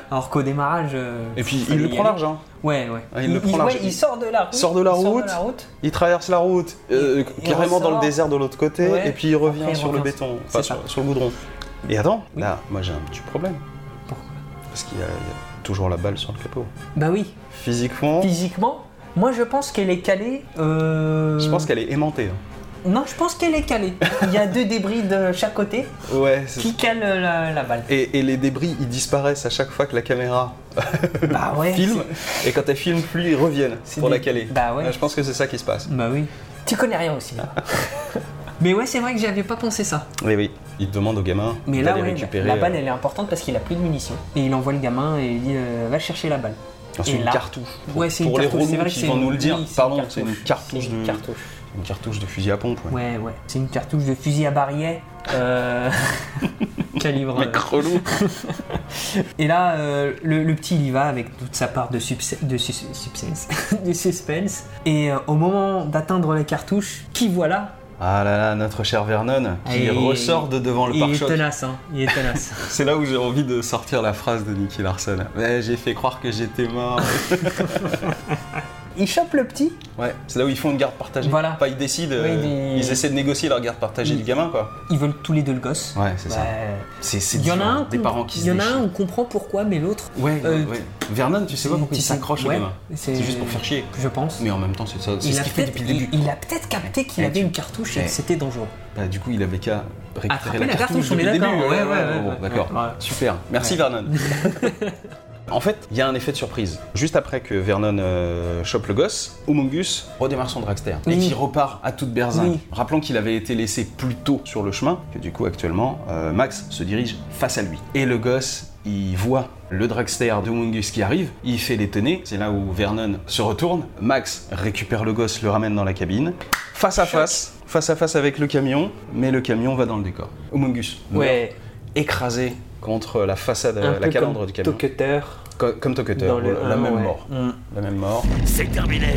[SPEAKER 1] Ouais.
[SPEAKER 2] Alors qu'au démarrage. euh,
[SPEAKER 1] Et puis
[SPEAKER 2] fallait
[SPEAKER 1] il le
[SPEAKER 2] y
[SPEAKER 1] prend
[SPEAKER 2] aller.
[SPEAKER 1] l'argent.
[SPEAKER 2] Ouais ouais.
[SPEAKER 1] Ah, il le prend large.
[SPEAKER 2] ouais, il sort de la route.
[SPEAKER 1] Sort de la
[SPEAKER 2] il
[SPEAKER 1] route. Il traverse la route, euh,
[SPEAKER 2] Il- il
[SPEAKER 1] carrément dans le
[SPEAKER 2] ressort.
[SPEAKER 1] désert de l'autre côté,
[SPEAKER 2] Ouais.
[SPEAKER 1] et puis il revient
[SPEAKER 2] Après, il
[SPEAKER 1] sur
[SPEAKER 2] revient
[SPEAKER 1] le béton,
[SPEAKER 2] sur-
[SPEAKER 1] enfin,
[SPEAKER 2] c'est ça.
[SPEAKER 1] sur, sur le goudron. Et attends,
[SPEAKER 2] Oui.
[SPEAKER 1] là, moi j'ai un petit problème.
[SPEAKER 2] Pourquoi
[SPEAKER 1] Parce qu'il y, a il y a toujours la balle sur le capot.
[SPEAKER 2] Bah oui.
[SPEAKER 1] Physiquement,
[SPEAKER 2] Physiquement, moi je pense qu'elle est calée. euh,
[SPEAKER 1] je pense qu'elle est aimantée. hein.
[SPEAKER 2] Non, je pense qu'elle est calée. il y a deux débris de chaque côté
[SPEAKER 1] Ouais, c'est
[SPEAKER 2] qui calent euh, la, la balle.
[SPEAKER 1] et, et les débris, ils disparaissent à chaque fois que la caméra
[SPEAKER 2] Bah ouais.
[SPEAKER 1] filme. Et quand elle filme plus, ils reviennent
[SPEAKER 2] C'est
[SPEAKER 1] pour
[SPEAKER 2] des-
[SPEAKER 1] la caler.
[SPEAKER 2] Bah ouais.
[SPEAKER 1] Je pense que c'est ça qui se passe.
[SPEAKER 2] Bah oui. Tu connais rien aussi. mais ouais, c'est vrai que j'avais pas pensé ça.
[SPEAKER 1] Oui, oui. Il demande au gamin
[SPEAKER 2] Mais là,
[SPEAKER 1] d'aller
[SPEAKER 2] ouais,
[SPEAKER 1] récupérer.
[SPEAKER 2] la balle,
[SPEAKER 1] euh,
[SPEAKER 2] elle est importante parce qu'il a plus de munitions. Et il envoie le gamin et il dit euh, va chercher la balle.
[SPEAKER 1] Ensuite,
[SPEAKER 2] Et
[SPEAKER 1] une
[SPEAKER 2] là-
[SPEAKER 1] cartouche.
[SPEAKER 2] Ouais, c'est une
[SPEAKER 1] Pour les
[SPEAKER 2] cartouche.
[SPEAKER 1] relous
[SPEAKER 2] C'est vrai
[SPEAKER 1] qui
[SPEAKER 2] que c'est
[SPEAKER 1] vont
[SPEAKER 2] une-
[SPEAKER 1] nous le dire.
[SPEAKER 2] oui, c'est
[SPEAKER 1] Pardon,
[SPEAKER 2] une
[SPEAKER 1] c'est une cartouche
[SPEAKER 2] C'est une
[SPEAKER 1] de-
[SPEAKER 2] cartouche.
[SPEAKER 1] Une cartouche de fusil à pompe. ouais.
[SPEAKER 2] Ouais, ouais. C'est une cartouche de fusil à barillet. euh, Calibre. euh.
[SPEAKER 1] Mec relou.
[SPEAKER 2] Et là, euh, le, le petit, il y va avec toute sa part de, subs- de sus- substance- de suspense. Et euh, au moment d'atteindre la cartouche, qui voilà
[SPEAKER 1] Ah là là, notre cher Vernon, qui
[SPEAKER 2] Et-
[SPEAKER 1] ressort de devant le
[SPEAKER 2] Il est
[SPEAKER 1] pare-choc.
[SPEAKER 2] tenace, hein. Il est tenace.
[SPEAKER 1] C'est là où j'ai envie de sortir la phrase de Nicky Larson. Ouais, j'ai fait croire que j'étais mort.
[SPEAKER 2] il chope le petit.
[SPEAKER 1] ouais, c'est là où ils font une garde partagée.
[SPEAKER 2] Voilà.
[SPEAKER 1] Pas ils décident,
[SPEAKER 2] Oui,
[SPEAKER 1] euh,
[SPEAKER 2] des-
[SPEAKER 1] ils essaient de négocier leur garde partagée
[SPEAKER 2] Oui.
[SPEAKER 1] du gamin, quoi.
[SPEAKER 2] Ils veulent tous les deux le gosse.
[SPEAKER 1] Ouais, c'est ça.
[SPEAKER 2] Bah,
[SPEAKER 1] C'est c'est
[SPEAKER 2] Il y en a
[SPEAKER 1] dur, hein,
[SPEAKER 2] un,
[SPEAKER 1] des
[SPEAKER 2] qu'on-
[SPEAKER 1] parents qui
[SPEAKER 2] il
[SPEAKER 1] se
[SPEAKER 2] y en a un,
[SPEAKER 1] déchirent.
[SPEAKER 2] on comprend pourquoi, mais l'autre.
[SPEAKER 1] Ouais,
[SPEAKER 2] euh,
[SPEAKER 1] ouais. Vernon, tu sais pas pourquoi il
[SPEAKER 2] tu sais-
[SPEAKER 1] s'accroche
[SPEAKER 2] ouais,
[SPEAKER 1] au gamin.
[SPEAKER 2] c'est-
[SPEAKER 1] C'est juste pour faire chier.
[SPEAKER 2] Je pense.
[SPEAKER 1] Mais en même temps, c'est ça, c'est
[SPEAKER 2] il,
[SPEAKER 1] ce
[SPEAKER 2] a
[SPEAKER 1] qu'il fait depuis
[SPEAKER 2] peut-être,
[SPEAKER 1] le début.
[SPEAKER 2] il, il a peut-être capté qu'il
[SPEAKER 1] Eh,
[SPEAKER 2] avait
[SPEAKER 1] tu-
[SPEAKER 2] une cartouche et
[SPEAKER 1] eh.
[SPEAKER 2] que c'était dangereux.
[SPEAKER 1] Bah, du coup, il avait qu'à récupérer
[SPEAKER 2] Attraper
[SPEAKER 1] la
[SPEAKER 2] la
[SPEAKER 1] cartouche,
[SPEAKER 2] cartouche, on est
[SPEAKER 1] depuis le
[SPEAKER 2] d'accord,
[SPEAKER 1] début.
[SPEAKER 2] ouais, ouais, ouais,
[SPEAKER 1] bon,
[SPEAKER 2] ouais.
[SPEAKER 1] d'accord.
[SPEAKER 2] Ouais.
[SPEAKER 1] Super. Merci
[SPEAKER 2] Ouais.
[SPEAKER 1] Vernon. En fait, il y a un effet de surprise. Juste après que Vernon euh, chope le gosse, Humungus redémarre son dragster et
[SPEAKER 2] Oui.
[SPEAKER 1] qui repart à toute berzingue.
[SPEAKER 2] Oui.
[SPEAKER 1] Rappelons qu'il avait été laissé plus tôt sur le chemin, que du coup, actuellement, euh, Max se dirige face à lui. Et le gosse, il voit le dragster de Humungus qui arrive, il fait les tenées. C'est là où Vernon se retourne. Max récupère le gosse, le ramène dans la cabine. Face à face, face à face avec le camion, mais le camion va dans le décor. Humungus meurt,
[SPEAKER 2] Ouais.
[SPEAKER 1] écrasé contre la façade, euh, la calandre du camion.
[SPEAKER 2] Toqueteur.
[SPEAKER 1] Co- comme Toketer,
[SPEAKER 2] dans le
[SPEAKER 1] la
[SPEAKER 2] un,
[SPEAKER 1] même
[SPEAKER 2] ouais.
[SPEAKER 1] mort.
[SPEAKER 2] Mm.
[SPEAKER 1] La même mort.
[SPEAKER 5] C'est terminé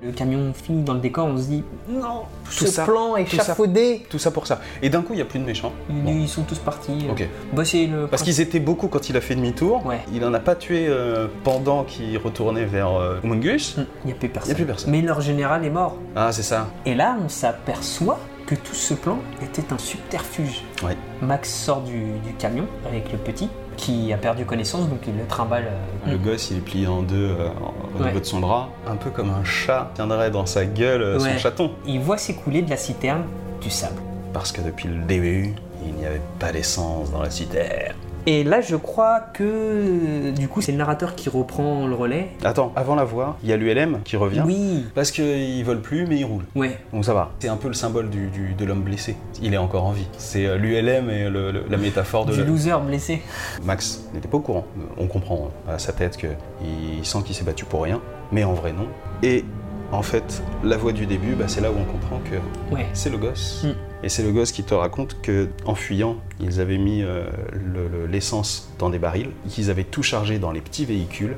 [SPEAKER 2] Le camion finit dans le décor, on se dit non,
[SPEAKER 1] Tout
[SPEAKER 2] ce
[SPEAKER 1] ça,
[SPEAKER 2] plan
[SPEAKER 1] tout ça.
[SPEAKER 2] échafaudé,
[SPEAKER 1] Tout ça pour ça. Et d'un coup, il n'y a plus de méchants.
[SPEAKER 2] ils,
[SPEAKER 1] Bon.
[SPEAKER 2] ils sont tous partis.
[SPEAKER 1] Ok.
[SPEAKER 2] Bah, c'est le
[SPEAKER 1] Parce qu'ils étaient beaucoup quand il a fait demi-tour.
[SPEAKER 2] Ouais.
[SPEAKER 1] Il en a pas tué euh, pendant qu'il retournait vers euh, Mungus.
[SPEAKER 2] Mm, Il n'y a plus personne.
[SPEAKER 1] Y a plus personne.
[SPEAKER 2] Mais leur général est mort.
[SPEAKER 1] Ah, c'est ça.
[SPEAKER 2] Et là, on s'aperçoit que tout ce plan était un subterfuge.
[SPEAKER 1] Ouais.
[SPEAKER 2] Max sort du, du camion avec le petit qui a perdu connaissance, donc il le trimballe. euh,
[SPEAKER 1] Le gosse, il est plié en deux euh, au
[SPEAKER 2] Ouais.
[SPEAKER 1] niveau de son bras, un peu comme un chat tiendrait dans sa gueule euh, son
[SPEAKER 2] Ouais.
[SPEAKER 1] chaton.
[SPEAKER 2] Il voit s'écouler de la citerne du sable.
[SPEAKER 1] Parce que depuis le début, il n'y avait pas d'essence dans la cité.
[SPEAKER 2] Et là, je crois que du coup, c'est le narrateur qui reprend le relais.
[SPEAKER 1] Attends, avant la voix, il y a l'ULM qui revient.
[SPEAKER 2] Oui,
[SPEAKER 1] Parce qu'ils volent plus, mais ils roulent.
[SPEAKER 2] ouais.
[SPEAKER 1] Donc ça va. C'est un peu le symbole du, du- de l'homme blessé. Il est encore en vie. C'est euh, l'ULM et le- le- la métaphore de
[SPEAKER 2] Du
[SPEAKER 1] la-
[SPEAKER 2] loser blessé.
[SPEAKER 1] Max n'était pas au courant. Euh, On comprend à sa tête qu'il sent qu'il s'est battu pour rien, mais en vrai non. Et en fait, la voix du début, bah, c'est là où on comprend que
[SPEAKER 2] Ouais.
[SPEAKER 1] c'est le gosse.
[SPEAKER 2] Mm.
[SPEAKER 1] Et c'est le gosse qui te raconte que en fuyant, ils avaient mis euh, le- le- l'essence dans des barils, qu'ils avaient tout chargé dans les petits véhicules,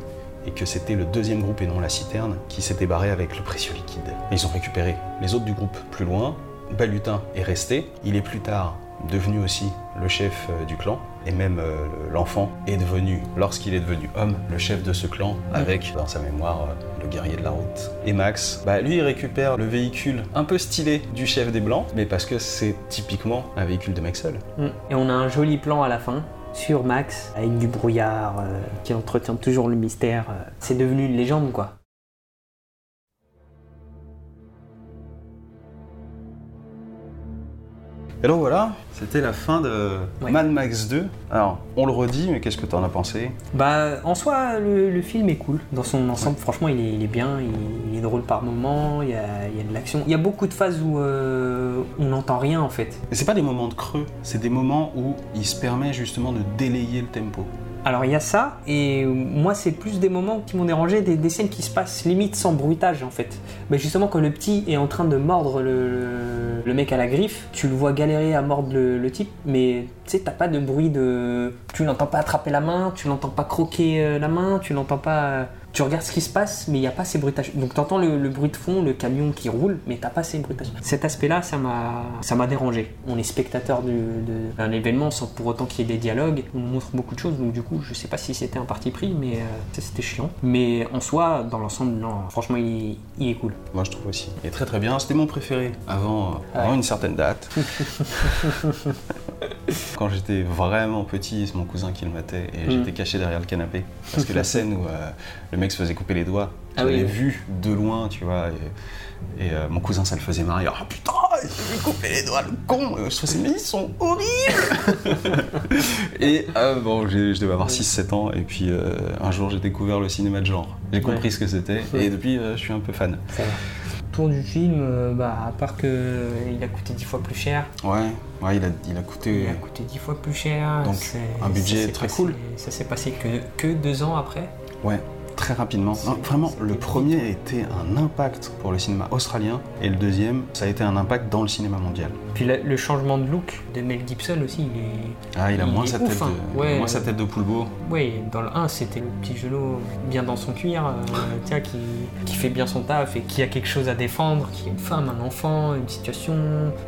[SPEAKER 1] et que c'était le deuxième groupe et non la citerne qui s'était barré avec le précieux liquide. Et ils ont récupéré les autres du groupe plus loin. Balutin est resté. Il est plus tard devenu aussi le chef euh, du clan. Et même euh, le- l'enfant est devenu, lorsqu'il est devenu homme, le chef de ce clan avec, dans sa mémoire, euh, le guerrier de la route. Et Max, bah, lui, il récupère le véhicule un peu stylé du chef des Blancs, mais parce que c'est typiquement un véhicule de mec seul.
[SPEAKER 2] Mm. Et on a un joli plan à la fin sur Max, avec du brouillard euh, qui entretient toujours le mystère. euh. C'est devenu une légende, quoi.
[SPEAKER 1] Et donc voilà, c'était la fin de
[SPEAKER 2] Ouais.
[SPEAKER 1] Mad Max 2. Alors, on le redit, mais qu'est-ce que t'en as pensé
[SPEAKER 2] Bah, en soi, le, le film est cool. Dans son ensemble, franchement, il est, il est bien, il, il est drôle par moments, il y a, il y a de l'action. Il y a beaucoup de phases où euh, on n'entend rien, en fait.
[SPEAKER 1] Mais c'est pas des moments de creux, c'est des moments où il se permet justement de délayer le tempo.
[SPEAKER 2] Alors, il y a ça, et moi, c'est plus des moments qui m'ont dérangé, des, des scènes qui se passent limite sans bruitage, en fait. Bah, justement, quand le petit est en train de mordre le, le- le mec à la griffe, tu le vois galérer à mordre le, le type, mais tu sais, t'as pas de bruit de. Tu l'entends pas attraper la main, tu l'entends pas croquer euh, la main, tu l'entends pas. euh, Tu regardes ce qui se passe, mais il n'y a pas ces bruitages. Donc t'entends le, le bruit de fond, le camion qui roule, mais t'as pas ces bruitages. Cet aspect-là, ça m'a, ça m'a dérangé. On est spectateur du- de- d'un événement sans pour autant qu'il y ait des dialogues. On nous montre beaucoup de choses, donc du coup, je sais pas si c'était un parti pris, mais euh, ça, c'était chiant. Mais en soi, dans l'ensemble, non, franchement, il, il est cool.
[SPEAKER 1] Moi je trouve aussi. Il est très très bien, c'était mon préféré avant, euh, avant une certaine date. Quand j'étais vraiment petit, c'est mon cousin qui le matait et
[SPEAKER 2] Mm.
[SPEAKER 1] j'étais caché derrière le canapé. Parce que la scène où euh, le mec se faisait couper les doigts, je
[SPEAKER 2] Ah oui.
[SPEAKER 1] l'ai vu de loin, tu vois. Et, et, euh, mon cousin, ça le faisait marrer. Oh putain, il s'est fait couper les doigts, le con Euh, Je faisais, mais ils sont horribles Et euh, bon, j'ai- je devais avoir 6-7 ans, et puis euh, un jour j'ai découvert le cinéma de genre. J'ai compris ce que c'était, et depuis euh, je suis un peu fan.
[SPEAKER 2] Tour du film, euh, bah, à part que euh, il a coûté 10 fois plus cher,
[SPEAKER 1] Ouais, ouais, il a, il a coûté.
[SPEAKER 2] il a coûté 10 fois plus cher.
[SPEAKER 1] Donc,
[SPEAKER 2] c'est-
[SPEAKER 1] un budget
[SPEAKER 2] ça s'est
[SPEAKER 1] très
[SPEAKER 2] passé-
[SPEAKER 1] cool.
[SPEAKER 2] Ça s'est passé que, que deux ans après.
[SPEAKER 1] Ouais, très rapidement. Non, vraiment, le premier a été un impact pour le cinéma australien et le deuxième, ça a été un impact dans le cinéma mondial.
[SPEAKER 2] Puis la- le changement de look de Mel Gibson aussi, il est,
[SPEAKER 1] Ah, il a
[SPEAKER 2] Il
[SPEAKER 1] moins
[SPEAKER 2] est
[SPEAKER 1] sa
[SPEAKER 2] ouf,
[SPEAKER 1] tête,
[SPEAKER 2] hein.
[SPEAKER 1] de,
[SPEAKER 2] Ouais.
[SPEAKER 1] moins sa tête de Poulbeau.
[SPEAKER 2] Oui, dans le 1, c'était le petit genou bien dans son cuir, euh, tiens, qui, qui fait bien son taf et qui a quelque chose à défendre, qui est une femme, un enfant, une situation.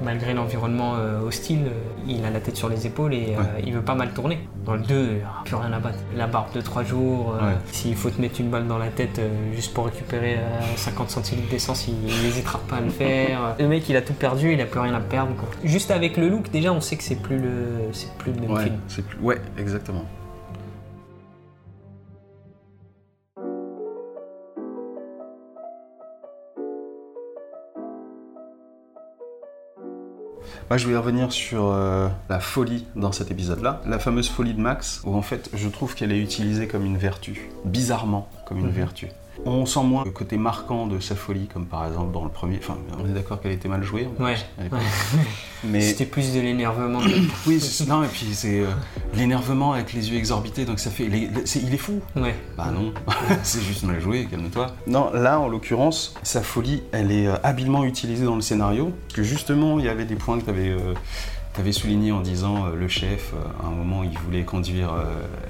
[SPEAKER 2] Malgré l'environnement euh, hostile, euh, il a la tête sur les épaules et euh,
[SPEAKER 1] Ouais.
[SPEAKER 2] il veut pas mal tourner. Dans le 2, euh, plus rien à battre. La barbe de 3 jours, euh,
[SPEAKER 1] Ouais.
[SPEAKER 2] s'il faut te mettre une balle dans la tête euh, juste pour récupérer euh, 50 centilitres d'essence, il il n'hésitera pas à le faire. Le mec, il a tout perdu, il a plus rien à perdre. quoi. Juste avec le look, déjà, on sait que c'est plus le, c'est plus le même
[SPEAKER 1] Ouais,
[SPEAKER 2] film.
[SPEAKER 1] c'est plus- ouais, exactement. Moi, je voulais revenir sur euh, la folie dans cet épisode-là. La fameuse folie de Max, où en fait, je trouve qu'elle est utilisée comme une vertu. Bizarrement, comme
[SPEAKER 2] Mhm.
[SPEAKER 1] une vertu. On sent moins le côté marquant de sa folie, comme par exemple dans le premier. Enfin, on est d'accord qu'elle était mal jouée.
[SPEAKER 2] Ouais.
[SPEAKER 1] à l'époque.
[SPEAKER 2] ouais.
[SPEAKER 1] Mais
[SPEAKER 2] C'était plus de l'énervement. de-
[SPEAKER 1] oui, c'est- non, et puis c'est euh, l'énervement avec les yeux exorbités, donc ça fait. les- les- c'est- il est fou
[SPEAKER 2] Ouais.
[SPEAKER 1] Bah non, c'est juste mal joué, calme-toi. Non, là en l'occurrence, sa folie, elle est euh, habilement utilisée dans le scénario, parce que justement, il y avait des points que t'avais. euh, T'avais souligné en disant euh, le chef, euh, à un moment, il voulait conduire euh,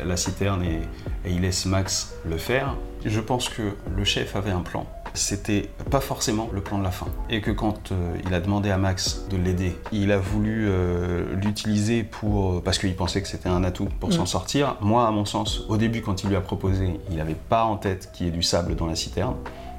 [SPEAKER 1] la citerne et, et il laisse Max le faire. Je pense que le chef avait un plan. C'était pas forcément le plan de la fin. Et que quand euh, il a demandé à Max de l'aider, il a voulu euh, l'utiliser pour. euh, parce qu'il pensait que c'était un atout pour s'en sortir. Moi, à mon sens, au début, quand il lui a proposé, il n'avait pas en tête qu'il y ait du sable dans la citerne.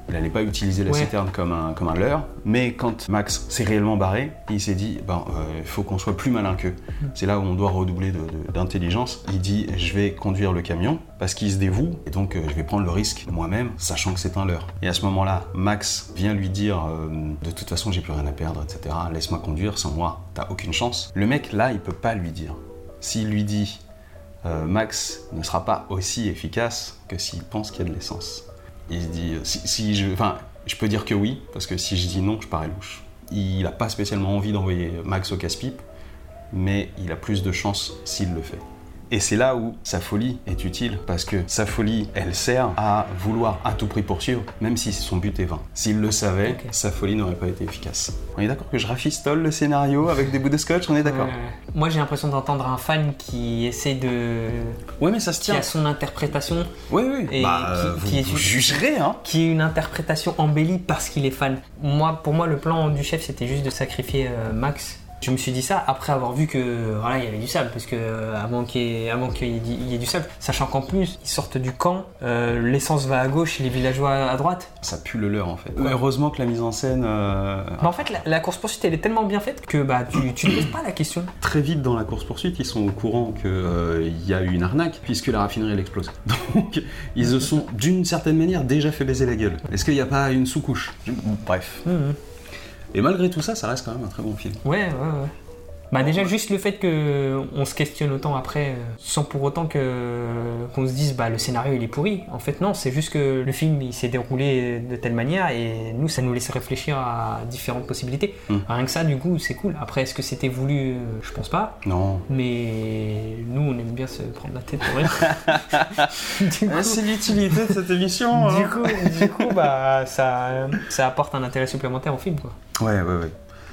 [SPEAKER 1] Il n'allait pas utiliser la
[SPEAKER 2] Ouais.
[SPEAKER 1] citerne comme un, comme un leurre, mais quand Max s'est réellement barré, il s'est dit ben, euh, il faut qu'on soit plus malin qu'eux. C'est là où on doit redoubler de- de- d'intelligence. Il dit je vais conduire le camion parce qu'il se dévoue et donc euh, je vais prendre le risque moi-même, sachant que c'est un leurre. Et à ce moment-là, Max vient lui dire euh, de toute façon j'ai plus rien à perdre, etc. Laisse-moi conduire, sans moi, t'as aucune chance. Le mec là, il peut pas lui dire. S'il lui dit euh, Max ne sera pas aussi efficace que s'il pense qu'il y a de l'essence. Il se dit, euh, si, si je, enfin, je peux dire que oui, parce que si je dis non, je parais louche. Il n'a pas spécialement envie d'envoyer Max au casse-pipe, mais il a plus de chance s'il le fait. Et c'est là où sa folie est utile, parce que sa folie, elle sert à vouloir à tout prix poursuivre, même si son but est vain. S'il le savait,
[SPEAKER 2] Ok.
[SPEAKER 1] sa folie n'aurait pas été efficace. On est d'accord que je rafistole le scénario avec des bouts de scotch, on est d'accord
[SPEAKER 2] Euh, moi j'ai l'impression d'entendre un fan qui essaie de.
[SPEAKER 1] Ouais, mais ça se
[SPEAKER 2] qui
[SPEAKER 1] tient.
[SPEAKER 2] a son interprétation,
[SPEAKER 1] Oui, oui.
[SPEAKER 2] Et
[SPEAKER 1] bah,
[SPEAKER 2] qui-
[SPEAKER 1] euh, vous,
[SPEAKER 2] qui est-
[SPEAKER 1] vous jugerez, hein
[SPEAKER 2] qui est une interprétation embellie parce qu'il est fan. Moi, pour moi, le plan du chef c'était juste de sacrifier euh, Max. Je me suis dit ça après avoir vu que voilà il y avait du sable parce que euh, avant qu'il y ait- avant qu'il y, ait du- il y ait du sable, sachant qu'en plus ils sortent du camp, euh, l'essence va à gauche, les villageois à droite.
[SPEAKER 1] Ça pue le leur en fait. Heureusement que la mise en scène. euh,
[SPEAKER 2] Mais en fait la, course poursuite elle est tellement bien faite que bah tu tu te poses pas la question.
[SPEAKER 1] Très vite dans la course-poursuite, ils sont au courant qu'il y a eu une arnaque puisque la raffinerie elle explose. Donc ils se sont d'une certaine manière déjà fait baiser la gueule. Est-ce qu'il n'y a pas une sous-couche Bref. Et malgré tout ça, ça reste quand même un très bon film.
[SPEAKER 2] Ouais, ouais, ouais. Bah déjà juste le fait que on se questionne autant après, euh, sans pour autant que qu'on se dise bah le scénario il est pourri. En fait non, c'est juste que le film il s'est déroulé de telle manière et nous ça nous laisse réfléchir à différentes possibilités.
[SPEAKER 1] Mm.
[SPEAKER 2] Rien que ça du coup c'est cool. Après est-ce que c'était voulu, euh, je pense pas.
[SPEAKER 1] Non.
[SPEAKER 2] Mais nous on aime bien se prendre la tête pour rien. du coup,
[SPEAKER 1] l'utilité de cette émission. hein.
[SPEAKER 2] du coup, du coup, bah ça ça apporte un intérêt supplémentaire au film quoi.
[SPEAKER 1] Ouais, ouais, ouais.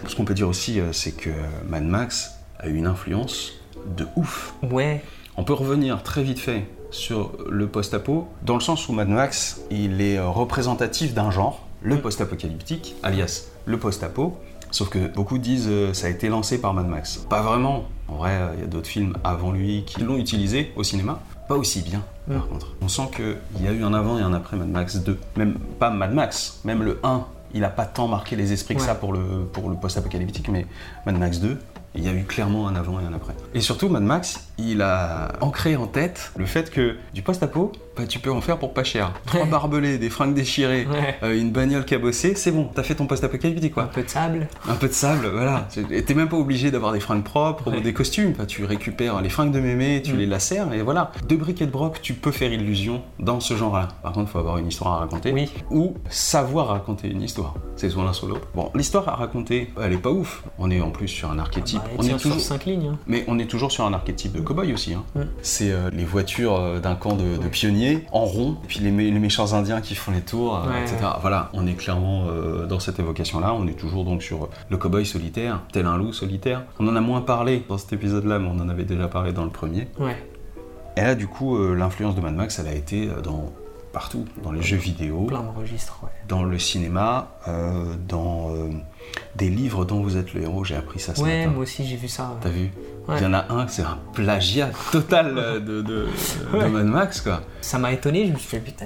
[SPEAKER 1] Ce qu'on peut dire aussi, euh, c'est que Mad Max a eu une influence de ouf
[SPEAKER 2] Ouais.
[SPEAKER 1] On peut revenir très vite fait sur le post-apo, dans le sens où Mad Max, il est euh, représentatif d'un genre, le post-apocalyptique, alias le post-apo, sauf que beaucoup disent euh, ça a été lancé par Mad Max. Pas vraiment, en vrai, euh, il y a d'autres films avant lui qui l'ont utilisé au cinéma, pas aussi bien. Par contre, on sent qu'il y a eu un avant et un après Mad Max 2. Même pas Mad Max, même le 1, il n'a pas tant marqué les esprits que
[SPEAKER 2] Ouais.
[SPEAKER 1] ça pour le, pour le post-apocalyptique, mais Mad Max 2, il y a eu clairement un avant et un après. Et surtout, Mad Max, il a ancré en tête le fait que du post-apo, bah, tu peux en faire pour pas cher. Trois barbelés, des fringues déchirées,
[SPEAKER 2] Ouais.
[SPEAKER 1] euh, une bagnole cabossée, c'est bon, t'as fait ton post-apocalyptique
[SPEAKER 2] Un
[SPEAKER 1] quoi.
[SPEAKER 2] peu de sable.
[SPEAKER 1] Un peu de sable, voilà. Et t'es même pas obligé d'avoir des fringues propres
[SPEAKER 2] Ouais.
[SPEAKER 1] ou des costumes. Enfin, tu récupères les fringues de mémé, tu
[SPEAKER 2] Mm.
[SPEAKER 1] les lacères et voilà. De briquet de broc, tu peux faire illusion dans ce genre-là. Par contre, faut avoir une histoire à raconter
[SPEAKER 2] Oui.
[SPEAKER 1] ou savoir raconter une histoire. C'est soit l'un soit l'autre. Bon, l'histoire à raconter, elle est pas ouf. On est en plus sur un archétype.
[SPEAKER 2] Bah,
[SPEAKER 1] on
[SPEAKER 2] tiens,
[SPEAKER 1] est toujours.
[SPEAKER 2] 5 lignes. hein.
[SPEAKER 1] Mais on est toujours sur un archétype de cow-boy aussi. hein.
[SPEAKER 2] Mm.
[SPEAKER 1] C'est euh, les voitures euh, d'un camp de, de pionniers en rond, et puis les, mé- les méchants indiens qui font les tours, euh,
[SPEAKER 2] Ouais,
[SPEAKER 1] etc.
[SPEAKER 2] ouais.
[SPEAKER 1] Voilà, on est clairement euh, dans cette évocation-là. On est toujours donc sur euh, le cow-boy solitaire, tel un loup solitaire. On en a moins parlé dans cet épisode-là, mais on en avait déjà parlé dans le premier.
[SPEAKER 2] Ouais.
[SPEAKER 1] Et là, du coup, euh, l'influence de Mad Max, elle a été euh, dans partout, dans les jeux vidéo,
[SPEAKER 2] Plein de registres, ouais.
[SPEAKER 1] dans le cinéma, euh, dans euh, des livres dont vous êtes le héros. J'ai appris ça ce
[SPEAKER 2] Ouais,
[SPEAKER 1] matin.
[SPEAKER 2] moi aussi j'ai vu ça.
[SPEAKER 1] T'as vu
[SPEAKER 2] Ouais.
[SPEAKER 1] Il y en a un, c'est un plagiat total euh, de, de, de
[SPEAKER 2] Ouais.
[SPEAKER 1] Mad Max, quoi.
[SPEAKER 2] Ça m'a étonné, je me suis fait putain,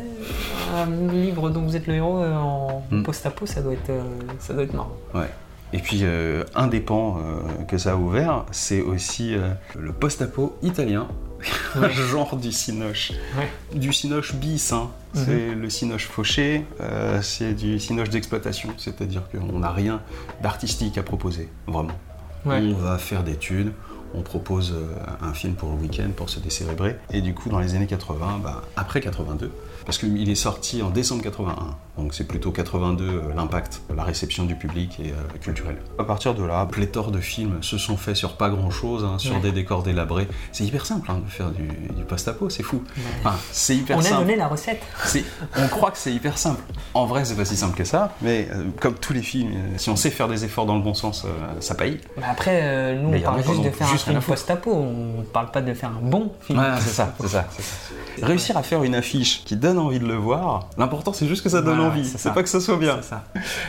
[SPEAKER 2] un livre dont vous êtes le héros euh, en
[SPEAKER 1] Mm.
[SPEAKER 2] post-apo, ça doit être euh, ça doit être marrant.
[SPEAKER 1] Ouais. Et puis, euh, un des pans euh, que ça a ouvert, c'est aussi euh, le post-apo italien,
[SPEAKER 2] Ouais.
[SPEAKER 1] genre du cinoche.
[SPEAKER 2] Ouais. Mhm.
[SPEAKER 1] Du cinoche bis, hein. C'est le cinoche fauché, euh, c'est du cinoche d'exploitation, c'est-à-dire qu'on n'a rien d'artistique à proposer, vraiment.
[SPEAKER 2] Ouais.
[SPEAKER 1] On va faire d'études, on propose euh, un film pour le week-end pour se décélébrer. Et du coup, dans les années 80, bah, après 82, parce qu'il est sorti en décembre 81, donc c'est plutôt 82 euh, l'impact, la réception du public et euh, culturelle. À partir de là, pléthore de films se sont faits sur pas grand-chose, hein, sur
[SPEAKER 2] Ouais.
[SPEAKER 1] des décors délabrés. C'est hyper simple hein, de faire du, du post-apo, c'est fou. Enfin, c'est hyper
[SPEAKER 2] On a
[SPEAKER 1] simple.
[SPEAKER 2] donné la recette.
[SPEAKER 1] C'est- on croit que c'est hyper simple. En vrai, c'est pas si simple que ça, mais euh, comme tous les films, euh, si on sait faire des efforts dans le bon sens, euh, ça paye.
[SPEAKER 2] Bah après, euh, nous,
[SPEAKER 1] Mais
[SPEAKER 2] on
[SPEAKER 1] y en a
[SPEAKER 2] parle
[SPEAKER 1] qui en
[SPEAKER 2] juste de
[SPEAKER 1] ont
[SPEAKER 2] faire un
[SPEAKER 1] juste rien
[SPEAKER 2] film
[SPEAKER 1] à foutre.
[SPEAKER 2] post-apo. On parle pas de faire un bon film.
[SPEAKER 1] Ouais, c'est ça, c'est ça. c'est ça. Réussir à faire une affiche qui donne envie de le voir, l'important c'est juste que ça donne
[SPEAKER 2] Ouais, ouais,
[SPEAKER 1] envie,
[SPEAKER 2] c'est
[SPEAKER 1] c'est
[SPEAKER 2] ça.
[SPEAKER 1] pas que ça soit bien.
[SPEAKER 2] C'est ça.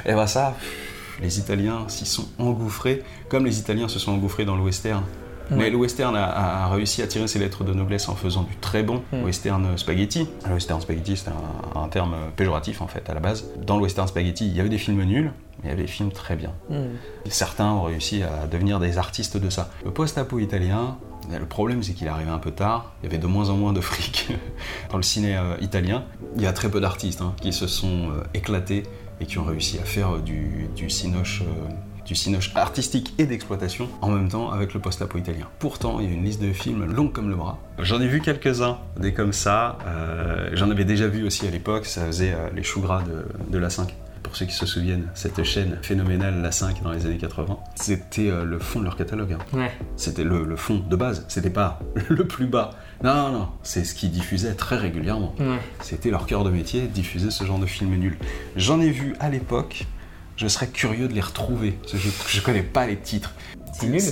[SPEAKER 1] Et ben ça, pff, les Italiens s'y sont engouffrés, comme les Italiens se sont engouffrés dans le western. Mais le western a, a- a réussi à tirer ses lettres de noblesse en faisant du très bon western spaghetti. Le western spaghetti, c'était un, un terme péjoratif en fait à la base. Dans le western spaghetti, il y avait des films nuls, mais il y avait des films très bien.
[SPEAKER 2] Hmm,
[SPEAKER 1] Certains ont réussi à devenir des artistes de ça. Le post-apo italien, le problème c'est qu'il arrivait un peu tard, il y avait de moins en moins de fric dans le ciné euh, italien. Il y a très peu d'artistes hein, qui se sont euh, éclatés et qui ont réussi à faire euh, du, du cinoche. euh, du cinoche artistique et d'exploitation en même temps avec le post-apo italien. Pourtant, il y a une liste de films longue comme le bras. J'en ai vu quelques-uns, des comme ça. euh, J'en avais déjà vu aussi à l'époque, ça faisait euh, les choux gras de, de la 5. Pour ceux qui se souviennent, cette chaîne phénoménale, la 5 dans les années 80, c'était euh, le fond de leur catalogue. hein.
[SPEAKER 2] Ouais.
[SPEAKER 1] C'était le, le fond de base, c'était pas le plus bas. Non, non, non, c'est ce qu'ils diffusaient très régulièrement.
[SPEAKER 2] Ouais.
[SPEAKER 1] C'était leur cœur de métier, diffuser ce genre de films nuls. J'en ai vu à l'époque, je serais curieux de les retrouver, parce que je, je connais pas les titres.
[SPEAKER 2] C'est nul.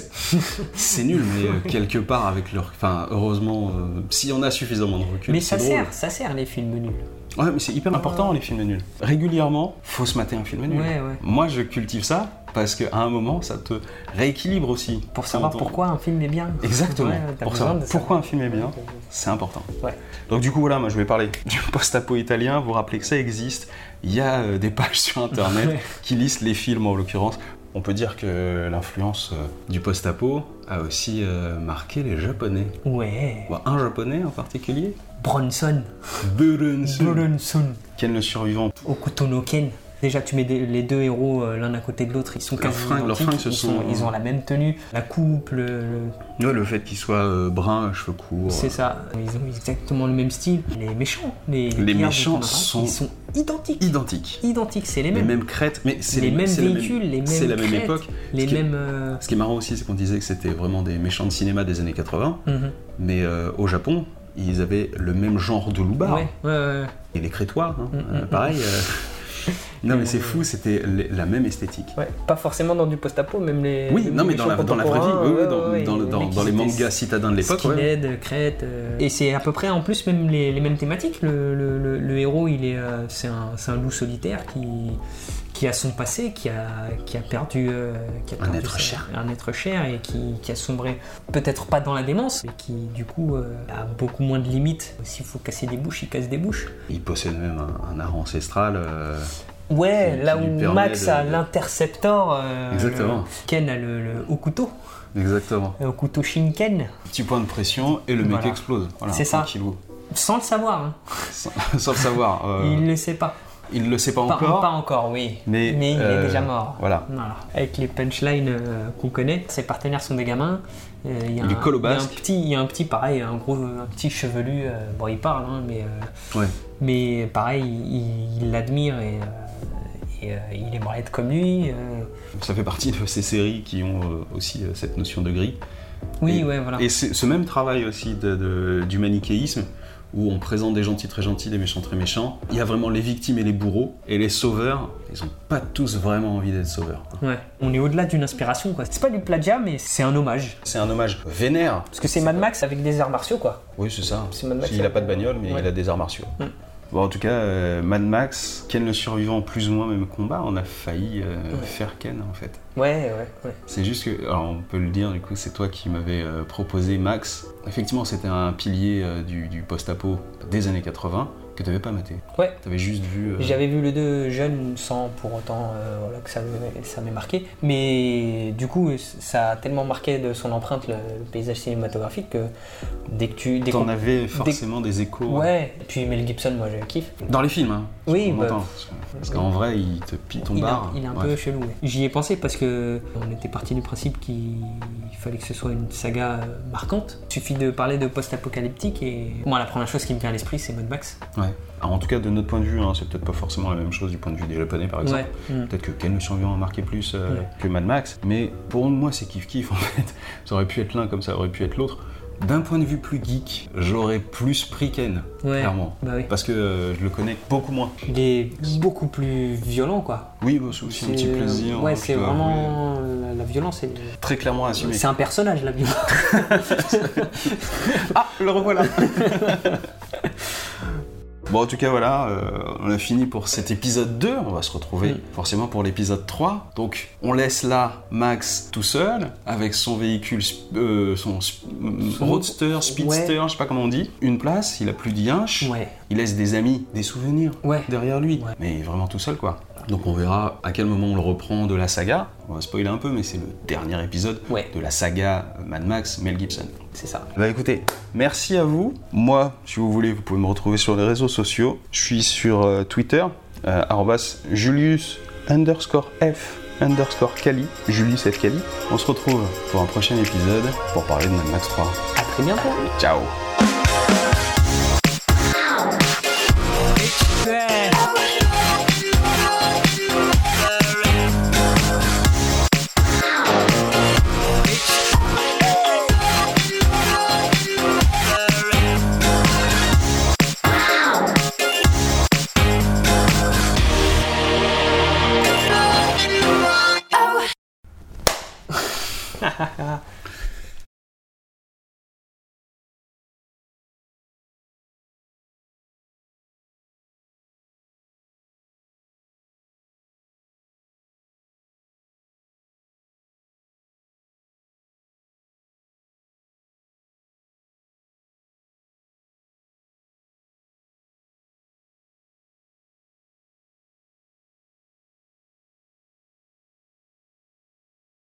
[SPEAKER 1] C'est nul, mais euh, quelque part avec leur. Enfin, heureusement, euh, si on a suffisamment de recul.
[SPEAKER 2] Mais ça
[SPEAKER 1] c'est drôle.
[SPEAKER 2] sert, ça sert les films nuls.
[SPEAKER 1] Ouais, mais c'est hyper
[SPEAKER 2] Ah.
[SPEAKER 1] important les films nuls. Régulièrement, faut se mater un film nul.
[SPEAKER 2] Ouais, ouais.
[SPEAKER 1] Moi, je cultive ça parce qu'à un moment, ça te rééquilibre aussi.
[SPEAKER 2] Pour savoir
[SPEAKER 1] Ton- ton-
[SPEAKER 2] pourquoi un film est bien.
[SPEAKER 1] Exactement.
[SPEAKER 2] Ouais, t'as
[SPEAKER 1] pour
[SPEAKER 2] besoin
[SPEAKER 1] savoir
[SPEAKER 2] de ça.
[SPEAKER 1] pourquoi un film est bien, c'est important.
[SPEAKER 2] Ouais.
[SPEAKER 1] Donc du coup voilà, moi je vais parler du post-apo italien, vous rappelez que ça existe, il y a euh, des pages sur internet
[SPEAKER 2] Ouais.
[SPEAKER 1] qui listent les films en l'occurrence. On peut dire que l'influence euh, du post-apo a aussi euh, marqué les japonais.
[SPEAKER 2] Ouais.
[SPEAKER 1] Ou un japonais en particulier,
[SPEAKER 2] Bronson.
[SPEAKER 1] Burunsu,
[SPEAKER 2] Bronson.
[SPEAKER 1] qui est le survivant.
[SPEAKER 2] Okuto no Ken. Déjà, tu mets des- les deux héros euh, l'un à côté de l'autre, ils sont
[SPEAKER 1] Leurs
[SPEAKER 2] quasi
[SPEAKER 1] fringues- leurs fringues
[SPEAKER 2] identiques,
[SPEAKER 1] se
[SPEAKER 2] ils,
[SPEAKER 1] sont- euh,
[SPEAKER 2] ils ont la même tenue, la coupe, le- le-
[SPEAKER 1] Ouais, le fait qu'il soit euh, brun, à cheveux courts. euh,
[SPEAKER 2] c'est ça. Ils ont exactement le même style. Les méchants,
[SPEAKER 1] Les
[SPEAKER 2] les, pirates de
[SPEAKER 1] méchants
[SPEAKER 2] Conrad,
[SPEAKER 1] sont-
[SPEAKER 2] ils sont identiques,
[SPEAKER 1] Identique.
[SPEAKER 2] identiques, c'est les
[SPEAKER 1] Les
[SPEAKER 2] mêmes.
[SPEAKER 1] mêmes crêtes, mais c'est
[SPEAKER 2] les mêmes
[SPEAKER 1] c'est la même-
[SPEAKER 2] véhicules, les mêmes
[SPEAKER 1] C'est la même
[SPEAKER 2] crêtes,
[SPEAKER 1] époque.
[SPEAKER 2] les
[SPEAKER 1] Ce qui est-
[SPEAKER 2] mêmes. euh,
[SPEAKER 1] Ce qui est marrant aussi, c'est qu'on disait que c'était vraiment des méchants de cinéma des années 80,
[SPEAKER 2] mhm.
[SPEAKER 1] mais euh, au Japon, ils avaient le même genre de loupard.
[SPEAKER 2] Ouais, Mm, ouais, ouais.
[SPEAKER 1] Et les crétois, hein, euh, pareil. euh, non, mais c'est fou, c'était les- la même esthétique.
[SPEAKER 2] Ouais, Pas forcément dans du post-apo, même les.
[SPEAKER 1] Oui,
[SPEAKER 2] les
[SPEAKER 1] non, mais dans la,
[SPEAKER 2] méchants
[SPEAKER 1] dans la vraie vie,
[SPEAKER 2] contemporains,
[SPEAKER 1] oui, oui,
[SPEAKER 2] ouais,
[SPEAKER 1] dans,
[SPEAKER 2] ouais,
[SPEAKER 1] dans le-
[SPEAKER 2] les
[SPEAKER 1] dans-
[SPEAKER 2] mecs qui
[SPEAKER 1] dans les
[SPEAKER 2] étaient
[SPEAKER 1] mangas citadins de l'époque, ouais.
[SPEAKER 2] Skinhead, crête. euh, Et c'est à peu près en plus même les, les mêmes thématiques. Le, le- le- le héros, il est, euh, c'est un, c'est un loup solitaire qui, qui a son passé, qui a, qui a perdu, euh, qui a
[SPEAKER 1] Un
[SPEAKER 2] perdu
[SPEAKER 1] être cher.
[SPEAKER 2] un être cher et qui, qui a sombré peut-être pas dans la démence, mais qui du coup euh, a beaucoup moins de limites. S'il faut casser des bouches, il casse des bouches.
[SPEAKER 1] Ils possèdent même un, un art ancestral. euh,
[SPEAKER 2] Ouais,
[SPEAKER 1] Qui-
[SPEAKER 2] là
[SPEAKER 1] qui lui
[SPEAKER 2] où
[SPEAKER 1] permet
[SPEAKER 2] Max
[SPEAKER 1] de-
[SPEAKER 2] a l'interceptor, euh,
[SPEAKER 1] Exactement.
[SPEAKER 2] le- Ken a le, le Okuto,
[SPEAKER 1] exactement.
[SPEAKER 2] le Okuto Shinken,
[SPEAKER 1] Petit point de pression et le mec
[SPEAKER 2] Voilà.
[SPEAKER 1] explose. Voilà,
[SPEAKER 2] C'est ça.
[SPEAKER 1] tranquillou.
[SPEAKER 2] sans le savoir. hein.
[SPEAKER 1] Sans, sans le savoir. euh,
[SPEAKER 2] Il ne le sait pas.
[SPEAKER 1] il le sait pas
[SPEAKER 2] Pas
[SPEAKER 1] encore.
[SPEAKER 2] pas encore, oui.
[SPEAKER 1] Mais,
[SPEAKER 2] il
[SPEAKER 1] euh,
[SPEAKER 2] est déjà mort.
[SPEAKER 1] voilà.
[SPEAKER 2] Avec les punchlines euh, qu'on connaît, ses partenaires sont des gamins. Euh, il y a
[SPEAKER 1] Il lui
[SPEAKER 2] un-
[SPEAKER 1] colle au
[SPEAKER 2] il y a un
[SPEAKER 1] basque.
[SPEAKER 2] petit- Il y a un petit, pareil, un gros, un petit chevelu. euh, bon, il parle, hein, mais, euh,
[SPEAKER 1] Ouais.
[SPEAKER 2] mais pareil, il il l'admire et, euh, et, euh, il aimerait être comme lui. euh.
[SPEAKER 1] Ça fait partie de ces séries qui ont euh, aussi euh, cette notion de grille.
[SPEAKER 2] Oui,
[SPEAKER 1] Et-
[SPEAKER 2] ouais, voilà.
[SPEAKER 1] Et c'est- ce même travail aussi de- de- du manichéisme, où on présente des gentils très gentils, des méchants très méchants, il y a vraiment les victimes et les bourreaux, et les sauveurs, ils ont pas tous vraiment envie d'être sauveurs.
[SPEAKER 2] Ouais. On est au-delà d'une inspiration, quoi. C'est pas du plagiat, mais c'est un hommage.
[SPEAKER 1] C'est un hommage vénère.
[SPEAKER 2] Parce que c'est Mad Max avec des arts martiaux, quoi.
[SPEAKER 1] Oui, c'est ça.
[SPEAKER 2] C'est Mad Max,
[SPEAKER 1] il
[SPEAKER 2] ça.
[SPEAKER 1] a pas de bagnole, mais
[SPEAKER 2] Ouais.
[SPEAKER 1] il a des arts martiaux.
[SPEAKER 2] Mm.
[SPEAKER 1] Bon, en tout cas, euh, Mad Max, Ken le survivant, plus ou moins même combat, on a failli euh, faire Ken en fait.
[SPEAKER 2] Ouais, ouais, ouais.
[SPEAKER 1] C'est juste que, alors on peut le dire, du coup, c'est toi qui m'avais euh, proposé Max. Effectivement, c'était un pilier euh, du, du post-apo des années 80 que t'avais pas maté.
[SPEAKER 2] Ouais.
[SPEAKER 1] T'avais juste vu. euh,
[SPEAKER 2] J'avais vu le 2 jeune sans pour autant euh, voilà, que ça m'ait- ça m'ait marqué, mais du coup ça a tellement marqué de son empreinte le, le paysage cinématographique que dès que tu... Dès
[SPEAKER 1] T'en
[SPEAKER 2] qu'on-
[SPEAKER 1] avais forcément des échos. hein.
[SPEAKER 2] Ouais, et puis Mel Gibson moi je kiffe.
[SPEAKER 1] Dans les films, hein.
[SPEAKER 2] Oui,
[SPEAKER 1] on
[SPEAKER 2] bah,
[SPEAKER 1] entend, parce que- Parce qu'en vrai, il te pille ton
[SPEAKER 2] Il, a-
[SPEAKER 1] bar.
[SPEAKER 2] il est un
[SPEAKER 1] Ouais.
[SPEAKER 2] peu chelou. ouais. J'y ai pensé parce que on était parti du principe qu'il fallait que ce soit une saga euh, marquante. Il suffit de parler de post-apocalyptique et moi la première chose qui me vient à l'esprit c'est Mad Max.
[SPEAKER 1] Ouais. Alors, en tout cas, de notre point de vue, hein, c'est peut-être pas forcément la même chose du point de vue des Japonais, par exemple.
[SPEAKER 2] Ouais. Mm.
[SPEAKER 1] Peut-être que Ken le Survivant a marqué plus euh,
[SPEAKER 2] Ouais.
[SPEAKER 1] que Mad Max. Mais pour moi, c'est kiff-kiff, en fait. Ça aurait pu être l'un comme ça aurait pu être l'autre. D'un point de vue plus geek, j'aurais plus pris Ken,
[SPEAKER 2] Ouais.
[SPEAKER 1] clairement.
[SPEAKER 2] Bah oui.
[SPEAKER 1] Parce que euh, je le connais beaucoup moins.
[SPEAKER 2] Il est beaucoup plus violent quoi.
[SPEAKER 1] Oui, bah, c'est aussi un petit plaisir.
[SPEAKER 2] Ouais
[SPEAKER 1] hein,
[SPEAKER 2] c'est
[SPEAKER 1] je dois avouer.
[SPEAKER 2] vraiment la, la violence. elle-
[SPEAKER 1] Très clairement assumé.
[SPEAKER 2] C'est un personnage la violence.
[SPEAKER 1] Ah, le revoilà Bon, en tout cas, voilà, euh, on a fini pour cet épisode 2. On va se retrouver
[SPEAKER 2] Mm.
[SPEAKER 1] forcément pour l'épisode 3. Donc, on laisse là Max tout seul, avec son véhicule, sp- euh, son, sp-
[SPEAKER 2] Son-
[SPEAKER 1] roadster, speedster, je sais pas comment on dit. Une place, il a plus d'yinche.
[SPEAKER 2] Ouais.
[SPEAKER 1] Il laisse des amis, des souvenirs
[SPEAKER 2] Ouais.
[SPEAKER 1] derrière lui.
[SPEAKER 2] Ouais.
[SPEAKER 1] Mais vraiment tout seul, quoi. Donc, on verra à quel moment on le reprend de la saga. On va spoiler un peu, mais c'est le dernier épisode
[SPEAKER 2] Ouais.
[SPEAKER 1] de la saga Mad Max, Mel Gibson.
[SPEAKER 2] C'est ça.
[SPEAKER 1] Bah écoutez, merci à vous. Moi, si vous voulez, vous pouvez me retrouver sur les réseaux sociaux. Je suis sur euh, Twitter, euh, arrobas Julius underscore F underscore Kali, Julius F Kali. On se retrouve pour un prochain épisode pour parler de Mad Max 3.
[SPEAKER 2] À très bientôt.
[SPEAKER 1] Ciao